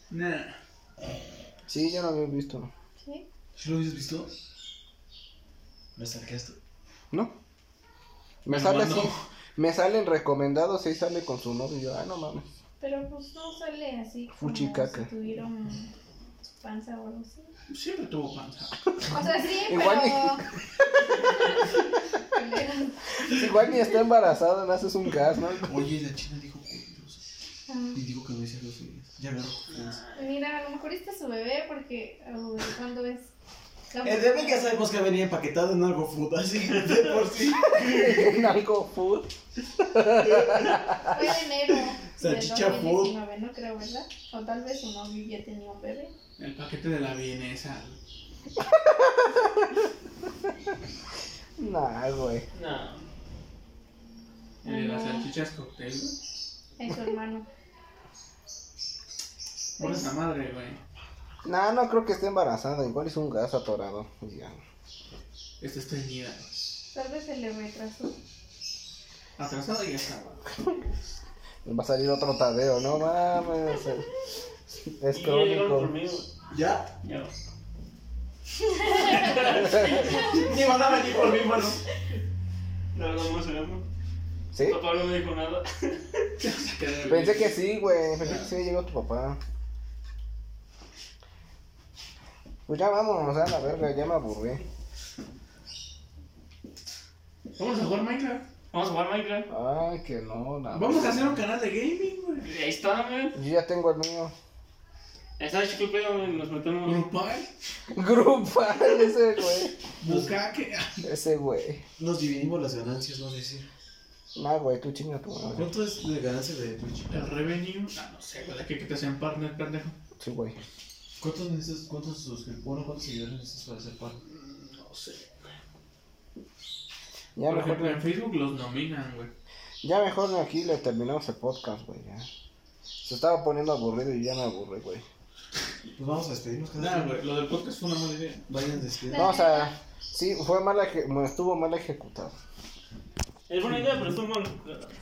[SPEAKER 2] Nah.
[SPEAKER 3] Sí, yo no había visto.
[SPEAKER 9] Sí.
[SPEAKER 1] ¿Sí lo habías visto? Me sarcaste.
[SPEAKER 3] ¿No? Me
[SPEAKER 2] Pero
[SPEAKER 3] sale
[SPEAKER 2] cuando-
[SPEAKER 3] así. Me salen recomendados y ahí sale con su novio. y yo, Ay, no mames.
[SPEAKER 9] Pero pues no sale así como
[SPEAKER 3] Fuchicaca.
[SPEAKER 9] si tuvieron su panza o algo así.
[SPEAKER 2] Siempre tuvo panza.
[SPEAKER 9] O sea, sí,
[SPEAKER 3] Igual
[SPEAKER 9] pero...
[SPEAKER 3] Igual ni está embarazada, naces un gas, ¿no?
[SPEAKER 1] Oye, la china dijo culeros.
[SPEAKER 9] Ah.
[SPEAKER 1] Y digo que no hice groserías. Ya agarró culeros.
[SPEAKER 9] Mira, a lo mejor este es su bebé porque ay, ¿cuándo es?
[SPEAKER 1] En realidad ya sabemos Eh, que venía empaquetado en algo food, así que de por sí.
[SPEAKER 3] En algo food.
[SPEAKER 9] Fue de enero
[SPEAKER 1] Salchicha
[SPEAKER 9] del 2019, no creo, ¿verdad? O tal vez su novio ya tenía un bebé.
[SPEAKER 2] El paquete de la vienesa.
[SPEAKER 3] Nah, güey.
[SPEAKER 4] No.
[SPEAKER 2] Y de las eh, salchichas cóctel. güey.
[SPEAKER 9] Es su hermano.
[SPEAKER 2] Por esa madre, güey.
[SPEAKER 3] No, no creo que esté embarazada. Igual es un gas atorado. y ya.
[SPEAKER 2] Esta es teñida.
[SPEAKER 9] Tal vez se le retrasó.
[SPEAKER 2] Atrasada ya estaba.
[SPEAKER 3] Va a salir otro tadeo, no mames. Es
[SPEAKER 4] Y ya llegaron
[SPEAKER 3] crónico.
[SPEAKER 4] por mí,
[SPEAKER 1] ¿Ya?
[SPEAKER 4] güey. Ya.
[SPEAKER 1] Ni van a venir por mí, mano.
[SPEAKER 4] No, no, no, no, no.
[SPEAKER 3] ¿Sí?
[SPEAKER 4] Papá no me dijo nada.
[SPEAKER 3] Pensé que sí, güey. Pensé que sí llegó tu papá. Pues ya vámonos a la verga, ya me aburrí.
[SPEAKER 2] Vamos a jugar Minecraft.
[SPEAKER 4] Vamos a jugar Minecraft.
[SPEAKER 3] Ay, que no, la
[SPEAKER 2] Vamos a hacer un canal de gaming, güey.
[SPEAKER 4] Ahí está, güey.
[SPEAKER 3] Yo ya tengo el mío.
[SPEAKER 4] Ahí está, chico, pero nos metemos.
[SPEAKER 2] Grupal.
[SPEAKER 3] Grupal ese, güey.
[SPEAKER 2] Bukake.
[SPEAKER 3] Ese, güey.
[SPEAKER 1] Nos dividimos las ganancias, no sé decir.
[SPEAKER 3] Nah, güey, tú chinga tu madre.
[SPEAKER 1] ¿Cuánto es de ganancia de Twitch?
[SPEAKER 2] El revenue. Ah, no sé, güey. Que, que te hacen partner, pendejo.
[SPEAKER 3] Sí, güey.
[SPEAKER 1] ¿Cuántos necesitas, cuántos suscriptores, cuántos seguidores necesitas para ser par?
[SPEAKER 2] No sé.
[SPEAKER 3] Ya
[SPEAKER 2] Por ejemplo,
[SPEAKER 3] mejor,
[SPEAKER 2] en Facebook los nominan, güey.
[SPEAKER 3] ya mejor aquí le terminamos el podcast, güey. ya. Se estaba poniendo aburrido y ya me aburre, güey.
[SPEAKER 1] Pues vamos a despedirnos cada
[SPEAKER 2] Nah,
[SPEAKER 1] quien.
[SPEAKER 2] güey, lo del podcast fue una mala idea.
[SPEAKER 1] Vayan despidiendo.
[SPEAKER 3] No, o sea, sí, fue mal eje- bueno, estuvo mal ejecutado.
[SPEAKER 4] Es buena idea, pero estuvo mal.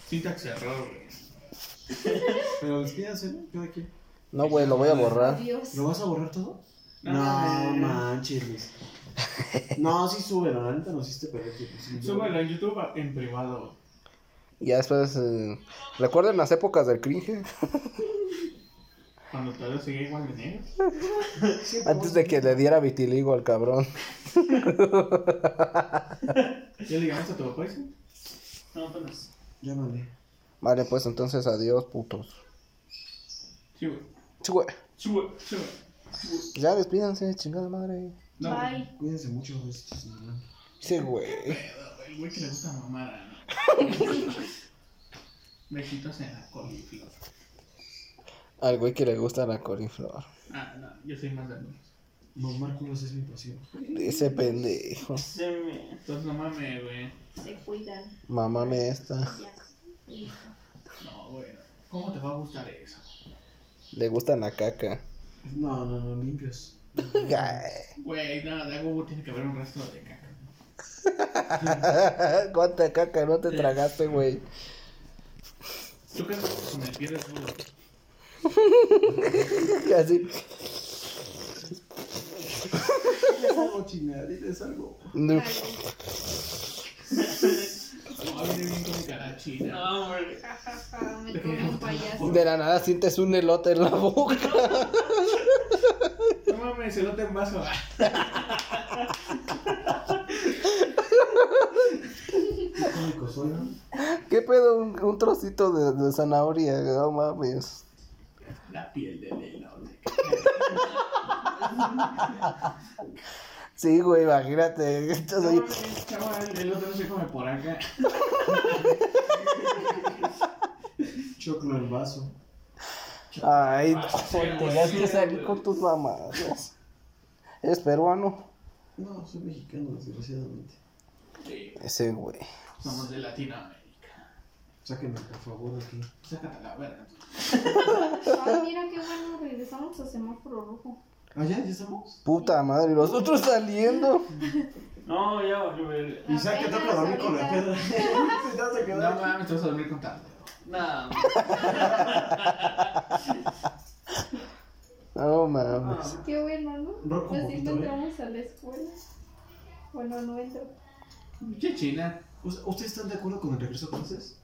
[SPEAKER 2] Syntax error, güey.
[SPEAKER 1] Pero despídanse, ¿no? Cada quien.
[SPEAKER 3] No, güey, lo voy a borrar.
[SPEAKER 7] Dios.
[SPEAKER 1] ¿Lo vas a borrar todo? No,
[SPEAKER 2] Pues- No.
[SPEAKER 1] manches, Luis. No, sí sube, la neta nos hiciste perder tiempo. sí, yo-
[SPEAKER 2] Súbelo en YouTube a- en privado.
[SPEAKER 3] Ya después, eh, recuerden las épocas del cringe,
[SPEAKER 2] Cuando todavía seguía igual de negro.
[SPEAKER 3] antes de que le diera vitiligo al cabrón.
[SPEAKER 2] Ya digamos a tu papá, ¿sí?
[SPEAKER 4] No, apenas.
[SPEAKER 1] Ya mandé.
[SPEAKER 3] Vale, pues entonces adiós, putos.
[SPEAKER 2] Sí, güey.
[SPEAKER 3] Sí, güey.
[SPEAKER 2] Sí, güey. Sí, güey.
[SPEAKER 3] Ya despídanse, chingada madre.
[SPEAKER 2] No, güey.
[SPEAKER 7] Bye.
[SPEAKER 1] Cuídense mucho. este, señora.
[SPEAKER 3] Sí, güey.
[SPEAKER 2] el güey que le gusta mamada, ¿no? Besitos en la coliflor.
[SPEAKER 3] Al güey que le gusta la coriflor.
[SPEAKER 2] Ah, no, yo soy más de amigos.
[SPEAKER 1] Mamar culos es mi pasión.
[SPEAKER 3] Ese pendejo.
[SPEAKER 4] Se me...
[SPEAKER 2] Entonces no mames, güey.
[SPEAKER 7] Se cuidan.
[SPEAKER 3] Mamame esta.
[SPEAKER 7] Ya. Listo.
[SPEAKER 2] No, güey. ¿Cómo te va a gustar eso?
[SPEAKER 3] Le gusta la caca.
[SPEAKER 1] No, no, no, limpios.
[SPEAKER 2] Güey, nada, de algo tiene que haber un resto de caca.
[SPEAKER 3] ¿Cuánta caca no te tragaste, güey?
[SPEAKER 2] ¿Tú qué haces con el pie de duro?
[SPEAKER 3] Así.
[SPEAKER 1] Es algo chingadita, es algo.
[SPEAKER 2] No, viene bien con mi cara china.
[SPEAKER 4] No, hombre.
[SPEAKER 7] Ja, ja, ja, Me comí un payaso.
[SPEAKER 3] De la nada sientes un elote en la boca.
[SPEAKER 2] No mames, se lo te envaso.
[SPEAKER 1] Qué cómico soy, ¿no?
[SPEAKER 3] ¿Qué pedo? Un, un trocito de, pues. de zanahoria, no mames.
[SPEAKER 2] La piel del elote.
[SPEAKER 3] Sí, güey, imagínate. Estás
[SPEAKER 2] No
[SPEAKER 3] ahí.
[SPEAKER 2] mames, chaval, el elote no se come por acá.
[SPEAKER 1] Choclo en vaso.
[SPEAKER 3] Ay, pues, tenías que salir con tus mamadas. ¿Es peruano?
[SPEAKER 1] No, soy mexicano, desgraciadamente.
[SPEAKER 2] Sí,
[SPEAKER 3] Ese güey.
[SPEAKER 2] somos de Latinoamérica.
[SPEAKER 1] Sáquenme, por favor, aquí.
[SPEAKER 2] Sácate la verga.
[SPEAKER 7] Ay, mira qué bueno. Regresamos a semáforo rojo.
[SPEAKER 1] ¿Ah, ya? ¿Ya estamos?
[SPEAKER 3] Puta madre, ¿y los otros saliendo.
[SPEAKER 4] No, ya valió ver.
[SPEAKER 1] Y saca está para dormir con la piedra. Te vas a
[SPEAKER 2] No
[SPEAKER 1] quedar.
[SPEAKER 2] mames, te vas a dormir con tarde.
[SPEAKER 4] Nada.
[SPEAKER 3] No mames.
[SPEAKER 7] Qué bueno, ¿no?
[SPEAKER 2] Pues
[SPEAKER 1] Rojo un
[SPEAKER 7] Así
[SPEAKER 1] poquito,
[SPEAKER 7] no
[SPEAKER 1] ¿eh?
[SPEAKER 7] entramos a la escuela. Bueno, no entro.
[SPEAKER 2] Che china.
[SPEAKER 1] ¿Ust- ¿Ustedes están de acuerdo con el regreso a clases?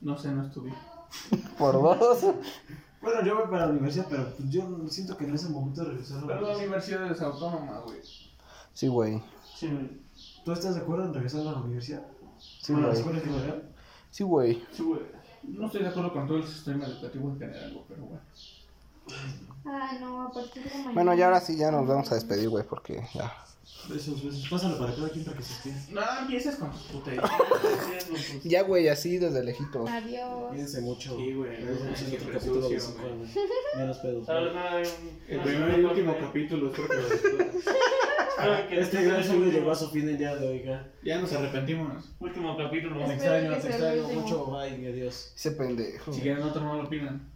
[SPEAKER 2] No sé, no estudié.
[SPEAKER 3] Por dos.
[SPEAKER 1] Bueno, yo voy para la universidad, pero pues, yo no- siento que no es el momento de regresar a
[SPEAKER 2] Pero
[SPEAKER 1] la
[SPEAKER 2] la
[SPEAKER 1] universidad.
[SPEAKER 2] universidad es autónoma, güey.
[SPEAKER 3] Sí, güey.
[SPEAKER 4] Sí, güey.
[SPEAKER 1] ¿Tú estás de acuerdo en regresar a la universidad?
[SPEAKER 3] Sí,
[SPEAKER 1] Bueno, a la
[SPEAKER 3] güey.
[SPEAKER 1] escuela en general.
[SPEAKER 3] Sí, güey.
[SPEAKER 2] Sí, güey. No estoy de acuerdo con todo el sistema educativo en general, güey, pero bueno.
[SPEAKER 7] Ah, no, a partir de mañana.
[SPEAKER 3] Bueno, ya ahora sí, ya nos vamos a despedir, güey, porque ya.
[SPEAKER 1] Besos, besos. Pásalo para cada quien para que se espía.
[SPEAKER 2] No, empieces con tus puterías.
[SPEAKER 3] Ya, güey, así desde lejitos.
[SPEAKER 7] Adiós.
[SPEAKER 1] Cuídense mucho.
[SPEAKER 2] Sí, güey,
[SPEAKER 1] Nos vemos en otro capítulo de Cinco de la Noche. Menos pedos.
[SPEAKER 4] Tal vez
[SPEAKER 2] El primer y
[SPEAKER 4] Ah,
[SPEAKER 2] último capítulo es porque
[SPEAKER 1] Este gran sueño llegó a su fin el día de hoy, ja.
[SPEAKER 2] ya nos arrepentimos.
[SPEAKER 4] Último capítulo.
[SPEAKER 1] Te
[SPEAKER 7] Espero
[SPEAKER 1] extraño,
[SPEAKER 7] que
[SPEAKER 1] te
[SPEAKER 7] sea el
[SPEAKER 1] extraño
[SPEAKER 7] último.
[SPEAKER 1] mucho. Bye, adiós.
[SPEAKER 3] Ese pendejo.
[SPEAKER 2] Si quieren otro, no lo pidan.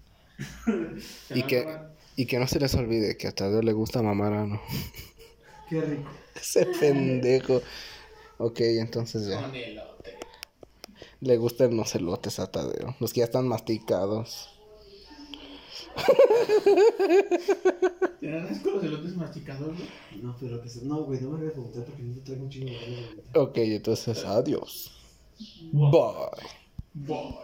[SPEAKER 2] Se
[SPEAKER 3] Y
[SPEAKER 2] va a
[SPEAKER 3] que-
[SPEAKER 2] acabar.
[SPEAKER 3] Y que no se les olvide que hasta Dios le gusta mamar a no.
[SPEAKER 1] Qué rico.
[SPEAKER 3] Ese pendejo. Ok, entonces ya.
[SPEAKER 2] Con elote.
[SPEAKER 3] Le gustan los elotes a Tadeo. Los que ya están masticados.
[SPEAKER 2] ¿Te dan asco los elotes masticados, güey?
[SPEAKER 1] No, pero que se... No, güey, no me voy a preguntar porque no traigo un chingo de ganas de vomitar.
[SPEAKER 3] Ok, entonces adiós. Bye.
[SPEAKER 2] Boy.